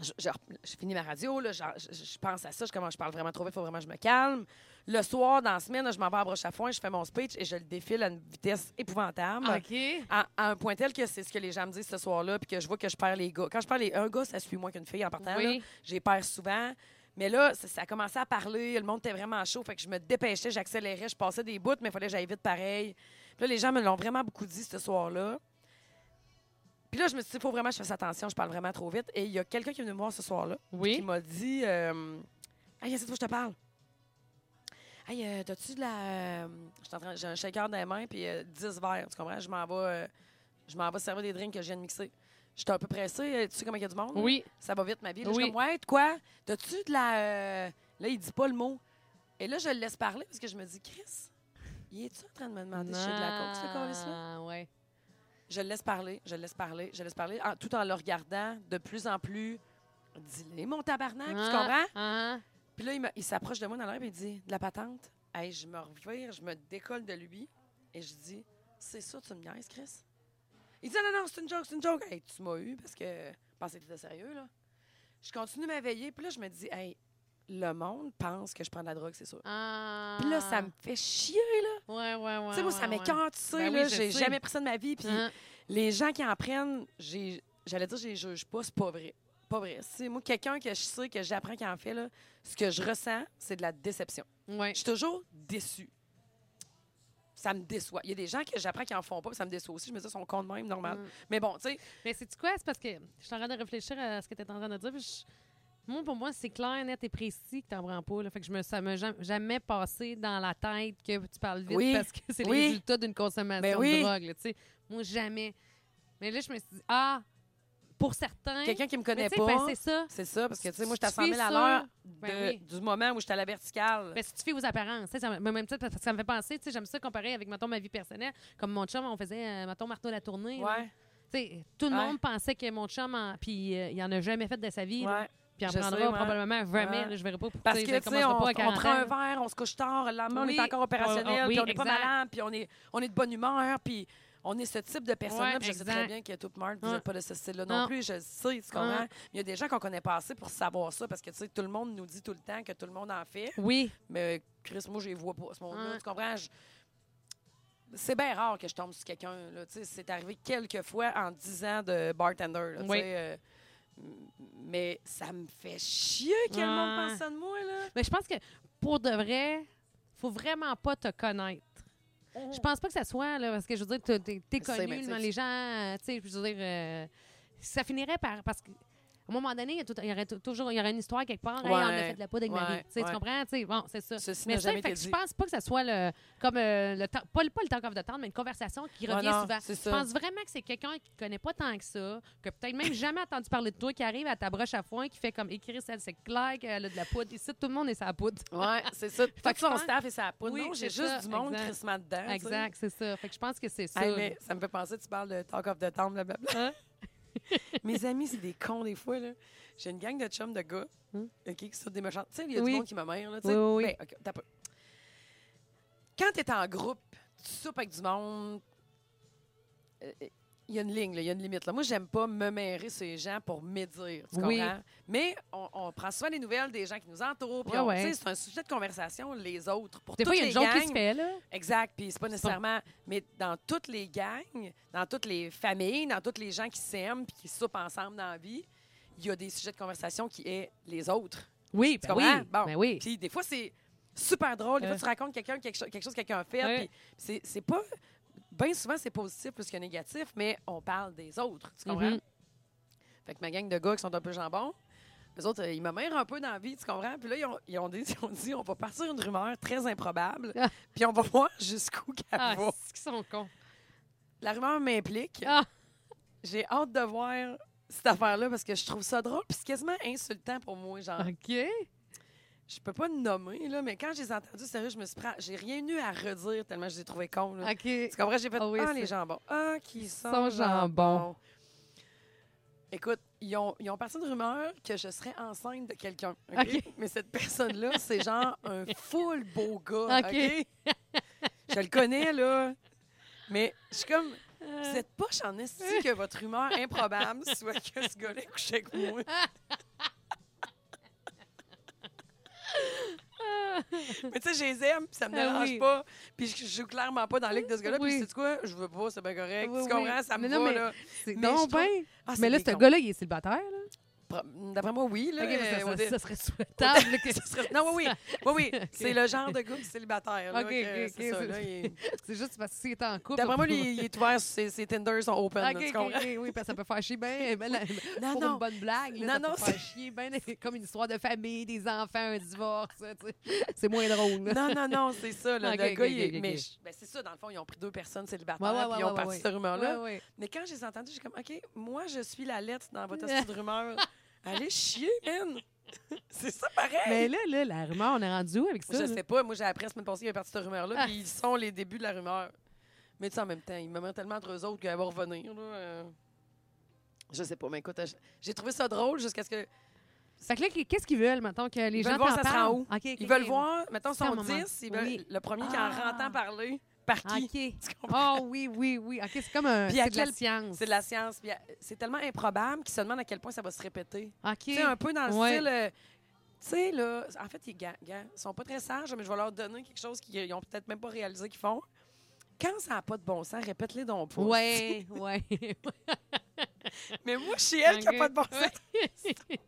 Speaker 1: je, je, je finis ma radio, là, je, je- je pense à ça, je, comment je parle vraiment trop vite, il faut vraiment que je me calme. Le soir, dans la semaine, là, je m'en vais à broche à foin, je fais mon speech et je le défile à une vitesse épouvantable.
Speaker 2: Ah, OK.
Speaker 1: À, à un point tel que c'est ce que les gens me disent ce soir-là, puis que je vois que je perds les gars. Quand je perds les, un gars, ça suit moins qu'une fille en partant.
Speaker 2: Oui.
Speaker 1: là. J'ai perds souvent. Mais là, ça, ça a commencé à parler. Le monde était vraiment chaud. Fait que je me dépêchais, j'accélérais, je passais des bouts, mais il fallait que j'aille vite pareil. Puis là, les gens me l'ont vraiment beaucoup dit ce soir-là. Puis là, je me suis dit, il faut vraiment que je fasse attention, je parle vraiment trop vite. Et il y a quelqu'un qui est venu me voir ce soir-là qui
Speaker 2: Oui.
Speaker 1: m'a dit euh, Hey, cette fois, je te parle. Hey, euh, t'as-tu de la. euh, j'étais en train- J'ai un shaker dans les mains, puis euh, 10 verres, tu comprends? Je m'en vais, euh, je m'en vais servir des drinks que je viens de mixer. J'étais un peu pressée. euh, Tu sais comment il y a du monde? là?
Speaker 2: Oui.
Speaker 1: Ça va vite, ma vie. Là,
Speaker 2: Oui.
Speaker 1: Je suis comme, ouais, de quoi? T'as-tu de la. euh, Là, il dit pas le mot. Et là, je le laisse parler parce que je me dis, Chris, il est-tu en train de me demander si j'ai de la coke, ce câlisse-là?
Speaker 2: Ah, ouais.
Speaker 1: Je le laisse parler, je le laisse parler, je le laisse parler, en- tout en le regardant de plus en plus. Dis-le, mon tabarnak, tu comprends?
Speaker 2: Ah, ah.
Speaker 1: Puis là, il, me- il s'approche de moi dans l'air et il dit De la patente. Hey, je me revire, je me décolle de lui et je dis C'est ça, tu me niaises, Chris Il dit Non, non, non, c'est une joke, c'est une joke. Hey, tu m'as eu parce que je pensais que tu étais sérieux, là. Je continue ma veillée, puis là, je me dis Hey, le monde pense que je prends de la drogue, c'est sûr.
Speaker 2: Ah.
Speaker 1: Puis là, ça me fait chier, là.
Speaker 2: Ouais, ouais, ouais.
Speaker 1: tu sais, moi, ça
Speaker 2: ouais, ouais.
Speaker 1: m'écarte, tu sais,
Speaker 2: Ben oui,
Speaker 1: là.
Speaker 2: je
Speaker 1: J'ai
Speaker 2: sais.
Speaker 1: jamais pris ça de ma vie, puis
Speaker 2: Hein.
Speaker 1: les gens qui en prennent, j'ai- j'allais dire, je les juge pas, c'est pas vrai. Pas vrai. C'est moi, quelqu'un que je sais, que j'apprends qui en fait, là, ce que je ressens, c'est de la déception.
Speaker 2: Ouais.
Speaker 1: Je suis toujours déçue. Ça me déçoit. Il y a des gens que j'apprends qui en font pas, puis ça me déçoit aussi. Je me dis, ils sont cons de même, normal.
Speaker 2: Mm.
Speaker 1: Mais bon, tu sais,
Speaker 2: Mais c'est quoi? C'est parce que je suis en train de réfléchir à ce que tu es en train de dire. puis je- Moi, pour moi, c'est clair, net et précis que tu n'en prends pas. là. Fait que je me, ça ne m'a jam- jamais passé dans la tête que tu parles vite
Speaker 1: Oui.
Speaker 2: parce que c'est
Speaker 1: Oui.
Speaker 2: le résultat d'une consommation
Speaker 1: Ben oui.
Speaker 2: de drogue. là, tu sais. moi, jamais. Mais là, je me suis dit, ah, pour certains.
Speaker 1: Quelqu'un qui me
Speaker 2: Mais
Speaker 1: connaît
Speaker 2: tu sais, ben,
Speaker 1: pas.
Speaker 2: c'est ça.
Speaker 1: c'est ça, parce que tu sais, moi, je suis à
Speaker 2: Tu
Speaker 1: 100
Speaker 2: suis
Speaker 1: 000 à
Speaker 2: ça.
Speaker 1: l'heure
Speaker 2: Ben
Speaker 1: de-
Speaker 2: oui.
Speaker 1: du moment où j'étais à la verticale.
Speaker 2: Ben, si tu fais aux apparences, tu sais, ça, me- même ça, parce que ça me fait penser, tu sais, j'aime ça comparer avec, mettons, ma vie personnelle. Comme mon chum, on faisait, euh, mettons, Marteau la tournée. là.
Speaker 1: ouais,
Speaker 2: Tu sais, tout le
Speaker 1: Ouais.
Speaker 2: monde pensait que mon chum, en- puis euh, il en a jamais fait de sa vie. là.
Speaker 1: ouais.
Speaker 2: Puis il en
Speaker 1: Je
Speaker 2: prendra
Speaker 1: sais, ouais.
Speaker 2: probablement jamais.
Speaker 1: Ouais.
Speaker 2: là, je verrai pas pourquoi
Speaker 1: Parce que,
Speaker 2: ça
Speaker 1: tu sais,
Speaker 2: commencera
Speaker 1: on,
Speaker 2: pas à
Speaker 1: on
Speaker 2: 40
Speaker 1: prend un
Speaker 2: ans.
Speaker 1: verre, on se couche tard, le lendemain,
Speaker 2: Oui.
Speaker 1: on est encore opérationnel,
Speaker 2: On- on-
Speaker 1: puis on
Speaker 2: oui,
Speaker 1: n'est pas
Speaker 2: exact.
Speaker 1: malade, puis on est, on est de bonne humeur, puis on est ce type de personne-là.
Speaker 2: Ouais,
Speaker 1: puis je sais
Speaker 2: exact.
Speaker 1: très bien que tout le monde, vous
Speaker 2: Ouais.
Speaker 1: n'êtes pas de ce style-là non,
Speaker 2: Non.
Speaker 1: plus, je le sais, tu comprends.
Speaker 2: Ouais.
Speaker 1: Mais Il y a des gens qu'on connaît pas assez pour savoir ça, parce que, tu sais, tout le monde nous dit tout le temps que tout le monde en fait,
Speaker 2: Oui,
Speaker 1: mais euh, Chris, moi, je les vois pas à ce moment-là,
Speaker 2: Ouais.
Speaker 1: tu comprends? Je- C'est bien rare que je tombe sur quelqu'un, là, tu sais, c'est arrivé quelques fois en 10 ans de bartender, là, tu
Speaker 2: Oui.
Speaker 1: sais, euh, m- mais ça me fait chier que le monde
Speaker 2: Ouais.
Speaker 1: pense ça de moi, là.
Speaker 2: mais je pense que pour de vrai, faut vraiment pas te connaître. Je pense pas que ça soit, là, parce que je veux dire, t'es- t'es t'es
Speaker 1: Je sais, mais
Speaker 2: connu,
Speaker 1: tu
Speaker 2: là,
Speaker 1: sais,
Speaker 2: les gens, euh, tu sais, je veux dire, euh, ça finirait par. Parce que, à un moment donné, il y, a tout- il y aurait tou- toujours il y aurait une histoire quelque part. Hey, on a
Speaker 1: Ouais.
Speaker 2: fait de la poudre avec
Speaker 1: Ouais,
Speaker 2: Marie. Tu sais, Tu
Speaker 1: ouais.
Speaker 2: comprends? Tu sais, bon, c'est ça.
Speaker 1: Ceci
Speaker 2: Mais
Speaker 1: n'a
Speaker 2: ça,
Speaker 1: jamais
Speaker 2: fait
Speaker 1: été
Speaker 2: que je
Speaker 1: dit.
Speaker 2: pense pas que ça soit le, comme euh, le temps, pas, le- pas le temps of the town, mais une conversation qui
Speaker 1: Ouais,
Speaker 2: revient
Speaker 1: non,
Speaker 2: souvent.
Speaker 1: c'est
Speaker 2: Je
Speaker 1: ça.
Speaker 2: pense vraiment que c'est quelqu'un qui connaît pas tant que ça, que peut-être même jamais entendu parler de toi, qui arrive à ta broche à foin, qui fait comme écrire ça, c'est clair qu'elle a de la poudre. Ici, tout le monde est sa poudre.
Speaker 1: Ouais, c'est ça. Tout
Speaker 2: que je
Speaker 1: son
Speaker 2: pense-
Speaker 1: staff et sa poudre.
Speaker 2: Oui,
Speaker 1: non, j'ai
Speaker 2: c'est
Speaker 1: juste
Speaker 2: ça,
Speaker 1: du monde
Speaker 2: exact.
Speaker 1: crissement dedans. tu sais.
Speaker 2: Exact, c'est ça. Fait que je pense que c'est ça.
Speaker 1: Hey, mais ça me fait penser, tu parles de talk of the town, blablabla.
Speaker 2: Hein?
Speaker 1: Mes amis, c'est des cons des fois. là. J'ai une gang de chums de gars ok, qui sont des méchants. Tu sais, il y a
Speaker 2: Hein? Oui.
Speaker 1: du monde qui me mère. Là, tu sais.
Speaker 2: Oui, oui, oui.
Speaker 1: Ben, ok, t'as pas- Quand tu es en groupe, tu soupes avec du monde, euh, il y a une ligne, là, il y a une limite. Là. Moi, j'aime pas me mêler sur les gens pour médire. Tu
Speaker 2: Oui.
Speaker 1: comprends? Mais on, on prend souvent les nouvelles des gens qui nous entourent. puis
Speaker 2: Ouais,
Speaker 1: on-
Speaker 2: ouais.
Speaker 1: tu sais, C'est un sujet de conversation, les autres. Pour
Speaker 2: Des fois, il y a une
Speaker 1: toutes
Speaker 2: jonque
Speaker 1: les
Speaker 2: qui se
Speaker 1: gangs,
Speaker 2: fait, là.
Speaker 1: Exact. Puis c'est pas
Speaker 2: pas-
Speaker 1: nécessairement. Mais dans toutes les gangs, dans toutes les familles, dans toutes les gens qui s'aiment puis qui soupent ensemble dans la vie, il y a des sujets de conversation qui est les autres.
Speaker 2: Oui,
Speaker 1: Tu
Speaker 2: ben
Speaker 1: comprends?
Speaker 2: oui.
Speaker 1: Bon.
Speaker 2: ben oui.
Speaker 1: Puis des fois, c'est super drôle. Des
Speaker 2: Euh.
Speaker 1: fois, tu racontes quelqu'un quelque, cho- quelque chose que quelqu'un a fait.
Speaker 2: Ouais.
Speaker 1: Puis c'est- c'est pas. Bien souvent, c'est positif plus que négatif, mais on parle des autres. Tu comprends?
Speaker 2: Mhm.
Speaker 1: Fait que ma gang de gars qui sont un peu jambon, les autres, euh, ils me mèrent un peu dans la vie, tu comprends? Puis là, ils ont, ils ont dit, ils ont dit, on va partir une rumeur très improbable,
Speaker 2: Ah.
Speaker 1: puis on va voir jusqu'où qu'elle
Speaker 2: Ah,
Speaker 1: va.
Speaker 2: c'est qu'ils sont cons.
Speaker 1: La rumeur m'implique.
Speaker 2: Ah.
Speaker 1: J'ai hâte de voir cette affaire-là parce que je trouve ça drôle, puis c'est quasiment insultant pour moi. Genre,
Speaker 2: OK.
Speaker 1: je peux pas nommer, là, mais quand j'ai entendu, sérieux, je me suis pris à- J'ai rien eu à redire tellement je les ai trouvés cons, là.
Speaker 2: OK.
Speaker 1: Tu comprends? J'ai fait,
Speaker 2: Ah
Speaker 1: ah,
Speaker 2: oui, c'est-
Speaker 1: les jambons. Ah, qui sont,
Speaker 2: sont jambons.
Speaker 1: jambons. Écoute, ils ont, ils ont parti de rumeur que je serais enceinte de quelqu'un. OK?
Speaker 2: OK.
Speaker 1: Mais cette personne-là, c'est genre un full beau gars.
Speaker 2: OK.
Speaker 1: OK? je le connais, là. Mais je suis comme,
Speaker 2: Euh.
Speaker 1: vous êtes poche en esti que votre rumeur improbable soit que ce gars-là couche avec moi. Mais tu sais, je les aime, puis ça me
Speaker 2: Ah
Speaker 1: dérange
Speaker 2: oui.
Speaker 1: pas. Puis je je joue clairement pas dans la ligue de ce gars-là.
Speaker 2: Oui.
Speaker 1: Puis c'est quoi? Je veux pas, c'est bien correct.
Speaker 2: Oui,
Speaker 1: tu comprends?
Speaker 2: oui.
Speaker 1: Ça me
Speaker 2: Mais non,
Speaker 1: va,
Speaker 2: mais-
Speaker 1: là.
Speaker 2: C'est
Speaker 1: Mais
Speaker 2: donc
Speaker 1: je trouve-
Speaker 2: bien.
Speaker 1: Ah, c'est
Speaker 2: mais là,
Speaker 1: des
Speaker 2: ce
Speaker 1: cons.
Speaker 2: gars-là, il est célibataire. Là.
Speaker 1: Pro- D'après moi, oui. Là,
Speaker 2: OK, mais ça,
Speaker 1: Euh,
Speaker 2: ça-
Speaker 1: on dit-
Speaker 2: ça serait souhaitable. là, que-
Speaker 1: ça serait- Non, oui, oui. oui, oui. C'est
Speaker 2: Ok.
Speaker 1: le genre de gars qui est célibataire. Là,
Speaker 2: Ok,
Speaker 1: que
Speaker 2: ok,
Speaker 1: c'est
Speaker 2: ok,
Speaker 1: ça,
Speaker 2: c'est-
Speaker 1: là, il est-
Speaker 2: c'est juste parce que s'il est en
Speaker 1: D'après
Speaker 2: couple.
Speaker 1: moi,
Speaker 2: on peut-
Speaker 1: lui, il est ouvert, ses, ses Tinder sont open. là,
Speaker 2: OK,
Speaker 1: tu
Speaker 2: OK,
Speaker 1: comprends?
Speaker 2: OK, oui, parce que ça peut faire chier bien. ben, la-
Speaker 1: Non,
Speaker 2: pour
Speaker 1: non.
Speaker 2: une bonne blague, là,
Speaker 1: Non,
Speaker 2: ça
Speaker 1: non,
Speaker 2: peut faire chier bien. Comme une histoire de famille, des enfants, un divorce. tu sais. C'est moins drôle. là.
Speaker 1: Non, non, non, c'est ça. Là,
Speaker 2: Ok,
Speaker 1: le
Speaker 2: ok,
Speaker 1: gars, il
Speaker 2: ok,
Speaker 1: est-
Speaker 2: ok, ok.
Speaker 1: mais je- ben, c'est ça, dans le fond, ils ont pris deux personnes
Speaker 2: Ouais,
Speaker 1: célibataires,
Speaker 2: ouais,
Speaker 1: ah, puis
Speaker 2: ouais,
Speaker 1: ils ont
Speaker 2: ouais,
Speaker 1: parti
Speaker 2: ouais.
Speaker 1: cette rumeur-là.
Speaker 2: Ouais, ouais.
Speaker 1: Mais quand j'ai entendu, j'ai comme, OK, moi, je suis la lettre dans votre astuce de rumeur. Allez chier, man! c'est ça, pareil!
Speaker 2: Mais là, là, la rumeur, on est rendu où avec ça?
Speaker 1: je
Speaker 2: là?
Speaker 1: sais pas. Moi, j'ai appris la semaine passée qu'il y avait parti cette rumeur-là,
Speaker 2: Ah.
Speaker 1: puis ils sont les débuts de la rumeur. Mais tu sais, en même temps, ils me mettent tellement entre eux autres qu'elle va revenir. Là, euh. Je sais pas, mais écoute, euh, j'ai trouvé ça drôle jusqu'à ce que.
Speaker 2: Fait que là, qu'est-ce qu'ils veulent, maintenant que les
Speaker 1: Ils
Speaker 2: gens
Speaker 1: veulent voir ça
Speaker 2: t'en
Speaker 1: se rend
Speaker 2: parlent?
Speaker 1: où.
Speaker 2: OK, OK,
Speaker 1: Ils veulent
Speaker 2: OK.
Speaker 1: voir, mettons,
Speaker 2: C'est un
Speaker 1: sont
Speaker 2: moment.
Speaker 1: 10, ils veulent
Speaker 2: Oui.
Speaker 1: le premier qui
Speaker 2: Ah.
Speaker 1: en entend parler, par qui?
Speaker 2: OK.
Speaker 1: Tu comprends?
Speaker 2: Ah oui, oui, oui. OK, c'est comme un.
Speaker 1: Puis à
Speaker 2: C'est de la
Speaker 1: quel-
Speaker 2: science.
Speaker 1: C'est de la science. puis, euh, C'est tellement improbable qu'ils se demandent à quel point ça va se répéter.
Speaker 2: OK.
Speaker 1: Tu sais, un peu dans le
Speaker 2: Ouais.
Speaker 1: style. euh, tu sais, là, en fait, ils ga- ga- ils sont pas très sages, mais je vais leur donner quelque chose qu'ils n'ont peut-être même pas réalisé qu'ils font. Quand ça n'a pas de bon sens, répète-les donc pas.
Speaker 2: Ouais, ouais.
Speaker 1: Mais moi, je suis elle qui n'a
Speaker 2: Ok.
Speaker 1: pas de bon sens.
Speaker 2: Ouais.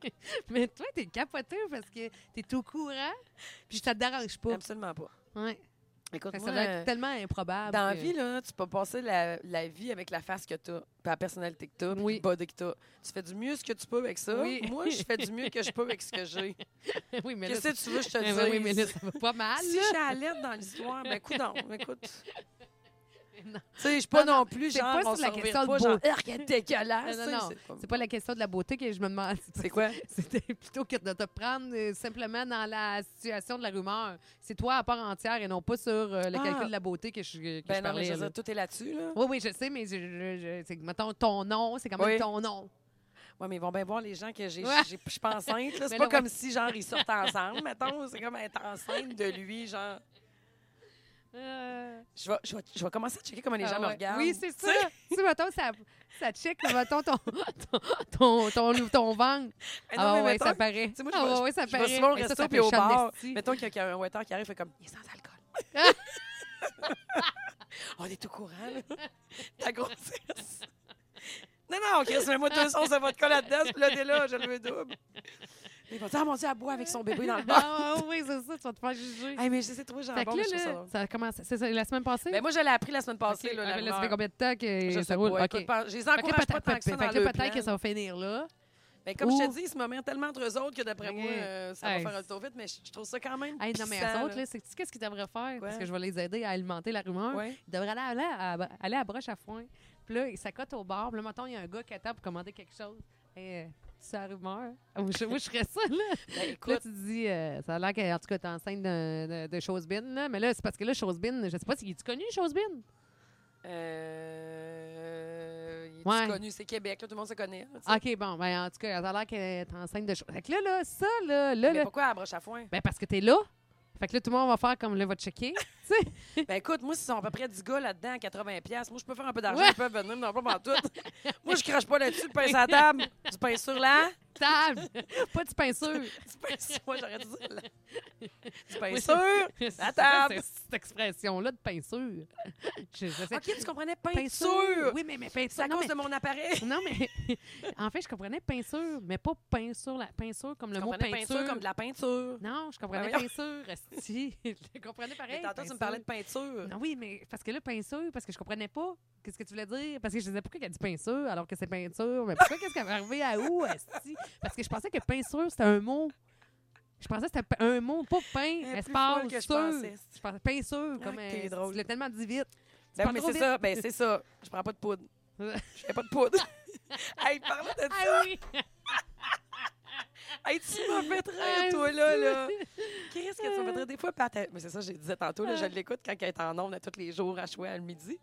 Speaker 2: Mais toi, t'es capoté parce que t'es au courant, puis ça te dérange pas.
Speaker 1: Absolument pas.
Speaker 2: Ouais.
Speaker 1: Écoute,
Speaker 2: Fait que
Speaker 1: moi,
Speaker 2: ça doit
Speaker 1: euh,
Speaker 2: être tellement improbable.
Speaker 1: dans la
Speaker 2: que-
Speaker 1: vie, là, tu peux passer la, la vie avec la face que tu as, la personnalité que tu as,
Speaker 2: Oui.
Speaker 1: le body que tu as. Tu fais du mieux ce que tu peux avec ça.
Speaker 2: Oui.
Speaker 1: Moi, je fais du mieux que je peux avec ce que j'ai.
Speaker 2: oui, mais là,
Speaker 1: Qu'est-ce que tu veux que je te
Speaker 2: c'est-
Speaker 1: dise?
Speaker 2: oui, mais là, ça va pas mal.
Speaker 1: si
Speaker 2: là.
Speaker 1: je suis à l'aide dans l'histoire, ben coudonc, écoute.
Speaker 2: Non.
Speaker 1: Tu sais, je suis pas
Speaker 2: Non, non,
Speaker 1: non plus
Speaker 2: c'est
Speaker 1: genre,
Speaker 2: pas
Speaker 1: on
Speaker 2: sur la
Speaker 1: s'en revire
Speaker 2: question de
Speaker 1: pas, genre,
Speaker 2: beauté.
Speaker 1: Arc, elle est dégueulasse.
Speaker 2: Non,
Speaker 1: tu sais,
Speaker 2: non, non.
Speaker 1: c'est comme-
Speaker 2: C'est pas la question de la beauté que je me demande.
Speaker 1: C'est quoi? Ben
Speaker 2: C'était plutôt que de te prendre euh, simplement dans la situation de la rumeur. C'est toi à part entière et non pas sur euh, le
Speaker 1: Ah.
Speaker 2: calcul de la beauté que je, que
Speaker 1: Ben non,
Speaker 2: je
Speaker 1: mais
Speaker 2: parlais.
Speaker 1: je veux
Speaker 2: là.
Speaker 1: dire, tout est là-dessus, là.
Speaker 2: Oui, oui, je sais, mais je, je- je- c'est que, mettons, ton nom, c'est quand même
Speaker 1: Oui.
Speaker 2: ton nom.
Speaker 1: Ouais, mais ils vont bien voir les gens que j'ai,
Speaker 2: Ouais.
Speaker 1: j'ai- je suis pas enceinte. là.
Speaker 2: Mais
Speaker 1: C'est pas
Speaker 2: là,
Speaker 1: comme si, genre, ils sortent ensemble, mettons. C'est comme être enceinte de lui, genre. Je vais, je vais, je vais commencer à checker comment les
Speaker 2: Ah
Speaker 1: gens me
Speaker 2: ouais.
Speaker 1: regardent.
Speaker 2: Oui, c'est
Speaker 1: Tu
Speaker 2: ça. Tu sais, mettons, ça, ça check, mettons, ton, ton, ton, ton, ton ventre.
Speaker 1: Ah non,
Speaker 2: Ah,
Speaker 1: mais
Speaker 2: ouais, ouais,
Speaker 1: mettons-
Speaker 2: ça paraît.
Speaker 1: Tu sais, moi, je
Speaker 2: ah,
Speaker 1: vais-
Speaker 2: ouais, ouais, ça
Speaker 1: je
Speaker 2: paraît.
Speaker 1: vais souvent au
Speaker 2: Mais ça,
Speaker 1: resto
Speaker 2: ça
Speaker 1: puis au
Speaker 2: fait chiant de
Speaker 1: bar.
Speaker 2: l'esti.
Speaker 1: Mettons qu'il y a un waiter qui arrive, fait comme il est sans alcool. On est tout courant, là. Ta grossesse. Non, non, Chris, mets-moi deux onces de vodka là-dedans, puis là, t'es là, je le veux double. Ils vont dire, ah mon Dieu, elle boit avec son bébé dans le bar.
Speaker 2: Ah, ouais, ouais, c'est ça, tu vas te faire juger.
Speaker 1: hey, Ah, mais j'essaie de trouver
Speaker 2: fait
Speaker 1: jambon,
Speaker 2: que
Speaker 1: mais je trouve
Speaker 2: là,
Speaker 1: ça
Speaker 2: là,
Speaker 1: drôle.
Speaker 2: ça a commencé. C'est ça, la semaine passée?
Speaker 1: Ben, moi, je l'ai appris la semaine passée,
Speaker 2: OK.
Speaker 1: là,
Speaker 2: Ah,
Speaker 1: la
Speaker 2: ben là, ça
Speaker 1: rumeur.
Speaker 2: fait combien de temps que
Speaker 1: Je sais
Speaker 2: ça roule?
Speaker 1: pas,
Speaker 2: OK.
Speaker 1: écoute, pas- je les
Speaker 2: Fait que là,
Speaker 1: encourage pas
Speaker 2: peut-être-
Speaker 1: tant que ça
Speaker 2: fait
Speaker 1: dans
Speaker 2: que là,
Speaker 1: le
Speaker 2: peut-être que ça
Speaker 1: plan.
Speaker 2: va finir là.
Speaker 1: Mais comme je
Speaker 2: Ou-
Speaker 1: te dis, ils se moment tellement entre eux autres que d'après moi,
Speaker 2: OK.
Speaker 1: euh, ça
Speaker 2: Hey.
Speaker 1: va faire un tour vite, mais je je trouve ça quand même
Speaker 2: Hey, non, mais à
Speaker 1: puissant,
Speaker 2: eux autres, là, c'est qu'est-ce qu'ils devraient faire? Parce
Speaker 1: Quoi?
Speaker 2: que je vais les aider à alimenter la rumeur.
Speaker 1: Ouais.
Speaker 2: Ils devraient aller, aller, à, aller à broche à foin. Puis là, ils s'accotent au bar. Puis là, mettons, il y a un gars qui attend pour commander quelque chose. Hey, c'est la rumeur. Ah, Moi, je, moi, je ferais ça, là.
Speaker 1: Ben,
Speaker 2: Puis Là,
Speaker 1: écoute,
Speaker 2: tu dis, euh, ça a l'air qu'en tout cas, t'es enceinte de, de, de Chosebin, là. Mais là, c'est parce que là, Chosebin, je sais pas si tu connu, Chosebin.
Speaker 1: Euh, il est
Speaker 2: Ouais.
Speaker 1: connu, c'est Québec, là, tout le monde se connaît. là, tu sais.
Speaker 2: OK, bon, ben, en tout cas, ça a l'air qu'elle est enceinte de Chosebin. Fait que là, là, ça, là, là,
Speaker 1: mais
Speaker 2: là.
Speaker 1: pourquoi à broche à foin?
Speaker 2: Ben, parce que t'es là. Fait que là, tout le monde va faire comme là, va checker.
Speaker 1: ben écoute, moi, s'ils sont à peu près 10 gars là-dedans à 80$, piastres, moi, je peux faire un peu d'argent,
Speaker 2: Ouais.
Speaker 1: ils peuvent venir, mais non, pas pour tout. moi, je crache pas là-dessus, du pain sur la table, du pain sur là,
Speaker 2: Table! pas de peinture.
Speaker 1: du pain sur... Moi, j'aurais dû dire là. Du pain
Speaker 2: Oui.
Speaker 1: sur...
Speaker 2: La
Speaker 1: table.
Speaker 2: Cette expression-là de peinture. Je, je sais.
Speaker 1: OK, tu comprenais, pain, sur...
Speaker 2: Oui, mais, mais peinture.
Speaker 1: C'est à
Speaker 2: non,
Speaker 1: cause de
Speaker 2: mais-
Speaker 1: mon appareil.
Speaker 2: Non, mais en fait, je comprenais peinture, mais pas peinture, la peinture comme le
Speaker 1: Je
Speaker 2: mot
Speaker 1: comprenais peinture.
Speaker 2: peinture.
Speaker 1: comme de la peinture.
Speaker 2: Non, je comprenais
Speaker 1: Ben
Speaker 2: peinture, esti. Je comprenais pareil.
Speaker 1: Mais tantôt, tu me parlais de peinture.
Speaker 2: Non, oui, mais parce que là, peinture, parce que je comprenais pas qu'est-ce que tu voulais dire. Parce que je disais, pourquoi qu'elle dit peinture alors que c'est peinture? Mais pourquoi qu'est-ce qu'elle va arriver à où, esti? Parce que je pensais que peinture, c'était un mot. Je pensais que c'était pe- un mot, pas peint,
Speaker 1: Elle est plus
Speaker 2: espace,
Speaker 1: folle que je
Speaker 2: sur.
Speaker 1: pensais, esti.
Speaker 2: Je pensais peinture,
Speaker 1: Ah,
Speaker 2: comme...
Speaker 1: que
Speaker 2: euh,
Speaker 1: t'es drôle.
Speaker 2: Je l'ai tellement dit vite.
Speaker 1: Ben,
Speaker 2: parles
Speaker 1: oui, mais
Speaker 2: trop
Speaker 1: c'est ça, ben c'est ça. Je prends pas de poudre. Je fais pas de poudre. hey, parle de ça.
Speaker 2: Ah oui!
Speaker 1: Hey, tu m'as fait
Speaker 2: Ah,
Speaker 1: rire, toi, là, là. Qu'est-ce que tu m'as fait rire? Des fois, Pat, elle- mais c'est ça, je le disais tantôt, là, je
Speaker 2: Ah.
Speaker 1: l'écoute quand elle est en ondes à tous les jours, à choix, à le midi.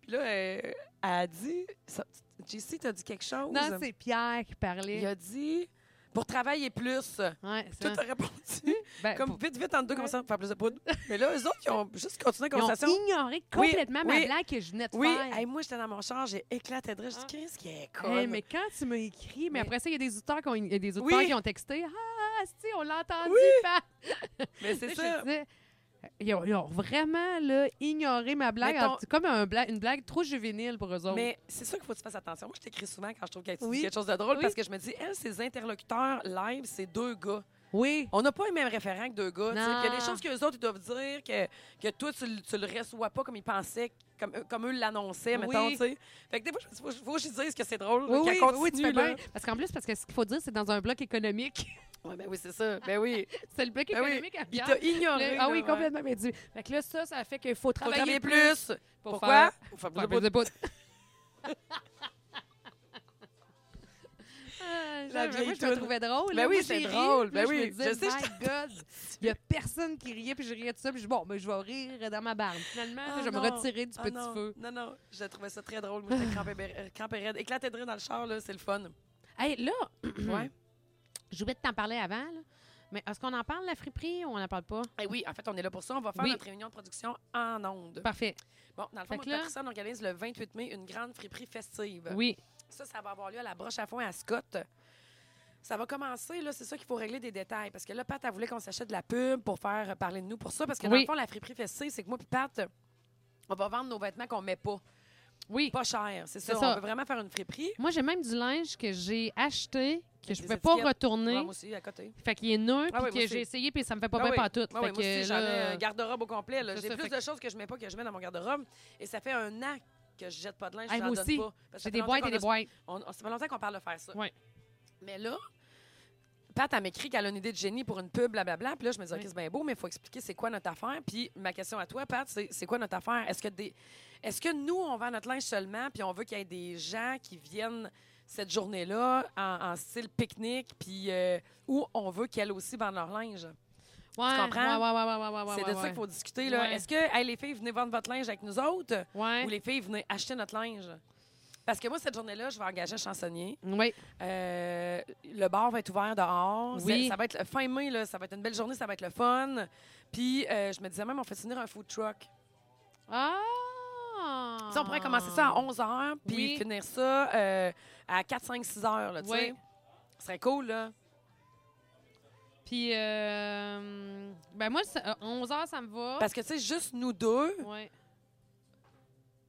Speaker 1: Puis là, euh, elle a dit, ça- JC, t'as dit quelque chose?
Speaker 2: Non, c'est Pierre qui parlait.
Speaker 1: Il a dit, pour travailler plus.
Speaker 2: Ouais,
Speaker 1: Puis Toi,
Speaker 2: ça.
Speaker 1: t'as répondu,
Speaker 2: Ben,
Speaker 1: comme
Speaker 2: pour-
Speaker 1: vite, vite, entre deux
Speaker 2: Ouais.
Speaker 1: conversations, pour faire plus de poudre. Mais là, eux autres, ils ont juste continué la
Speaker 2: Ils ont
Speaker 1: conversation.
Speaker 2: ignoré complètement ma
Speaker 1: oui.
Speaker 2: blague que je venais de
Speaker 1: Oui,
Speaker 2: faire.
Speaker 1: hey, moi, j'étais dans mon char, j'ai éclaté de rire.
Speaker 2: Ah.
Speaker 1: J'ai dit, qu'est-ce qui est
Speaker 2: Hey,
Speaker 1: con?
Speaker 2: mais quand tu m'as écrit, mais,
Speaker 1: Mais-
Speaker 2: après ça, il y a des auteurs qui ont, il y a des auteurs
Speaker 1: Oui.
Speaker 2: qui ont texté. Ah, si, on l'a entendu,
Speaker 1: Oui.
Speaker 2: Pat.
Speaker 1: Mais c'est
Speaker 2: Je
Speaker 1: ça.
Speaker 2: disais, ils, ont, ils ont vraiment là, ignoré ma blague.
Speaker 1: Mettons-
Speaker 2: Alors, C'est comme un bla- une blague trop juvénile pour eux autres.
Speaker 1: Mais c'est sûr qu'il faut que tu fasses attention. Moi, je t'écris souvent quand je trouve qu'elle dit
Speaker 2: Oui.
Speaker 1: quelque chose de drôle
Speaker 2: Oui.
Speaker 1: parce que je me dis, elle, ses interlocuteurs live, c'est deux gars.
Speaker 2: Oui.
Speaker 1: On n'a pas les mêmes référents que deux gars. tu sais.
Speaker 2: Non.
Speaker 1: Il y a des choses que les autres, ils doivent dire que, que toi, tu, le- tu le reçois pas comme ils pensaient, comme, eux- comme eux l'annonçaient,
Speaker 2: Oui.
Speaker 1: mettons, tu sais. Fait que des fois, je me dis, faut, faut que je dise que c'est drôle,
Speaker 2: Oui, oui,
Speaker 1: qu'elle continue.
Speaker 2: oui, tu fais
Speaker 1: là.
Speaker 2: bien. Parce qu'en plus, parce que ce qu'il faut dire, c'est dans un bloc économique.
Speaker 1: Ouais, ben oui, c'est ça. Ben oui.
Speaker 2: c'est le bloc
Speaker 1: Ben oui.
Speaker 2: économique à
Speaker 1: Il
Speaker 2: Pierre.
Speaker 1: t'a ignoré.
Speaker 2: Ah oui,
Speaker 1: là, ouais.
Speaker 2: complètement perdu. Fait que là, ça, ça fait qu'il faut
Speaker 1: Faut travailler
Speaker 2: travailler,
Speaker 1: plus.
Speaker 2: pour
Speaker 1: Pourquoi?
Speaker 2: faire-
Speaker 1: Pour faire plus de
Speaker 2: faire plus de poutres.
Speaker 1: La
Speaker 2: La Ah, moi,
Speaker 1: vieille
Speaker 2: je me
Speaker 1: toune.
Speaker 2: trouvais drôle.
Speaker 1: Ben
Speaker 2: là.
Speaker 1: oui,
Speaker 2: Moi,
Speaker 1: c'est
Speaker 2: j'ai ri,
Speaker 1: drôle.
Speaker 2: puis là,
Speaker 1: Ben oui,
Speaker 2: Je me
Speaker 1: je
Speaker 2: disais,
Speaker 1: sais, je
Speaker 2: my God, il n'y a personne qui riait, puis je riais de ça, puis je dis, bon, ben, je vais rire dans ma barbe. Finalement,
Speaker 1: Ah
Speaker 2: je vais me
Speaker 1: non.
Speaker 2: retirer du
Speaker 1: Ah
Speaker 2: petit
Speaker 1: non.
Speaker 2: feu.
Speaker 1: Non, non, je trouvais ça très drôle. Moi, j'étais crampée euh, crampée raide. Éclater de rire dans le char, là, c'est le fun.
Speaker 2: Hey, là,
Speaker 1: ouais.
Speaker 2: je voulais t'en parler avant, là, mais est-ce qu'on en parle, la friperie, ou on n'en parle pas?
Speaker 1: Eh oui, en fait, on est là pour ça. On va faire
Speaker 2: Oui.
Speaker 1: notre réunion de production en ondes.
Speaker 2: Parfait.
Speaker 1: Bon, dans le
Speaker 2: Fait
Speaker 1: fond,
Speaker 2: que
Speaker 1: notre
Speaker 2: là-
Speaker 1: personne organise le 28 mai une grande friperie festive.
Speaker 2: Euh, Oui.
Speaker 1: Ça, ça va avoir lieu à la broche à foin à Scott. Ça va commencer, là, c'est ça qu'il faut régler des détails. Parce que là, Pat, elle voulait qu'on s'achète de la pub pour faire euh, parler de nous pour ça. Parce que dans
Speaker 2: Oui.
Speaker 1: le fond, la friperie festive, c'est que moi puis Pat, on va vendre nos vêtements qu'on met pas.
Speaker 2: Oui.
Speaker 1: Pas cher, c'est
Speaker 2: C'est
Speaker 1: ça.
Speaker 2: ça.
Speaker 1: On veut vraiment faire une friperie.
Speaker 2: Moi, j'ai même du linge que j'ai acheté, que
Speaker 1: Avec
Speaker 2: je ne
Speaker 1: des
Speaker 2: pouvais pas
Speaker 1: étiquettes.
Speaker 2: retourner.
Speaker 1: Ouais, moi aussi, à côté.
Speaker 2: Fait qu'il est neuf,
Speaker 1: Ah oui,
Speaker 2: puis
Speaker 1: moi
Speaker 2: que
Speaker 1: aussi.
Speaker 2: j'ai essayé, puis ça me fait pas
Speaker 1: Ah
Speaker 2: bien
Speaker 1: oui.
Speaker 2: pantoute.
Speaker 1: Ah oui,
Speaker 2: Fait
Speaker 1: moi
Speaker 2: que
Speaker 1: aussi, j'en ai
Speaker 2: là,
Speaker 1: un garde-robe au complet. là.
Speaker 2: C'est
Speaker 1: J'ai
Speaker 2: ça,
Speaker 1: plus
Speaker 2: fait
Speaker 1: de choses que je mets pas que je mets dans mon garde-robe. Et ça fait un an que je jette pas de linge,
Speaker 2: Hey,
Speaker 1: je n'en
Speaker 2: moi
Speaker 1: donne
Speaker 2: aussi.
Speaker 1: pas. Parce que ça
Speaker 2: J'ai
Speaker 1: fait
Speaker 2: des
Speaker 1: longtemps
Speaker 2: boîtes et
Speaker 1: qu'on
Speaker 2: des
Speaker 1: a-
Speaker 2: boîtes.
Speaker 1: on- on- ça fait longtemps qu'on parle de faire ça.
Speaker 2: Ouais.
Speaker 1: Mais là, Pat, elle m'écrit qu'elle a une idée de génie pour une pub, blablabla. Puis là, je me dis, OK,
Speaker 2: Oui.
Speaker 1: c'est bien beau, mais il faut expliquer c'est quoi notre affaire. Puis ma question à toi, Pat, c'est c'est quoi notre affaire? Est-ce que, des... est que nous, on vend notre linge seulement, puis on veut qu'il y ait des gens qui viennent cette journée-là en, en style pique-nique, puis euh, où on veut qu'elles aussi vendent leur linge?
Speaker 2: Ouais,
Speaker 1: comprends?
Speaker 2: Ouais, ouais, ouais, ouais, ouais, ouais,
Speaker 1: c'est de
Speaker 2: ouais,
Speaker 1: ça
Speaker 2: ouais.
Speaker 1: qu'il faut discuter. là.
Speaker 2: Ouais.
Speaker 1: Est-ce que hey, les filles, venez vendre votre linge avec nous autres?
Speaker 2: Ouais.
Speaker 1: Ou les filles, venez acheter notre linge? Parce que moi, cette journée-là, je vais engager un chansonnier.
Speaker 2: Oui.
Speaker 1: Euh, le bar va être ouvert dehors.
Speaker 2: Oui.
Speaker 1: Ça, ça va être fin mai, là, ça va être une belle journée, ça va être le fun. Puis euh, je me disais même, on fait finir un food truck.
Speaker 2: Ah!
Speaker 1: Tu sais, on pourrait commencer ça à 11 h, puis
Speaker 2: Oui.
Speaker 1: finir ça euh, à 4, 5, 6 heures. Là, tu
Speaker 2: Oui.
Speaker 1: sais. Ce serait cool, là.
Speaker 2: Puis, euh, ben moi, ça- euh, 11 heures, ça me va.
Speaker 1: Parce que, tu sais, juste nous deux,
Speaker 2: Ouais.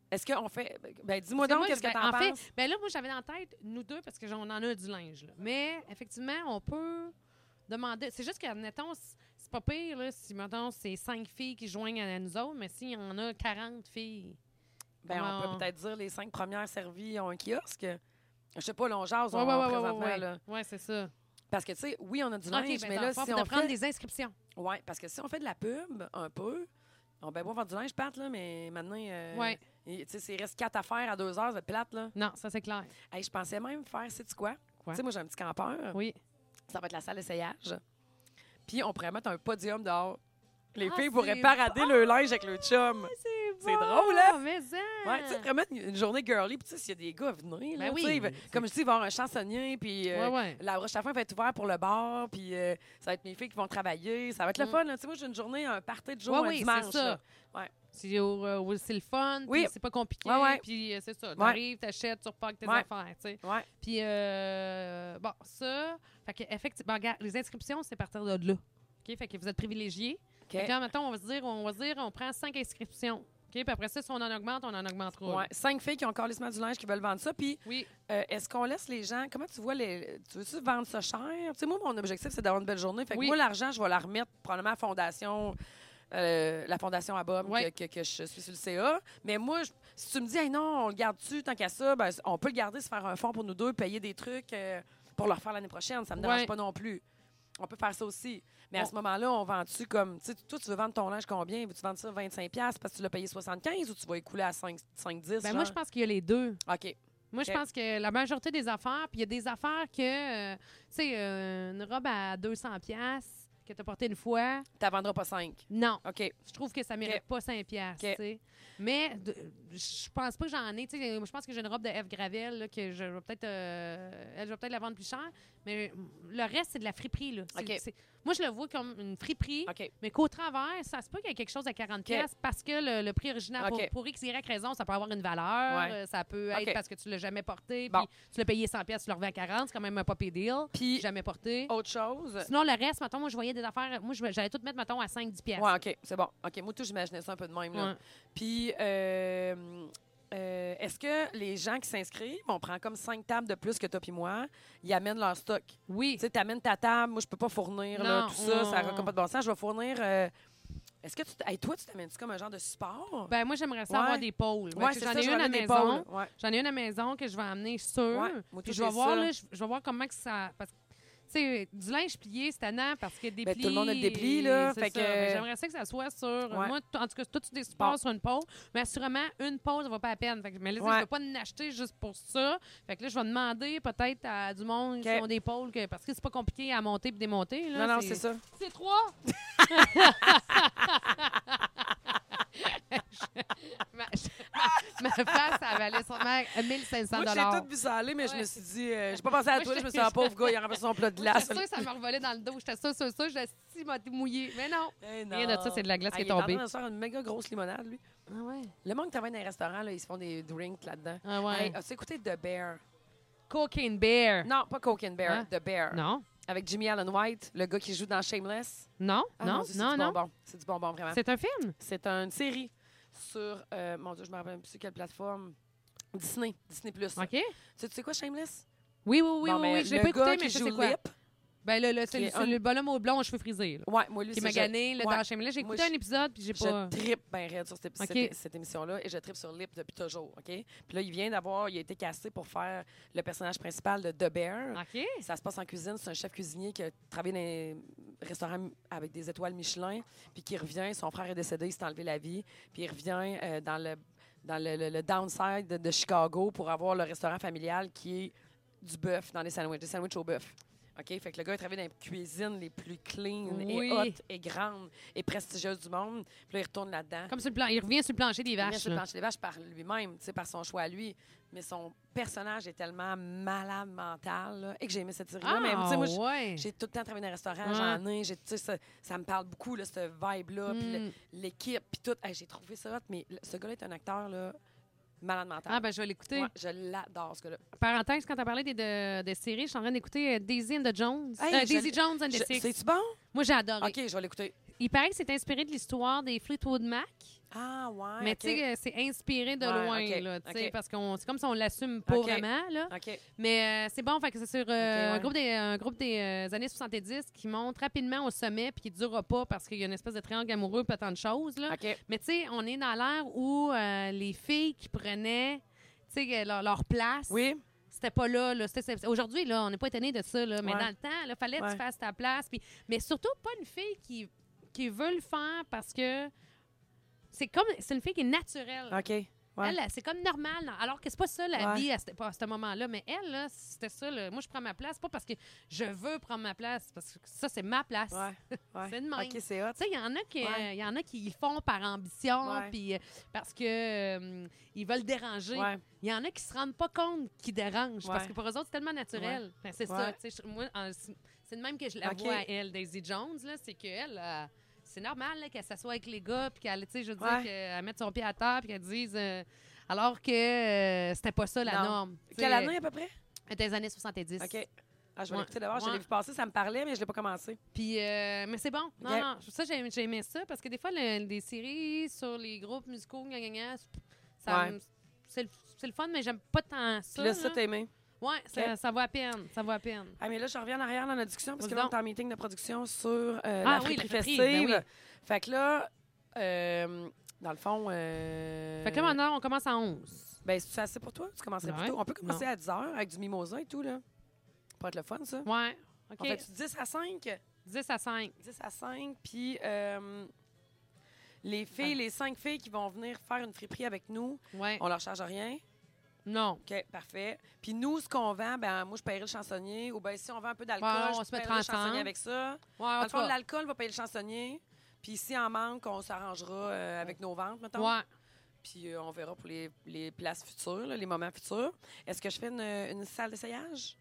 Speaker 1: est-ce qu'on fait. Ben, dis-moi
Speaker 2: Parce que
Speaker 1: donc,
Speaker 2: moi,
Speaker 1: qu'est-ce que
Speaker 2: ben,
Speaker 1: t'en
Speaker 2: en fait,
Speaker 1: penses?
Speaker 2: ben là, moi, j'avais en tête nous deux parce que j'en en a du linge. là. Mais effectivement, on peut demander. C'est juste que, admettons, c- c'est pas pire là, si, mettons, c'est cinq filles qui se joignent à nous autres, mais s'il y en a 40 filles.
Speaker 1: Ben, on
Speaker 2: on-
Speaker 1: peut peut-être dire les cinq premières servies ont un kiosque. Je sais pas, là, on jase,
Speaker 2: Ouais,
Speaker 1: on
Speaker 2: ouais, ouais, ouais,
Speaker 1: présentement,
Speaker 2: ouais,
Speaker 1: là.
Speaker 2: ouais, c'est ça.
Speaker 1: Parce que, tu sais, oui, on a du
Speaker 2: OK,
Speaker 1: linge,
Speaker 2: ben,
Speaker 1: mais
Speaker 2: dans
Speaker 1: là,
Speaker 2: le fond,
Speaker 1: si
Speaker 2: faut de
Speaker 1: on
Speaker 2: prendre
Speaker 1: fait...
Speaker 2: des inscriptions.
Speaker 1: Oui, parce que si on fait de la pub un peu, on va bien vendre du linge plate, là, mais maintenant, euh,
Speaker 2: Ouais.
Speaker 1: et, tu sais, s'il reste quatre affaires à deux heures, ça va être plate. Là.
Speaker 2: Non, ça, c'est clair.
Speaker 1: Hey, je pensais même faire, sais-tu quoi?
Speaker 2: Quoi?
Speaker 1: Tu sais, moi, j'ai un petit campeur.
Speaker 2: Oui.
Speaker 1: Ça va être la salle d'essayage. Puis on pourrait mettre un podium dehors. Les
Speaker 2: Ah,
Speaker 1: filles pourraient
Speaker 2: c'est
Speaker 1: parader le linge avec le chum. C'est bon! drôle, hein?
Speaker 2: Mais ça!
Speaker 1: Ouais, tu sais, vraiment une, une journée girly. Puis tu sais, s'il y a des gars à venir, là,
Speaker 2: Ben
Speaker 1: tu sais,
Speaker 2: oui,
Speaker 1: il va-
Speaker 2: c'est-
Speaker 1: comme je dis, il va y avoir un chansonnier, puis... euh,
Speaker 2: Ouais, ouais.
Speaker 1: La broche à fin va être ouverte pour le bar, puis euh, ça va être mes filles qui vont travailler. Ça va être le
Speaker 2: Mm.
Speaker 1: fun. là. Tu sais, moi, j'ai une journée, un party de jour,
Speaker 2: Ouais,
Speaker 1: un
Speaker 2: oui, c'est
Speaker 1: dimanche.
Speaker 2: ça.
Speaker 1: là.
Speaker 2: C'est au- euh, au- c'est le fun,
Speaker 1: Oui.
Speaker 2: puis c'est pas compliqué,
Speaker 1: Ouais, ouais.
Speaker 2: puis euh, c'est ça. T'arrives, t'achètes, tu repars avec tes
Speaker 1: Ouais.
Speaker 2: affaires, tu sais.
Speaker 1: Ouais.
Speaker 2: Puis, euh, bon, ça, fait que, effectivement, regarde, les inscriptions, c'est à partir de là. OK? Fait que vous êtes privilégiés.
Speaker 1: OK.
Speaker 2: Fait que là, mettons, on va se dire, on va se dire, on prend cinq inscriptions. OK? Puis après ça, si on en augmente, on en augmentera.
Speaker 1: Ouais, cinq filles qui ont encore les semaines du linge qui veulent vendre ça. Puis,
Speaker 2: Oui.
Speaker 1: euh, est-ce qu'on laisse les gens. Comment tu vois les. Tu veux-tu vendre ça cher? Tu sais, moi, mon objectif, c'est d'avoir une belle journée. Fait que
Speaker 2: Oui.
Speaker 1: moi, l'argent, je vais la remettre probablement à la fondation. euh, la fondation à Bob,
Speaker 2: Ouais.
Speaker 1: que, que- que je suis sur le CA. Mais moi, je- si tu me dis, hey, non, on le garde-tu tant qu'à ça, ben, on peut le garder, se faire un fonds pour nous deux, payer des trucs euh, pour le refaire l'année prochaine. Ça me dérange
Speaker 2: Ouais.
Speaker 1: pas non plus. On peut faire ça aussi. Mais à
Speaker 2: On-
Speaker 1: ce moment-là, on vend-tu comme. Tu sais, toi, tu veux vendre ton linge combien? Veux-tu vendre ça 25$ piastres parce que tu l'as payé 75$ ou tu vas écouler à 5, 5 10
Speaker 2: Ben, moi, je pense qu'il y a les deux.
Speaker 1: OK.
Speaker 2: Moi, je
Speaker 1: Ok.
Speaker 2: pense que la majorité des affaires, puis il y a des affaires que, euh, tu sais, euh, une robe à 200 pièces que tu as portée une fois,
Speaker 1: T'en vendras pas 5.
Speaker 2: non.
Speaker 1: OK.
Speaker 2: Je trouve que ça mérite
Speaker 1: Ok.
Speaker 2: pas 5 piastres,
Speaker 1: Ok.
Speaker 2: tu sais. Mais de- je pense pas que j'en ai. tu sais, Je pense que j'ai une robe de F. Gravel là, que je vais peut-être euh, elle, je vais peut-être la vendre plus cher. Mais le reste, c'est de la friperie. Là. C'est-
Speaker 1: Ok.
Speaker 2: c'est- moi, je le vois comme une friperie,
Speaker 1: OK.
Speaker 2: mais qu'au travers, ça se peut qu'il y ait quelque chose à 40 piastres parce que le, le prix original, pour-
Speaker 1: Ok.
Speaker 2: pour, X, Y raison, ça peut avoir une valeur.
Speaker 1: Ouais.
Speaker 2: euh, Ça peut être
Speaker 1: Ok.
Speaker 2: parce que tu l'as jamais porté,
Speaker 1: Bon.
Speaker 2: puis tu l'as payé 100 piastres, tu l'as revu à 40. C'est quand même un poppy deal.
Speaker 1: Puis, Oh, euh,
Speaker 2: Jamais porté.
Speaker 1: autre chose.
Speaker 2: Sinon, le reste, mettons, moi, je voyais des affaires. Moi, je- j'allais tout mettre, mettons, à 5-10 piastres.
Speaker 1: Ouais, OK. C'est bon. OK. Moi, tout, j'imaginais ça un peu de même. Là.
Speaker 2: Ouais.
Speaker 1: Puis, euh, euh, est-ce que les gens qui s'inscrivent, on prend comme 5 tables de plus que toi puis moi, ils amènent leur stock?
Speaker 2: Oui.
Speaker 1: Tu sais, t'amènes ta table. Moi, je peux pas fournir là,
Speaker 2: Non,
Speaker 1: tout ça. Ça
Speaker 2: on-
Speaker 1: n'a pas de bon sens. Je vais fournir. euh, est-ce que tu. t- Hey, toi, tu t'amènes-tu comme un genre de support?
Speaker 2: Ben moi j'aimerais ça
Speaker 1: Ouais.
Speaker 2: avoir des pôles. Parce que
Speaker 1: c'est
Speaker 2: j'en
Speaker 1: ça,
Speaker 2: ai
Speaker 1: je
Speaker 2: une
Speaker 1: vais
Speaker 2: à la
Speaker 1: mettre des
Speaker 2: maison.
Speaker 1: pôles. Ouais.
Speaker 2: J'en ai une à la maison que je vais amener sur.
Speaker 1: Ouais, moi
Speaker 2: Puis
Speaker 1: aussi,
Speaker 2: je vais
Speaker 1: j'ai
Speaker 2: voir
Speaker 1: ça.
Speaker 2: là, je, je vais voir comment que ça parce que tu sais du linge plié c'est tannant parce que des
Speaker 1: Ben,
Speaker 2: plis.
Speaker 1: tout le monde a le dépli, là,
Speaker 2: c'est
Speaker 1: fait
Speaker 2: ça.
Speaker 1: que-
Speaker 2: Ben, j'aimerais ça que ça soit sur
Speaker 1: Ouais.
Speaker 2: moi t- en tout cas tout tu supports
Speaker 1: Bon.
Speaker 2: sur une pôle, mais assurément une pôle ça va pas à peine. Fait que mais là tu sais,
Speaker 1: Ouais.
Speaker 2: je vais pas en acheter juste pour ça. Fait que là je vais demander peut-être à du monde qui
Speaker 1: Ok.
Speaker 2: ont des pôles que parce que c'est pas compliqué à monter puis démonter là.
Speaker 1: Non, non, c'est ça.
Speaker 2: C'est trois. ma, ma- ma face, elle valait sûrement 1500
Speaker 1: Moi, j'ai tout vu ça aller, mais je
Speaker 2: Ouais.
Speaker 1: me suis dit. euh, j'ai pas pensé à
Speaker 2: Moi,
Speaker 1: toi. là, Je me suis dit,
Speaker 2: j'ai-
Speaker 1: ah, pauvre gars, il a renversé son plat de glace.
Speaker 2: J'étais sûre que ça me revolait dans le dos. J'étais sûre, sûre, sûre. J'étais si mouillée. Mais non.
Speaker 1: Eh
Speaker 2: Rien de ça, c'est de la glace
Speaker 1: Ah,
Speaker 2: qui est
Speaker 1: il en
Speaker 2: tombée.
Speaker 1: train de se faire une méga grosse limonade, lui.
Speaker 2: Ah ouais.
Speaker 1: Le monde qui travaille dans les restaurants, là, ils se font des drinks là-dedans.
Speaker 2: Ah ouais.
Speaker 1: Hey, as-tu écouté The Bear?
Speaker 2: Cocaine Bear.
Speaker 1: Non, pas Coke and Bear,
Speaker 2: Hein?
Speaker 1: The Bear.
Speaker 2: Non.
Speaker 1: Avec Jimmy Allen White, le gars qui joue dans Shameless.
Speaker 2: Non.
Speaker 1: Ah,
Speaker 2: non.
Speaker 1: mon Dieu, c'est
Speaker 2: non.
Speaker 1: du
Speaker 2: Non.
Speaker 1: bonbon. hein. C'est du bonbon, vraiment.
Speaker 2: C'est un film.
Speaker 1: C'est une série sur, euh, mon Dieu, je me rappelle même plus sur quelle plateforme. Disney, Disney+.
Speaker 2: OK.
Speaker 1: Tu, sais, tu sais quoi, Shameless?
Speaker 2: Oui, oui, oui,
Speaker 1: Bon,
Speaker 2: oui,
Speaker 1: ben,
Speaker 2: oui. Je l'ai
Speaker 1: le
Speaker 2: pas écouté,
Speaker 1: gars
Speaker 2: mais
Speaker 1: qui
Speaker 2: je
Speaker 1: joue
Speaker 2: sais quoi.
Speaker 1: Lip,
Speaker 2: Ben, le, le, c'est
Speaker 1: Qui
Speaker 2: le,
Speaker 1: est
Speaker 2: c'est
Speaker 1: un-
Speaker 2: le bonhomme au blond aux cheveux frisés, là,
Speaker 1: Ouais, moi, lui,
Speaker 2: qui
Speaker 1: c'est
Speaker 2: m'a
Speaker 1: je-
Speaker 2: gagné là,
Speaker 1: ouais.
Speaker 2: dans Shameless. J'ai
Speaker 1: Moi,
Speaker 2: écouté
Speaker 1: je-
Speaker 2: un épisode, puis j'ai pas...
Speaker 1: Je tripe bien raide sur cette, cette-
Speaker 2: Ok.
Speaker 1: cette émission-là et je tripe sur Lip depuis toujours, OK? Puis là, il vient d'avoir, il a été cassé pour faire le personnage principal de The Bear.
Speaker 2: OK.
Speaker 1: Ça se passe en cuisine, c'est un chef cuisinier qui a travaillé dans un restaurant avec des étoiles Michelin, puis qui revient, son frère est décédé, il s'est enlevé la vie, puis il revient euh, dans le dans le, le- le downside de, de Chicago pour avoir le restaurant familial qui est du bœuf dans les sandwichs, des sandwichs au bœuf. OK? Fait que le gars, il travaille dans les cuisines les plus clean
Speaker 2: Oui.
Speaker 1: et hautes et grandes et prestigieuses du monde. Puis là, il retourne là-dedans.
Speaker 2: Comme sur le plan... Il revient sur le plancher des
Speaker 1: Il vient
Speaker 2: vaches.
Speaker 1: sur le
Speaker 2: là.
Speaker 1: plancher des vaches par lui-même, tu sais, par son choix à lui. Mais son personnage est tellement malade mental là, et que j'ai aimé cette série-là.
Speaker 2: Ah,
Speaker 1: mais tu sais, moi, je-
Speaker 2: ouais.
Speaker 1: j'ai tout le temps travaillé dans un restaurant,
Speaker 2: Ouais.
Speaker 1: j'en ai, j'ai- tu sais, ça, ça me parle beaucoup, là, ce vibe-là, puis le-
Speaker 2: Mm.
Speaker 1: l'équipe, puis tout. Hey, j'ai trouvé ça hot, mais le- ce gars-là est un acteur, là, malade mental.
Speaker 2: Ah, ben, je vais l'écouter.
Speaker 1: Ouais, je l'adore, ce gars-là.
Speaker 2: Parenthèse, quand t'as parlé des, de, des séries, je suis en train d'écouter euh, Daisy and the Jones.
Speaker 1: Hey,
Speaker 2: Euh,
Speaker 1: je
Speaker 2: Daisy
Speaker 1: l'ai-
Speaker 2: Jones and
Speaker 1: Je-
Speaker 2: the Six.
Speaker 1: C'est-tu bon?
Speaker 2: Moi, j'ai adoré.
Speaker 1: OK, je vais l'écouter.
Speaker 2: Il paraît que c'est inspiré de l'histoire des Fleetwood Mac,
Speaker 1: Ah, ouais.
Speaker 2: mais
Speaker 1: OK.
Speaker 2: tu sais, euh, c'est inspiré de
Speaker 1: Ouais,
Speaker 2: loin,
Speaker 1: ok,
Speaker 2: là, tu sais,
Speaker 1: ok.
Speaker 2: parce qu'on c'est comme si on l'assume pas
Speaker 1: Ok.
Speaker 2: vraiment, là.
Speaker 1: OK.
Speaker 2: Mais euh, c'est bon, fait que c'est sur
Speaker 1: Ok, ouais.
Speaker 2: euh, un groupe des, un groupe des euh, années 70 qui monte rapidement au sommet puis qui durera pas parce qu'il y a une espèce de triangle amoureux, pas tant de choses, là.
Speaker 1: OK.
Speaker 2: Mais tu sais, on est dans l'ère où euh, les filles qui prenaient, tu sais, leur, leur place,
Speaker 1: Oui,
Speaker 2: c'était pas là. là. C'était- c'était- Aujourd'hui, là, on n'est pas étonné de ça, là. mais
Speaker 1: Ouais.
Speaker 2: dans le temps, il fallait que tu
Speaker 1: Ouais.
Speaker 2: fasses ta place. puis- Mais surtout, pas une fille qui, qui veut le faire parce que c'est comme c'est une fille qui est naturelle.
Speaker 1: OK. Ah, ouais.
Speaker 2: Elle, c'est comme normal. là. Alors que c'est pas ça la
Speaker 1: Ouais.
Speaker 2: vie à ce, pas à ce moment-là. Mais elle, là, c'était ça. là. Moi, je prends ma place, pas parce que je veux prendre ma place, parce que ça, c'est ma place.
Speaker 1: Ouais, ouais.
Speaker 2: C'est de même.
Speaker 1: OK, c'est hot.
Speaker 2: Tu sais, il y en a qui,
Speaker 1: Ouais.
Speaker 2: euh, il y en a qui le font par ambition,
Speaker 1: Ouais.
Speaker 2: puis euh, parce que euh, ils veulent déranger.
Speaker 1: Ouais.
Speaker 2: Il y en a qui se rendent pas compte qu'ils dérangent parce
Speaker 1: Ouais.
Speaker 2: que pour eux autres, c'est tellement naturel. Ben, c'est ça.
Speaker 1: Ouais.
Speaker 2: tu sais, je- moi, en- c'est c'est de même que je la
Speaker 1: Ok.
Speaker 2: vois à elle, Daisy Jones, là, c'est qu'elle, euh, c'est normal là, qu'elle s'assoie avec les gars, puis qu'elle, tu sais, je veux dire,
Speaker 1: Ouais.
Speaker 2: qu'elle mette son pied à terre, puis qu'elle dise. euh, alors que euh, c'était pas ça la
Speaker 1: Non.
Speaker 2: norme. Tu sais,
Speaker 1: Quelle année à peu près?
Speaker 2: euh, Des années 70.
Speaker 1: OK. Ah, je vais
Speaker 2: Ouais.
Speaker 1: l'écouter d'abord. Je
Speaker 2: Ouais.
Speaker 1: l'ai vu passer, ça me parlait, mais je l'ai pas commencé.
Speaker 2: Puis, euh, mais c'est bon. Non,
Speaker 1: Ouais.
Speaker 2: non, ça, j'ai j'ai aimé ça parce que des fois, le- des séries sur les groupes musicaux, gna, gna, gna, ça
Speaker 1: Ouais.
Speaker 2: me- c'est le- c'est le fun, mais j'aime pas tant ça.
Speaker 1: Puis là, ça,
Speaker 2: là.
Speaker 1: t'as aimé.
Speaker 2: Ouais, ça, ça vaut à peine. Ça vaut à peine.
Speaker 1: Ah, mais là, je reviens en arrière dans la discussion parce que là,
Speaker 2: Vas-y donc.
Speaker 1: on est en meeting de production sur euh,
Speaker 2: Ah
Speaker 1: la friperie
Speaker 2: oui, la friperie,
Speaker 1: festive.
Speaker 2: ben oui.
Speaker 1: Fait que là, euh, dans le fond. euh,
Speaker 2: Fait que là, maintenant, on commence à 11.
Speaker 1: Ben, c'est assez pour toi? Tu commencerais
Speaker 2: Ouais.
Speaker 1: plus tôt? On peut commencer
Speaker 2: Non.
Speaker 1: à 10 h avec du mimosa et tout, là. Ça pourrait être le fun, ça.
Speaker 2: Ouais. OK.
Speaker 1: On fait 10 à 5?
Speaker 2: 10 à 5.
Speaker 1: 10 à 5, puis euh, les filles,
Speaker 2: Ah.
Speaker 1: les 5 filles qui vont venir faire une friperie avec nous,
Speaker 2: Ouais.
Speaker 1: on leur charge rien.
Speaker 2: Non.
Speaker 1: OK, parfait. Puis nous, ce qu'on vend, ben moi, je paierai le chansonnier. Ou bien si on vend un peu d'alcool,
Speaker 2: Ouais, on
Speaker 1: je
Speaker 2: va se mettre
Speaker 1: paierai le
Speaker 2: ensemble.
Speaker 1: chansonnier avec ça.
Speaker 2: Ouais, en
Speaker 1: Dans le
Speaker 2: tout
Speaker 1: fond,
Speaker 2: cas,
Speaker 1: l'alcool va payer le chansonnier. Puis s'il en manque, on s'arrangera euh, avec nos ventes, mettons.
Speaker 2: Ouais.
Speaker 1: Puis euh, on verra pour les, les places futures, là, les moments futurs. Est-ce que je fais une, une salle d'essayage?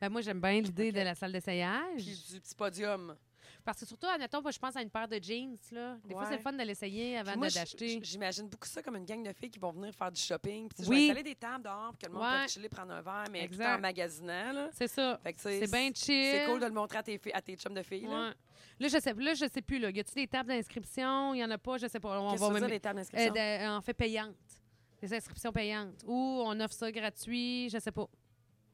Speaker 2: Ben, moi, j'aime bien l'idée de la salle d'essayage.
Speaker 1: Puis du petit podium.
Speaker 2: Parce que surtout, admettons, moi, je pense à une paire de jeans, là. Des fois,
Speaker 1: Ouais.
Speaker 2: c'est le fun de l'essayer
Speaker 1: Puis
Speaker 2: avant
Speaker 1: moi,
Speaker 2: de
Speaker 1: j-
Speaker 2: l'acheter.
Speaker 1: j- J'imagine beaucoup ça comme une gang de filles qui vont venir faire du shopping. Puis tu sais,
Speaker 2: Oui.
Speaker 1: je vais installer des tables dehors pour que le monde
Speaker 2: Ouais.
Speaker 1: puisse chiller, prendre un verre, mais tout
Speaker 2: Exact.
Speaker 1: en magasinant. là.
Speaker 2: C'est ça.
Speaker 1: Fait que, tu sais,
Speaker 2: C'est bien chill.
Speaker 1: C'est cool de le montrer à tes, filles- à tes chums de filles. là.
Speaker 2: Ouais. Là, je sais, là, je sais plus. Là. Y a-tu des tables d'inscription? Y en a pas? Je sais pas. On
Speaker 1: Qu'est-ce
Speaker 2: va
Speaker 1: que tu
Speaker 2: même-
Speaker 1: veux dire des tables
Speaker 2: Euh,
Speaker 1: d'inscription?
Speaker 2: de- en fait payante. Des inscriptions payantes. Ou on offre ça gratuit, je sais pas.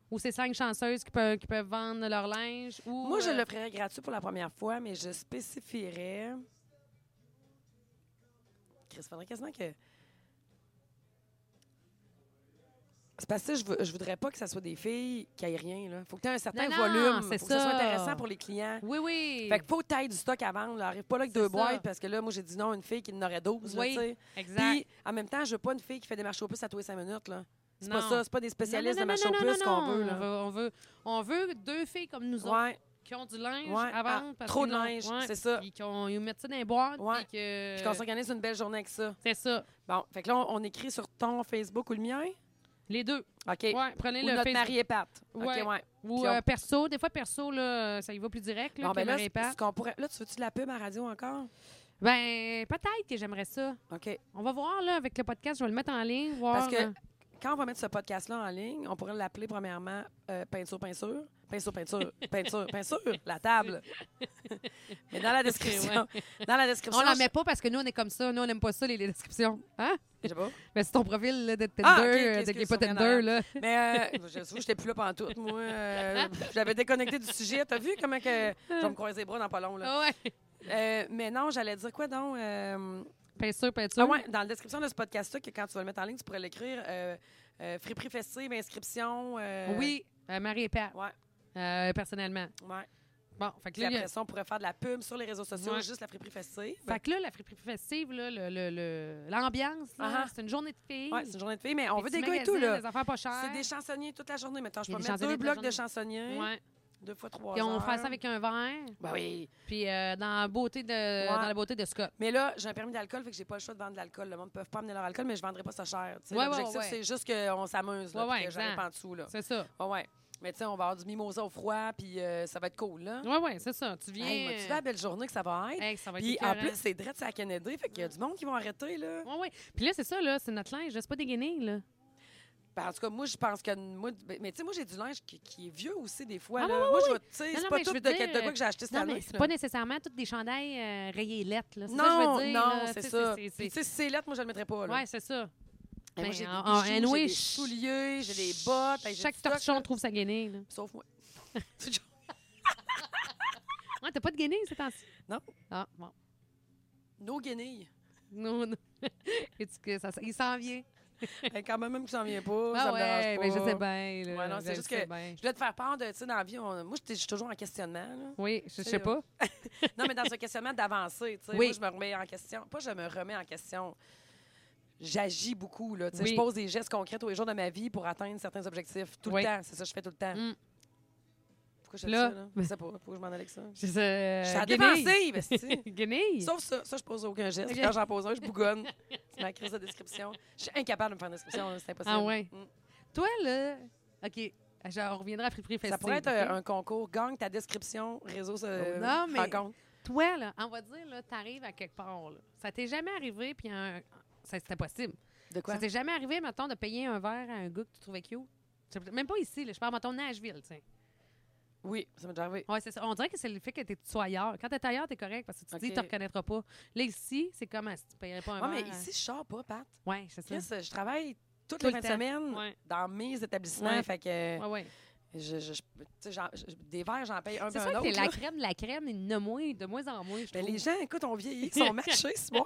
Speaker 2: Ou c'est cinq chanceuses qui peuvent, qui peuvent vendre leur linge. Ou,
Speaker 1: Moi, je
Speaker 2: euh,
Speaker 1: l'offrirais gratuit pour la première fois, mais je spécifierais. Chris, faudrait quasiment que. C'est parce que je, veux- je voudrais pas que ça soit des filles qui aillent rien. Il faut que tu aies un certain
Speaker 2: Non, non,
Speaker 1: volume.
Speaker 2: c'est
Speaker 1: faut que ça soit
Speaker 2: ça.
Speaker 1: intéressant pour les clients.
Speaker 2: Oui, oui.
Speaker 1: Fait que faut que t'ailles du stock à vendre. là. Arrive pas là avec
Speaker 2: C'est
Speaker 1: deux
Speaker 2: ça.
Speaker 1: boîtes parce que là, moi, j'ai dit non à une fille qui en aurait 12. là,
Speaker 2: Oui,
Speaker 1: tu sais.
Speaker 2: exact.
Speaker 1: Puis, en même temps, je veux pas une fille qui fait des marches aux puces à tous les cinq minutes. là. C'est pas
Speaker 2: Non.
Speaker 1: ça. C'est pas des spécialistes
Speaker 2: Non, non, non,
Speaker 1: de marches
Speaker 2: non,
Speaker 1: aux
Speaker 2: non,
Speaker 1: puces
Speaker 2: non,
Speaker 1: qu'on veut.
Speaker 2: non.
Speaker 1: Là.
Speaker 2: On veut, on veut, on veut deux filles comme nous autres
Speaker 1: Ouais.
Speaker 2: qui ont du linge
Speaker 1: Ouais.
Speaker 2: à vendre.
Speaker 1: Ah,
Speaker 2: parce
Speaker 1: trop
Speaker 2: que
Speaker 1: de
Speaker 2: non.
Speaker 1: linge,
Speaker 2: Ouais.
Speaker 1: c'est ça.
Speaker 2: Puis qu'on ils mettent ça dans les boîtes.
Speaker 1: Ouais.
Speaker 2: puis que-
Speaker 1: Puis qu'on s'organise une belle journée avec ça.
Speaker 2: C'est ça.
Speaker 1: Bon, fait que là, on, on écrit sur ton Facebook ou le mien.
Speaker 2: Les deux.
Speaker 1: OK.
Speaker 2: Ouais, prenez
Speaker 1: Ou
Speaker 2: le
Speaker 1: notre
Speaker 2: Facebook.
Speaker 1: mari et Pat.
Speaker 2: Ouais.
Speaker 1: OK, ouais.
Speaker 2: Ou
Speaker 1: Puis on-
Speaker 2: euh, perso. Des fois, perso, là, euh, ça y va plus direct. Là,
Speaker 1: Bon,
Speaker 2: que
Speaker 1: ben
Speaker 2: le
Speaker 1: là,
Speaker 2: mari et
Speaker 1: c-
Speaker 2: Pat.
Speaker 1: ce qu'on pourrait... Là, tu veux-tu de la pub à radio encore?
Speaker 2: Ben, peut-être que j'aimerais ça.
Speaker 1: OK.
Speaker 2: On va voir, là, avec le podcast, je vais le mettre en ligne, voir.
Speaker 1: Parce que
Speaker 2: euh,
Speaker 1: quand on va mettre ce podcast-là en ligne, on pourrait l'appeler premièrement euh, peinture, peinture, peinture, peinture, peinture, peinture, la table. Mais dans la description, dans la description,
Speaker 2: On la met pas parce que nous, on est comme ça. Nous, on n'aime pas ça, les, les descriptions. Hein?
Speaker 1: je- je sais pas.
Speaker 2: Mais c'est ton profil là, de Tinder,
Speaker 1: Ah, ok, ok,
Speaker 2: euh, de qui est
Speaker 1: excuse,
Speaker 2: pas
Speaker 1: ça revient en
Speaker 2: Tinder, là.
Speaker 1: Mais euh, je je j'étais plus là pendant tout. Moi, euh, j'avais déconnecté du sujet. T'as vu comment que je vais me croiser les bras dans pas long là.
Speaker 2: Ah ouais.
Speaker 1: Euh, mais non, j'allais dire quoi donc Euh,
Speaker 2: Peinture, peinture.
Speaker 1: Ah ouais, dans la description de ce podcast-là, que quand tu vas le mettre en ligne, tu pourrais l'écrire euh, euh, friperie festive, inscription. euh,
Speaker 2: Oui, euh, Marie et Pierre.
Speaker 1: Ouais.
Speaker 2: Euh, personnellement.
Speaker 1: Ouais.
Speaker 2: Bon, fait que
Speaker 1: Puis
Speaker 2: là, il y a-
Speaker 1: après ça, ben on pourrait faire de la pub sur les réseaux sociaux,
Speaker 2: Ouais.
Speaker 1: juste la friperie festive.
Speaker 2: fait que là, la friperie festive, là, le- le- le- l'ambiance, là,
Speaker 1: Ah-ha.
Speaker 2: c'est une journée de filles.
Speaker 1: Ouais, c'est une journée de filles, mais on
Speaker 2: Des
Speaker 1: veut
Speaker 2: petits
Speaker 1: des gars et tout, là.
Speaker 2: magasins, Des affaires pas chères.
Speaker 1: C'est des chansonniers toute la journée. Mettons, je
Speaker 2: Il y a
Speaker 1: peux
Speaker 2: des
Speaker 1: mettre
Speaker 2: chansonniers
Speaker 1: deux
Speaker 2: toute la
Speaker 1: blocs de
Speaker 2: journée.
Speaker 1: chansonniers,
Speaker 2: Ouais.
Speaker 1: deux fois trois
Speaker 2: Puis on
Speaker 1: heures.
Speaker 2: fait ça avec un verre.
Speaker 1: Ben oui.
Speaker 2: Puis euh, dans, la beauté de, dans la beauté de Scott.
Speaker 1: Mais là, j'ai un permis d'alcool, fait que j'ai pas le choix de vendre de l'alcool. Le monde ne peut pas amener leur alcool, mais je vendrai pas ça cher. tu sais.
Speaker 2: Ouais,
Speaker 1: L'objectif,
Speaker 2: ouais, ouais.
Speaker 1: c'est juste qu'on s'amuse, là,
Speaker 2: Ouais,
Speaker 1: puis
Speaker 2: ouais,
Speaker 1: que j'arrive
Speaker 2: exact.
Speaker 1: en dessous, là.
Speaker 2: C'est ça.
Speaker 1: Ouais, ouais. Mais tu sais, on va avoir du mimosa au froid, puis euh, ça va être cool, là.
Speaker 2: Oui, oui, c'est ça. Tu viens. euh,
Speaker 1: Hey, m'as-tu vu la belle journée que ça va être?
Speaker 2: Hey, ça va être
Speaker 1: Puis en
Speaker 2: écœurant.
Speaker 1: plus, c'est direct à Kennedy, fait qu'il y a du monde qui vont arrêter, là.
Speaker 2: Ouais, ouais. Puis là, c'est ça, là, c'est notre linge, là, c'est pas dégainé, là.
Speaker 1: Ben, en tout cas, moi, je pense que. Moi, ben, mais tu sais, moi, j'ai du linge qui, qui est vieux aussi, des fois.
Speaker 2: Ah,
Speaker 1: là.
Speaker 2: oui, oui,
Speaker 1: moi, je
Speaker 2: oui.
Speaker 1: vais. Tu sais,
Speaker 2: Non,
Speaker 1: c'est
Speaker 2: non,
Speaker 1: pas
Speaker 2: mais je
Speaker 1: tout
Speaker 2: veux
Speaker 1: de,
Speaker 2: dire,
Speaker 1: de quoi que j'ai acheté cette
Speaker 2: Non,
Speaker 1: année.
Speaker 2: mais c'est pas nécessairement tous des chandails euh, rayés lettres, là. C'est ça que je veux
Speaker 1: Non,
Speaker 2: dire,
Speaker 1: non,
Speaker 2: là.
Speaker 1: c'est
Speaker 2: Tu sais,
Speaker 1: ça. Puis,
Speaker 2: c'est-
Speaker 1: Tu
Speaker 2: c'est-
Speaker 1: sais, si c'est lettre, moi, je le mettrais pas, là.
Speaker 2: Ouais, c'est ça.
Speaker 1: Mais moi,
Speaker 2: ben,
Speaker 1: j'ai des
Speaker 2: en- en
Speaker 1: bijoux, j'ai
Speaker 2: anyway,
Speaker 1: des souliers, j'ai des bottes. hey, j'ai
Speaker 2: Chaque
Speaker 1: du stock,
Speaker 2: torchon
Speaker 1: là.
Speaker 2: trouve sa gainée, là.
Speaker 1: Sauf moi.
Speaker 2: Ouais, Ah, t'as pas de gainée, c'est temps-ci?
Speaker 1: Non.
Speaker 2: Ah, bon.
Speaker 1: Nos guenilles.
Speaker 2: Non, non. Est-ce que ça, il s'en vient.
Speaker 1: Hey, quand même, même que j'en viens pas, Oh,
Speaker 2: Ah
Speaker 1: ça me dérange
Speaker 2: ouais,
Speaker 1: pas.
Speaker 2: mais je sais bien, là.
Speaker 1: Ouais, non, c'est
Speaker 2: je
Speaker 1: juste
Speaker 2: sais
Speaker 1: que-
Speaker 2: bien.
Speaker 1: Je voulais te faire part de, tu sais, dans la vie, on- moi, j'étais- je suis toujours en questionnement, là.
Speaker 2: Oui, je
Speaker 1: sais,
Speaker 2: sais pas.
Speaker 1: Non, mais dans un questionnement d'avancer, tu sais.
Speaker 2: Oui.
Speaker 1: Moi, je me remets en question. Pas je me remets en question. J'agis beaucoup, là. tu sais.
Speaker 2: Oui.
Speaker 1: Je pose des gestes concrets tous les jours de ma vie pour atteindre certains objectifs. Tout
Speaker 2: Oui.
Speaker 1: le temps. C'est ça que je fais tout le temps.
Speaker 2: Mm.
Speaker 1: Pourquoi je fais
Speaker 2: Là-
Speaker 1: ça, là? Je sais pas. Pourquoi je m'en allais avec ça?
Speaker 2: Je sais. euh,
Speaker 1: je suis à la
Speaker 2: gainée.
Speaker 1: défensive, esti.
Speaker 2: Guenille.
Speaker 1: Sauf ça. Ça, je pose aucun geste.
Speaker 2: Ok.
Speaker 1: Quand j'en pose un, je bougonne. C'est ma crise de description. Je suis incapable de me faire une description. là. C'est impossible.
Speaker 2: Ah ouais.
Speaker 1: Mm.
Speaker 2: Toi, là. OK. je- on reviendra à Friperie Festive.
Speaker 1: Ça pourrait être
Speaker 2: OK?
Speaker 1: euh, un concours. Gagne ta description, réseau, se...
Speaker 2: Oh, non, mais-
Speaker 1: rencontre.
Speaker 2: Toi, là, on va dire, là, t'arrives à quelque part, là. Ça t'est jamais arrivé, puis un... ça, c'était possible.
Speaker 1: De quoi?
Speaker 2: Ça t'est jamais arrivé, mettons, de payer un verre à un gars que tu trouvais cute? C'est- Même pas ici, là. Je parle, mettons, Nashville, tu sais.
Speaker 1: Oui, ça m'est déjà arrivé.
Speaker 2: Ouais, c'est ça. On dirait que c'est le fait que t'es- tu sois ailleurs. Quand t'es ailleurs, t'es correct parce que tu te dis,
Speaker 1: Ok.
Speaker 2: tu reconnaîtras pas. Là, ici, c'est comme ah, si tu payerais pas un
Speaker 1: Moi, mais
Speaker 2: verre.
Speaker 1: ici, je sors pas, Pat.
Speaker 2: à- Ouais, c'est ça.
Speaker 1: Chris, je travaille toutes
Speaker 2: Tout
Speaker 1: les
Speaker 2: le
Speaker 1: fins de
Speaker 2: temps.
Speaker 1: semaine
Speaker 2: Ouais.
Speaker 1: dans mes établissements.
Speaker 2: Ouais.
Speaker 1: Fait que
Speaker 2: Ouais, ouais.
Speaker 1: je, je- je- tu sais, j'en- je- des verres, j'en paye un peu
Speaker 2: C'est
Speaker 1: un
Speaker 2: sûr que
Speaker 1: autre.
Speaker 2: t'es la
Speaker 1: là.
Speaker 2: crème de la crème, il y en a moins, de moins en moins, je
Speaker 1: Ben,
Speaker 2: trouve.
Speaker 1: les gens, écoute, on vieillit, ils sont matchés, c'est bon.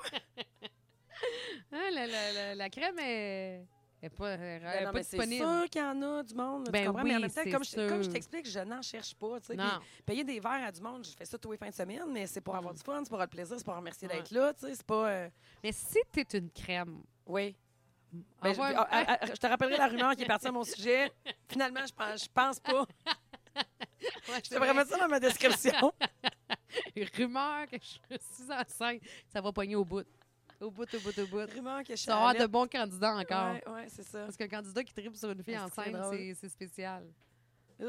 Speaker 2: Hein, la, la- la- la crème est, est pas, elle est
Speaker 1: Ben non,
Speaker 2: pas
Speaker 1: mais c'est
Speaker 2: disponible.
Speaker 1: sûr qu'il y en a du monde, là,
Speaker 2: Ben
Speaker 1: tu comprends? mais en
Speaker 2: oui,
Speaker 1: même temps,
Speaker 2: c'est
Speaker 1: comme je, comme je
Speaker 2: sûr.
Speaker 1: t'explique, je n'en cherche pas. tu sais, puis
Speaker 2: Non.
Speaker 1: Payer des verres à du monde, je fais ça tous les fins de semaine, mais c'est pour avoir
Speaker 2: Mm.
Speaker 1: du fun, c'est pour avoir le plaisir, c'est pour remercier
Speaker 2: Ouais.
Speaker 1: d'être là. tu sais, C'est pas... euh,
Speaker 2: Mais si t'es une crème,
Speaker 1: Oui. Ben, je,
Speaker 2: envoie-
Speaker 1: ah, ah, ah, je te rappellerai la rumeur qui est partie à mon sujet. Finalement, je pense, je pense pas.
Speaker 2: Ouais,
Speaker 1: Je
Speaker 2: c'est
Speaker 1: devrais
Speaker 2: vrai.
Speaker 1: mettre ah, ça dans ma description.
Speaker 2: rumeur que je suis enceinte, ça va pogner au bout. Au bout, au bout, au bout.
Speaker 1: rumeur que je suis
Speaker 2: Ça va avoir
Speaker 1: allée-
Speaker 2: de bons candidats encore.
Speaker 1: Ouais, ouais, c'est ça.
Speaker 2: Parce qu'un candidat qui tripe sur une fille
Speaker 1: Est-ce que c'est
Speaker 2: enceinte,
Speaker 1: drôle?
Speaker 2: c'est c'est spécial.
Speaker 1: Ugh.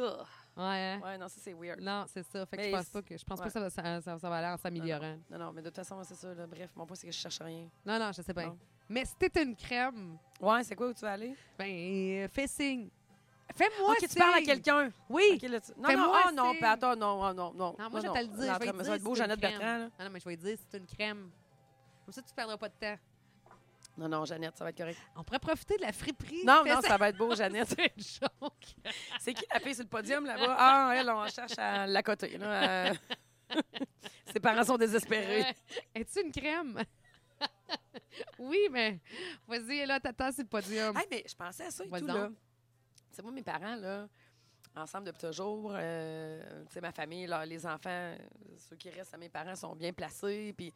Speaker 2: Ouais, hein?
Speaker 1: Ouais, non, ça c'est weird.
Speaker 2: Non, c'est ça. Fait que
Speaker 1: Mais
Speaker 2: je pense
Speaker 1: c'est-
Speaker 2: pas que je pense
Speaker 1: ouais.
Speaker 2: pas que ça va, ça, ça- ça va aller en s'améliorant.
Speaker 1: Non, non, mais de toute façon, c'est ça. là. Bref, mon point, c'est que je cherche rien.
Speaker 2: Non, non, je sais pas.
Speaker 1: Non.
Speaker 2: Mais si t'es une crème,
Speaker 1: Ouais, c'est quoi où tu vas aller?
Speaker 2: ben euh, fais signe. Fais-moi
Speaker 1: ok, tu
Speaker 2: signe.
Speaker 1: parles à quelqu'un.
Speaker 2: Oui.
Speaker 1: Ok, là, tu- Non,
Speaker 2: Fais-moi
Speaker 1: non, ah, non,
Speaker 2: signe.
Speaker 1: pas attends, non, ah, non, non.
Speaker 2: Non, moi,
Speaker 1: non,
Speaker 2: je vais te le dire. Je vais
Speaker 1: L'entrée-
Speaker 2: te dire
Speaker 1: Ça va être beau,
Speaker 2: si c'est une
Speaker 1: Jeannette Bertrand.
Speaker 2: crème.
Speaker 1: là.
Speaker 2: Non, non, mais je vais te dire c'est une crème. Comme ça, tu perdras pas de temps.
Speaker 1: Non, non, Jeannette, ça va être correct.
Speaker 2: On pourrait profiter de la friperie.
Speaker 1: Non,
Speaker 2: Fais
Speaker 1: non, ça va être beau, Jeannette.
Speaker 2: C'est une joke.
Speaker 1: C'est qui la fille sur le podium là-bas? Ah, elle, on cherche à la côté. là, euh. Ses parents sont désespérés.
Speaker 2: Ouais. Euh, Es-tu une crème? oui, mais vas-y, là, t'attends sur le podium.
Speaker 1: Hey, mais je pensais à ça et
Speaker 2: Vas-y
Speaker 1: tout,
Speaker 2: donc.
Speaker 1: là. C'est moi, mes parents, là, ensemble depuis toujours, euh, tu sais, ma famille, là, les enfants, euh, ceux qui restent à mes parents sont bien placés, puis...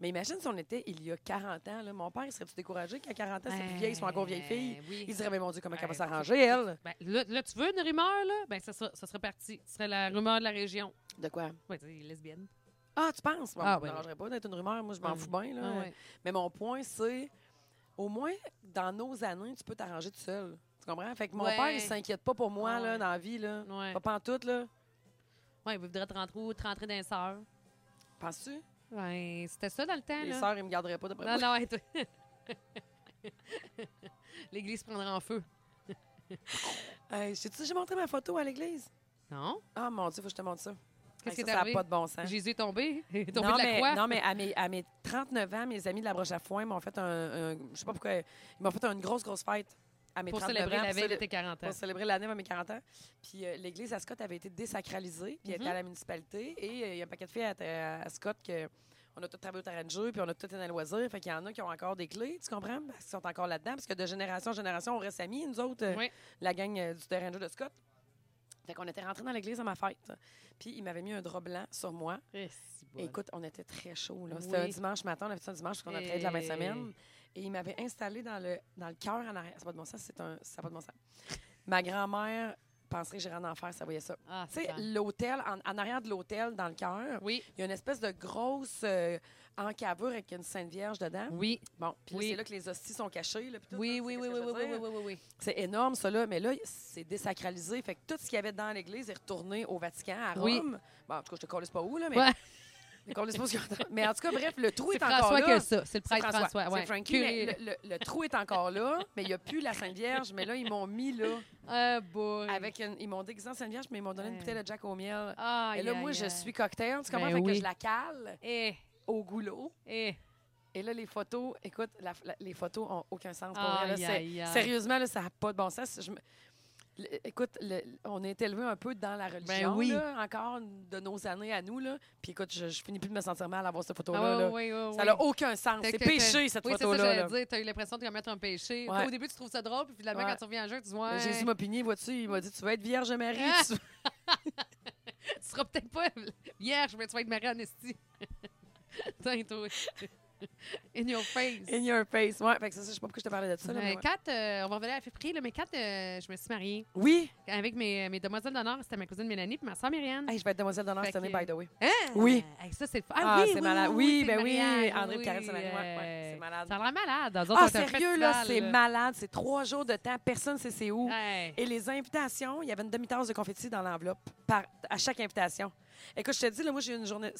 Speaker 1: Mais imagine si on était il y a 40 ans, là, mon père, il serait-tu découragé qu'à 40 ans, c'est plus vieille, ils sont encore vieilles filles?
Speaker 2: Eh oui.
Speaker 1: Il dirait, mais mon Dieu, comment
Speaker 2: Ouais,
Speaker 1: elle va
Speaker 2: c'est-
Speaker 1: s'arranger, elle?
Speaker 2: Ben, là, là, tu veux une rumeur, là? Ben, ça, sera- ça serait parti. Ce serait la rumeur de la région.
Speaker 1: De quoi?
Speaker 2: Ouais, tu sais, lesbienne.
Speaker 1: Ah, tu penses? Bon,
Speaker 2: Ah,
Speaker 1: ça
Speaker 2: ouais,
Speaker 1: me dérangerait pas d'être une rumeur, moi, je m'en
Speaker 2: Ouais.
Speaker 1: fous bien, là.
Speaker 2: Ah, ouais.
Speaker 1: Mais mon point, c'est, au moins, dans nos années, tu peux t'arranger tout seul. Tu comprends? Fait que mon
Speaker 2: Ouais.
Speaker 1: père, il s'inquiète pas pour moi,
Speaker 2: Ah,
Speaker 1: là,
Speaker 2: ouais.
Speaker 1: dans la vie, là.
Speaker 2: Ouais.
Speaker 1: Pas pantoute, là.
Speaker 2: Ouais, il voudrait te rentrer, où- te rentrer dans les sœurs.
Speaker 1: Penses-tu?
Speaker 2: Ouais, c'était ça dans le temps,
Speaker 1: Les
Speaker 2: là.
Speaker 1: sœurs, ils me garderaient pas d'après
Speaker 2: Non,
Speaker 1: moi.
Speaker 2: non, ouais, toi- L'église prendra en feu.
Speaker 1: Hey, J'ai-tu déjà montré ma photo à l'église?
Speaker 2: Non?
Speaker 1: Ah, mon Dieu, faut que je te montre ça.
Speaker 2: Qu'est-ce
Speaker 1: Hey,
Speaker 2: qui
Speaker 1: ça,
Speaker 2: est
Speaker 1: ça a
Speaker 2: arrivé?
Speaker 1: pas de bon sens.
Speaker 2: Jésus est tombé. Il est tombé
Speaker 1: Hein? non,
Speaker 2: de la
Speaker 1: mais,
Speaker 2: croix.
Speaker 1: non, mais à mes, à mes 39 ans, mes amis de la broche à foin m'ont fait un, un- Je sais pas pourquoi. Ils m'ont fait une grosse, grosse fête à mes
Speaker 2: pour
Speaker 1: 39
Speaker 2: célébrer
Speaker 1: ans.
Speaker 2: la
Speaker 1: pour
Speaker 2: veille de
Speaker 1: célé-
Speaker 2: tes 40 ans.
Speaker 1: pour célébrer l'année de mes 40 ans. Puis euh, l'église à Scott avait été désacralisée, puis elle était
Speaker 2: Mhm.
Speaker 1: à la municipalité. Et euh, il y a un paquet de filles à, à- à Scott que on a tous travaillé au terrain de jeu, puis on a tous été dans le loisir. Fait qu'il y en a qui ont encore des clés, tu comprends? Parce qu'ils sont encore là-dedans. Parce que de génération en génération, on reste amis, nous autres, euh,
Speaker 2: Oui.
Speaker 1: la gang euh, du terrain de jeu de Scott. Fait qu'on était rentrés dans l'église à ma fête. Puis il m'avait mis un drap blanc sur moi.
Speaker 2: Eh, si bon.
Speaker 1: Écoute, on était très chaud. là.
Speaker 2: Oui.
Speaker 1: C'était un dimanche matin, on avait fait ça un dimanche parce qu'on a travaillé de la fin de
Speaker 2: Hey.
Speaker 1: semaine. Et il m'avait installé dans le, dans le cœur en arrière. C'est pas de bon sens, c'est un. Ça a pas de bon sens. Ma grand-mère penserait que j'irais en enfer, ça voyait ça.
Speaker 2: Ah,
Speaker 1: Tu sais,
Speaker 2: super.
Speaker 1: l'hôtel, en, en arrière de l'hôtel, dans le cœur,
Speaker 2: Oui,
Speaker 1: il y a une espèce de grosse euh, encavure avec une Sainte Vierge dedans.
Speaker 2: oui,
Speaker 1: Bon, puis là,
Speaker 2: Oui.
Speaker 1: c'est là que les hosties sont cachées. là, puis tout,
Speaker 2: oui,
Speaker 1: là,
Speaker 2: oui,
Speaker 1: c'est
Speaker 2: oui,
Speaker 1: qu'est-ce
Speaker 2: oui,
Speaker 1: que je
Speaker 2: oui,
Speaker 1: veux dire?
Speaker 2: oui, oui, oui, oui.
Speaker 1: C'est énorme, ça, là. Mais là, c'est désacralisé. Fait que tout ce qu'il y avait dans l'Église est retourné au Vatican, à Rome.
Speaker 2: Oui.
Speaker 1: Bon, en tout cas, je te connais pas où, là, mais...
Speaker 2: Ouais.
Speaker 1: je te calisse pas ce qu'il y a dedans. mais en tout cas, bref, le trou est,
Speaker 2: C'est
Speaker 1: encore
Speaker 2: François
Speaker 1: là.
Speaker 2: qui a ça. C'est le
Speaker 1: C'est
Speaker 2: prêtre François. ouais.
Speaker 1: C'est Frankie,
Speaker 2: Curé.
Speaker 1: mais le, le- le trou est encore là, mais il n'y a plus la Sainte Vierge. Mais là, ils m'ont mis là,
Speaker 2: Ah, boy.
Speaker 1: avec une- ils m'ont déguisé en Sainte Vierge, mais ils m'ont donné une
Speaker 2: Ouais.
Speaker 1: bouteille de Jack au miel.
Speaker 2: Ah,
Speaker 1: Et là, moi, je suis cocktail. Tu comprends?
Speaker 2: Ben
Speaker 1: Fait
Speaker 2: oui.
Speaker 1: que je la cale
Speaker 2: Eh,
Speaker 1: au goulot.
Speaker 2: eh.
Speaker 1: Et là, les photos, écoute, la- la- les photos ont aucun sens pour
Speaker 2: Aïe,
Speaker 1: vrai, là. C'est-
Speaker 2: aïe, aïe.
Speaker 1: Sérieusement, là, ça n'a pas de bon sens. Je me- le- écoute, le- on est élevé un peu dans la religion,
Speaker 2: Ben oui.
Speaker 1: là, encore de nos années à nous. Là. Puis écoute, je, je finis plus de me sentir mal à voir cette photo-là.
Speaker 2: Ah,
Speaker 1: Oh là.
Speaker 2: oui, oui, oui.
Speaker 1: Ça
Speaker 2: oui.
Speaker 1: n'a aucun sens.
Speaker 2: T'as-
Speaker 1: C'est
Speaker 2: t'as- t'as-
Speaker 1: péché, cette
Speaker 2: oui, c'est ça,
Speaker 1: photo-là.
Speaker 2: j'allais
Speaker 1: là.
Speaker 2: dire. T'as eu l'impression de commettre un péché.
Speaker 1: Ouais.
Speaker 2: Au début, tu trouves ça drôle, puis finalement,
Speaker 1: Ouais.
Speaker 2: quand tu reviens à jeu, tu dis ouais, Ah!
Speaker 1: Jésus m'a puni, vois-tu, il m'a dit Tu vas être Vierge Marie. tu-
Speaker 2: tu seras peut-être pas vierge, mais tu vas être Marie Anesti. Tiens, toi. In your face.
Speaker 1: In your face. Ouais, fait que c'est ça, je sais pas pourquoi je te parlais de ça. là,
Speaker 2: Euh,
Speaker 1: mais ouais.
Speaker 2: Kat, euh, on va revenir à la février, là, mais Kat, euh, je me suis mariée
Speaker 1: Oui,
Speaker 2: avec mes, mes demoiselles d'honneur. C'était ma cousine Mélanie puis ma soeur Myriane.
Speaker 1: Hey, je vais être demoiselle d'honneur
Speaker 2: Fait
Speaker 1: cette année,
Speaker 2: que-
Speaker 1: by the way.
Speaker 2: Hein?
Speaker 1: Oui.
Speaker 2: Hey, ça, c'est le fun.
Speaker 1: Ah,
Speaker 2: oui,
Speaker 1: c'est
Speaker 2: oui,
Speaker 1: malade.
Speaker 2: Oui,
Speaker 1: Oui, ben
Speaker 2: c'est
Speaker 1: oui,
Speaker 2: mariage,
Speaker 1: André
Speaker 2: oui.
Speaker 1: et Karine, c'est marié, ouais, ouais, c'est malade.
Speaker 2: Ça a l'air malade. Dans
Speaker 1: Ah, sérieux, là, c'est malade. C'est trois jours de temps, personne ne sait c'est où.
Speaker 2: Hey.
Speaker 1: Et les invitations, il y avait une demi-tasse de confetti dans l'enveloppe par- à chaque invitation. Écoute, je te dis, là, moi, j'ai eu une journée.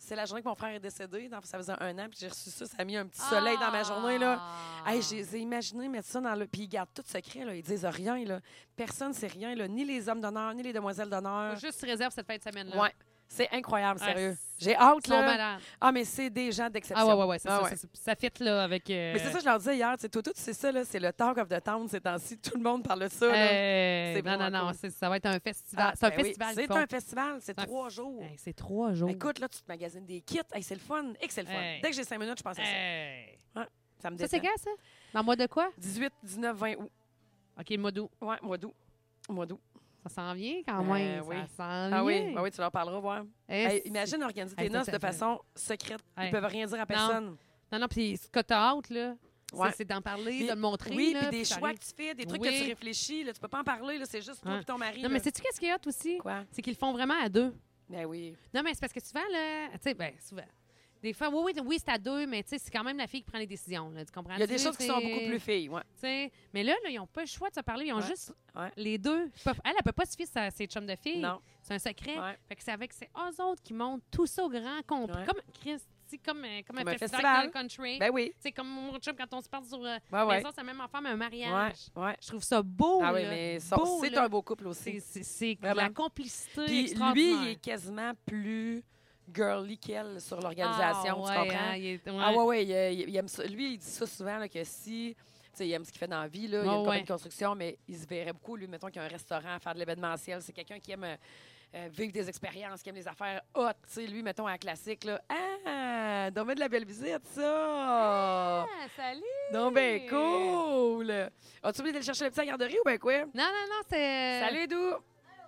Speaker 1: C'est la journée que mon frère est décédé. dans- Ça faisait un an, puis j'ai reçu ça. Ça a mis un petit soleil dans ma journée, là.
Speaker 2: Ah.
Speaker 1: Hey, j'ai imaginé mettre ça dans le. Puis ils gardent tout secret, là. Ils disent rien, là. Personne sait rien, là. Ni les hommes d'honneur, ni les demoiselles
Speaker 2: Faut
Speaker 1: d'honneur.
Speaker 2: juste se réserve cette fin de semaine-là.
Speaker 1: Ouais. C'est incroyable,
Speaker 2: Ah,
Speaker 1: sérieux.
Speaker 2: c'est-
Speaker 1: J'ai hâte,
Speaker 2: Ils sont
Speaker 1: là.
Speaker 2: malades.
Speaker 1: Ah, mais c'est des gens d'exception.
Speaker 2: Ah, ouais, ouais, ouais. c'est
Speaker 1: Ah,
Speaker 2: ça,
Speaker 1: ouais.
Speaker 2: ça, ça, ça fit, là, avec. euh,
Speaker 1: Mais c'est ça, je leur disais hier, tu sais, tout, tout, c'est ça, là, c'est le talk of the town ces temps-ci. Tout le monde parle de ça, là.
Speaker 2: euh,
Speaker 1: C'est
Speaker 2: non, non,
Speaker 1: vraiment
Speaker 2: non,
Speaker 1: cool.
Speaker 2: c'est- ça va être un festival.
Speaker 1: Ah,
Speaker 2: c'est un
Speaker 1: ben oui,
Speaker 2: festival. qu'ils
Speaker 1: C'est
Speaker 2: font.
Speaker 1: un festival, c'est
Speaker 2: un-
Speaker 1: trois jours. Ben,
Speaker 2: Hey, c'est trois jours.
Speaker 1: Écoute, là, tu te magasines des kits. Hey, c'est le fun. Et que c'est le fun.
Speaker 2: Hey.
Speaker 1: Dès que j'ai cinq minutes, je pense à ça.
Speaker 2: Hey.
Speaker 1: Ça me
Speaker 2: Ça, c'est
Speaker 1: détend.
Speaker 2: quand, ça? Dans le mois de quoi?
Speaker 1: 18, 19, 20 août.
Speaker 2: OK, le mois d'août.
Speaker 1: Ouais, mois d'août. Mois d'août.
Speaker 2: Ça s'en vient quand
Speaker 1: Euh,
Speaker 2: même.
Speaker 1: oui.
Speaker 2: Ça s'en
Speaker 1: Ah oui,
Speaker 2: vient.
Speaker 1: ah oui, tu leur parleras, voir.
Speaker 2: Hey,
Speaker 1: Hey,
Speaker 2: c'est-
Speaker 1: imagine organiser tes
Speaker 2: Hey, ça,
Speaker 1: noces
Speaker 2: ça
Speaker 1: de
Speaker 2: fait-
Speaker 1: façon secrète.
Speaker 2: Hey.
Speaker 1: Ils peuvent rien dire à personne.
Speaker 2: Non, non, puis ce que t'as hâte, là, c'est-
Speaker 1: Ouais.
Speaker 2: c'est d'en parler,
Speaker 1: Puis-
Speaker 2: de le montrer.
Speaker 1: oui,
Speaker 2: là,
Speaker 1: puis des
Speaker 2: ça
Speaker 1: choix
Speaker 2: arrive.
Speaker 1: que tu fais, des trucs
Speaker 2: Oui.
Speaker 1: que tu réfléchis. Là, tu peux pas en parler. là, C'est juste toi
Speaker 2: Ouais.
Speaker 1: et ton mari.
Speaker 2: Non, mais
Speaker 1: là.
Speaker 2: sais-tu qu'est-ce qu'il y a aussi?
Speaker 1: Quoi?
Speaker 2: C'est qu'ils le font vraiment à deux.
Speaker 1: Ben oui.
Speaker 2: Non, mais c'est parce que souvent, là, tu sais, ben, souvent. Des fois, oui, oui, oui c'est à deux, mais tu sais, c'est quand même la fille qui prend les décisions, là, tu comprends?
Speaker 1: Il y a des choses qui sont beaucoup plus filles. Ouais.
Speaker 2: mais là, là, ils n'ont pas le choix de se parler, ils ont
Speaker 1: Ouais.
Speaker 2: juste
Speaker 1: Ouais.
Speaker 2: les deux. Ils peuvent- Elle, elle peut pas se fier à ses chums de filles.
Speaker 1: Non.
Speaker 2: C'est un secret.
Speaker 1: Ouais.
Speaker 2: Fait que c'est avec ces eux autres qui montent tout ça au grand complet.
Speaker 1: Ouais.
Speaker 2: Comme Christy, comme, euh, comme,
Speaker 1: Comme
Speaker 2: un
Speaker 1: un
Speaker 2: festival,
Speaker 1: festival.
Speaker 2: dans le country.
Speaker 1: Ben oui.
Speaker 2: c'est comme mon chum quand on se parle sur euh,
Speaker 1: Ouais, ouais.
Speaker 2: maison, c'est la même affaire, mais un
Speaker 1: Ouais,
Speaker 2: mariage.
Speaker 1: ouais.
Speaker 2: Je trouve ça beau.
Speaker 1: Ah oui,
Speaker 2: là.
Speaker 1: mais ça,
Speaker 2: Beau,
Speaker 1: c'est
Speaker 2: là.
Speaker 1: un beau couple aussi.
Speaker 2: C'est- C'est c'est de
Speaker 1: Vraiment.
Speaker 2: la complicité
Speaker 1: Puis lui,
Speaker 2: extraordinaire.
Speaker 1: il est quasiment plus girly qu'elle sur l'organisation,
Speaker 2: Ah,
Speaker 1: tu
Speaker 2: ouais,
Speaker 1: comprends?
Speaker 2: hein, il est- ouais.
Speaker 1: Ah ouais, ouais, il, euh, il- il aime ça. Lui, il dit ça souvent, là, que si... tu sais, il aime ce qu'il fait dans la vie, là, il a
Speaker 2: Ouais,
Speaker 1: une compagnie
Speaker 2: ouais.
Speaker 1: de construction, mais il se verrait beaucoup, lui, mettons qu'il a un restaurant, faire de l'événementiel. C'est quelqu'un qui aime euh, euh, vivre des expériences, qui aime les affaires hot. Tu sais, lui, mettons, à la classique, là, « Ah, donc ben de la belle visite, ça!
Speaker 2: Ah, salut!
Speaker 1: Donc ben cool! As-tu oublié d'aller chercher le petit à la garderie ou ben quoi?
Speaker 2: Non, non, non, c'est.
Speaker 1: Salut, Dou!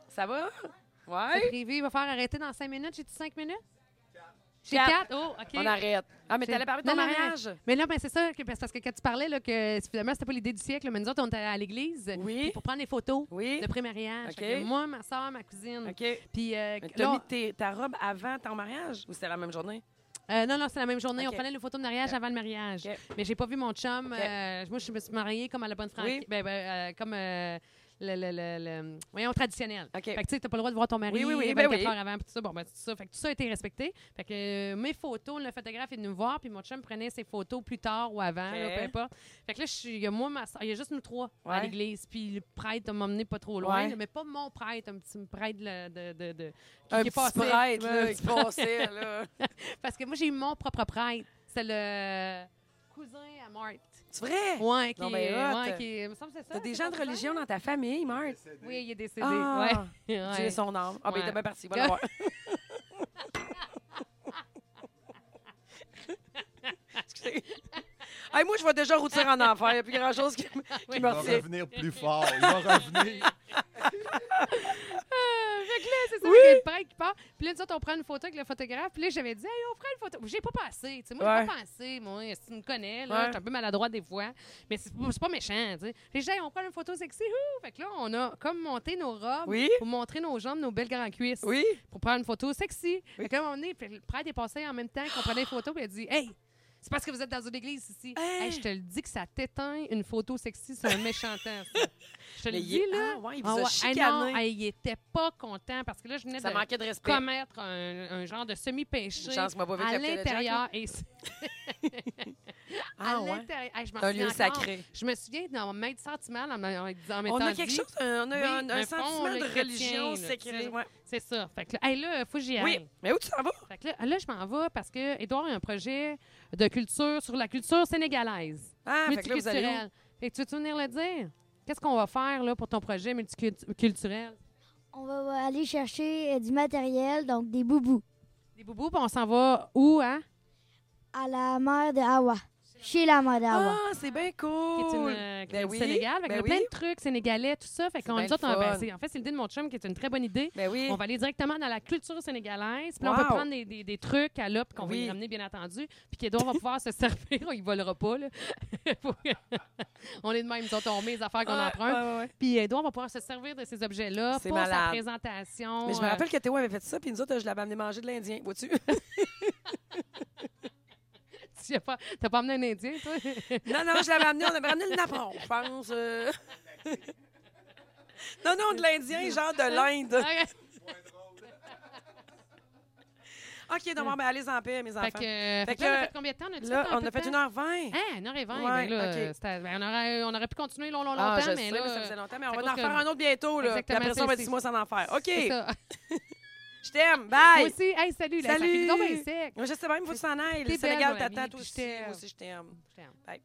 Speaker 1: Ça va?
Speaker 2: C'est
Speaker 1: Ouais?
Speaker 2: privé, il va faire arrêter dans cinq minutes. J'ai-tu cinq minutes? J'ai
Speaker 1: Quatre.
Speaker 2: quatre. Oh, OK.
Speaker 1: On arrête. Ah, mais
Speaker 2: J'ai-
Speaker 1: t'allais parler de
Speaker 2: Non,
Speaker 1: ton
Speaker 2: non, non,
Speaker 1: mariage?
Speaker 2: Mais là, ben, c'est ça, que- parce parce que quand tu parlais, là, que finalement, c'était pas l'idée du siècle, mais nous autres, on était à l'église
Speaker 1: Oui.
Speaker 2: pour prendre des photos
Speaker 1: Oui.
Speaker 2: de pré-mariage.
Speaker 1: OK.
Speaker 2: Fait que Moi, ma soeur, ma cousine.
Speaker 1: OK. Mais
Speaker 2: Puis, euh,
Speaker 1: t'as
Speaker 2: là,
Speaker 1: mis tes- ta robe avant ton mariage ou c'était la même journée?
Speaker 2: Euh, non, non, c'est la même journée.
Speaker 1: OK.
Speaker 2: On prenait les photos de mariage
Speaker 1: OK.
Speaker 2: avant le mariage.
Speaker 1: OK.
Speaker 2: Mais j'ai pas vu mon chum.
Speaker 1: OK.
Speaker 2: euh, moi, je me suis mariée comme à la bonne Franquette.
Speaker 1: Oui.
Speaker 2: Ben, ben, euh, comme euh, le, le, le- le- voyons, traditionnel.
Speaker 1: OK.
Speaker 2: Fait que tu sais, t'as pas le droit de voir ton mari
Speaker 1: Oui, oui, oui, ben
Speaker 2: 24
Speaker 1: oui.
Speaker 2: heures avant, puis tout ça. Bon, ben, tout ça. Fait que tout ça a été respecté. Fait que euh, mes photos, le photographe est venu me voir, puis mon chum prenait ses photos plus tard ou avant,
Speaker 1: OK.
Speaker 2: là, peu importe. Fait que là, je suis- il y a moi, ma soeur, il y a juste nous trois à
Speaker 1: Ouais.
Speaker 2: l'église, puis le prêtre m'a emmené pas trop loin,
Speaker 1: Ouais.
Speaker 2: là, mais pas mon prêtre, un petit prêtre là, de, de, de- qui,
Speaker 1: Un
Speaker 2: qui
Speaker 1: petit
Speaker 2: passait.
Speaker 1: prêtre,
Speaker 2: Ouais, un
Speaker 1: là,
Speaker 2: petit
Speaker 1: qui passait, là.
Speaker 2: parce que moi, j'ai eu mon propre prêtre. C'est le cousin à Marthe.
Speaker 1: C'est vrai?
Speaker 2: Ouais, qui,
Speaker 1: Non,
Speaker 2: est-
Speaker 1: ben, hot.
Speaker 2: ouais, qui est- il me semble que c'est ça.
Speaker 1: T'as des
Speaker 2: c'est
Speaker 1: gens
Speaker 2: ton
Speaker 1: de
Speaker 2: cousin?
Speaker 1: religion dans ta famille, Marthe?
Speaker 2: Oui, il est décédé.
Speaker 1: Ah,
Speaker 2: ouais.
Speaker 1: Tu es
Speaker 2: Ouais.
Speaker 1: son âme. Ah, ben,
Speaker 2: Ouais.
Speaker 1: t'es bien parti. Va le voir. Excusez. Hey, moi, je vais déjà routir en enfer. Il n'y a plus grand-chose qui, me- qui
Speaker 2: oui.
Speaker 1: me
Speaker 2: Il
Speaker 3: va
Speaker 1: retient.
Speaker 3: revenir plus fort. Il va revenir.
Speaker 2: Euh, fait que là, c'est ça,
Speaker 1: Oui.
Speaker 2: c'est le prêtre qui part. Puis là, nous autres, on prend une photo avec le photographe. Puis là, j'avais dit, hey, on prend une photo. J'ai pas passé. Tu sais, moi, j'ai
Speaker 1: Ouais.
Speaker 2: pas passé. Moi, si tu me connais, là,
Speaker 1: Ouais.
Speaker 2: je suis un peu maladroite des fois. Mais c'est pas- c'est pas méchant, tu sais. Puis j'ai dit, Hey, on prend une photo sexy. Ouh! Fait que là, on a comme monté nos robes
Speaker 1: Oui?
Speaker 2: pour montrer nos jambes, nos belles grandes cuisses.
Speaker 1: Oui?
Speaker 2: pour prendre une photo sexy. Fait que là, à un moment donné, puis le prêtre est passé en même temps qu'on prenait une photo, puis il a dit Hey, c'est parce que vous êtes dans une église ici.
Speaker 1: Hein?
Speaker 2: Hey, je te le dis que ça t'éteint une photo sexy sur un méchant temps. ça. Je te le
Speaker 1: Mais
Speaker 2: dis,
Speaker 1: il-
Speaker 2: là.
Speaker 1: Ah, ouais, il
Speaker 2: Ah
Speaker 1: vous a
Speaker 2: ouais. Hey, non,
Speaker 1: chicané.
Speaker 2: hey, il était pas content parce que là, je venais
Speaker 1: Ça
Speaker 2: de
Speaker 1: manquait de respect.
Speaker 2: commettre un, un genre de semi-péché
Speaker 1: Une chance, moi, pas vu
Speaker 2: à
Speaker 1: Captain Jack,
Speaker 2: l'intérieur. Et c'est- à
Speaker 1: Ah, ouais.
Speaker 2: l'intérieur. Hey, je m'en
Speaker 1: C'est un
Speaker 2: souviens
Speaker 1: lieu
Speaker 2: encore.
Speaker 1: sacré.
Speaker 2: Je me souviens dans mes sentiments, en me- en en m'étant
Speaker 1: On a quelque
Speaker 2: dit,
Speaker 1: chose, un- on a
Speaker 2: Oui,
Speaker 1: un, un
Speaker 2: un fond,
Speaker 1: sentiment
Speaker 2: le
Speaker 1: de
Speaker 2: chrétien,
Speaker 1: religion
Speaker 2: là, tu sais.
Speaker 1: secrète. Ouais.
Speaker 2: C'est ça. Fait que là, hey, là, faut que j'y aille.
Speaker 1: Oui, mais où tu t'en vas?
Speaker 2: Fait que là, là, je m'en vais parce que Édouard a un projet de culture sur la culture sénégalaise,
Speaker 1: Ah, fait que là, vous allez où?
Speaker 2: multiculturelle. Fait que tu veux-tu venir le dire? Qu'est-ce qu'on va faire là, pour ton projet multiculturel?
Speaker 4: On va aller chercher euh, du matériel, donc des boubous,
Speaker 2: Des boubous, puis on s'en va où, hein?
Speaker 4: à la mer de Hawa. Chez la mer de Hawa.
Speaker 1: Ah, c'est bien
Speaker 2: Qui est une,
Speaker 1: cool.
Speaker 2: euh, qui
Speaker 1: Ben
Speaker 2: est du
Speaker 1: oui,
Speaker 2: Sénégal. Fait
Speaker 1: ben
Speaker 2: qu'il y a
Speaker 1: oui.
Speaker 2: plein de trucs sénégalais, tout ça. Fait
Speaker 1: C'est
Speaker 2: qu'on
Speaker 1: bien
Speaker 2: nous autres,
Speaker 1: le
Speaker 2: on va-
Speaker 1: fun.
Speaker 2: c'est- En fait, c'est l'idée de mon chum qui est une très bonne idée.
Speaker 1: Ben oui.
Speaker 2: On va aller directement dans la culture sénégalaise. Puis là, on
Speaker 1: Wow.
Speaker 2: peut prendre des, des- des trucs à l'op qu'on va
Speaker 1: Oui.
Speaker 2: y ramener, bien entendu. Puis qu'Edouard va pouvoir se servir. Il volera pas, là. Faut- on est de même, nous autres, on met les affaires qu'on
Speaker 1: Ah,
Speaker 2: emprunte.
Speaker 1: ouais, ouais, ouais.
Speaker 2: Puis euh, Edouard va pouvoir se servir de ces objets-là
Speaker 1: C'est
Speaker 2: pour sa
Speaker 1: malade.
Speaker 2: présentation.
Speaker 1: Mais je
Speaker 2: euh,
Speaker 1: me rappelle que Théo avait fait ça, puis nous autres, je l'avais amené manger de l'Indien, vois-tu?
Speaker 2: euh, Tu n'as pas, t'as pas amené un Indien, toi?
Speaker 1: Non, non, je l'avais amené, on avait ramené le napperon, je pense. euh. Non, non, de l'Indien, genre de l'Inde. OK, donc, bon, ben, allez en paix, mes enfants.
Speaker 2: fait que, euh, fait que
Speaker 1: que,
Speaker 2: là, on a fait combien de temps? On a
Speaker 1: Là, on a fait 1h20.
Speaker 2: Hein, 1h20.
Speaker 1: Ouais,
Speaker 2: ben là,
Speaker 1: ok.
Speaker 2: euh, c'était- ben, on, aurait, on aurait pu continuer long, long, longtemps,
Speaker 1: Ah, je
Speaker 2: mais
Speaker 1: sais,
Speaker 2: là...
Speaker 1: mais ça faisait longtemps, mais on
Speaker 2: c'est
Speaker 1: va
Speaker 2: à
Speaker 1: en
Speaker 2: cause
Speaker 1: refaire
Speaker 2: que-
Speaker 1: un autre bientôt. Là. Puis
Speaker 2: Exactement,
Speaker 1: après ça, on va
Speaker 2: c'est-
Speaker 1: être six mois sans en faire. OK,
Speaker 2: c'est ça.
Speaker 1: je t'aime.
Speaker 2: Moi
Speaker 1: Bye.
Speaker 2: aussi. Hey, salut. Là, ça
Speaker 1: Salut.
Speaker 2: finit donc bien sec.
Speaker 1: Moi, je sais même, faut que tu t'en ailles.
Speaker 2: T'es
Speaker 1: Le Sénégal
Speaker 2: belle, mon
Speaker 1: t'attend,
Speaker 2: ami,
Speaker 1: toi
Speaker 2: puis je
Speaker 1: aussi.
Speaker 2: t'aime.
Speaker 1: Moi aussi, je t'aime.
Speaker 2: Je t'aime.
Speaker 1: Bye.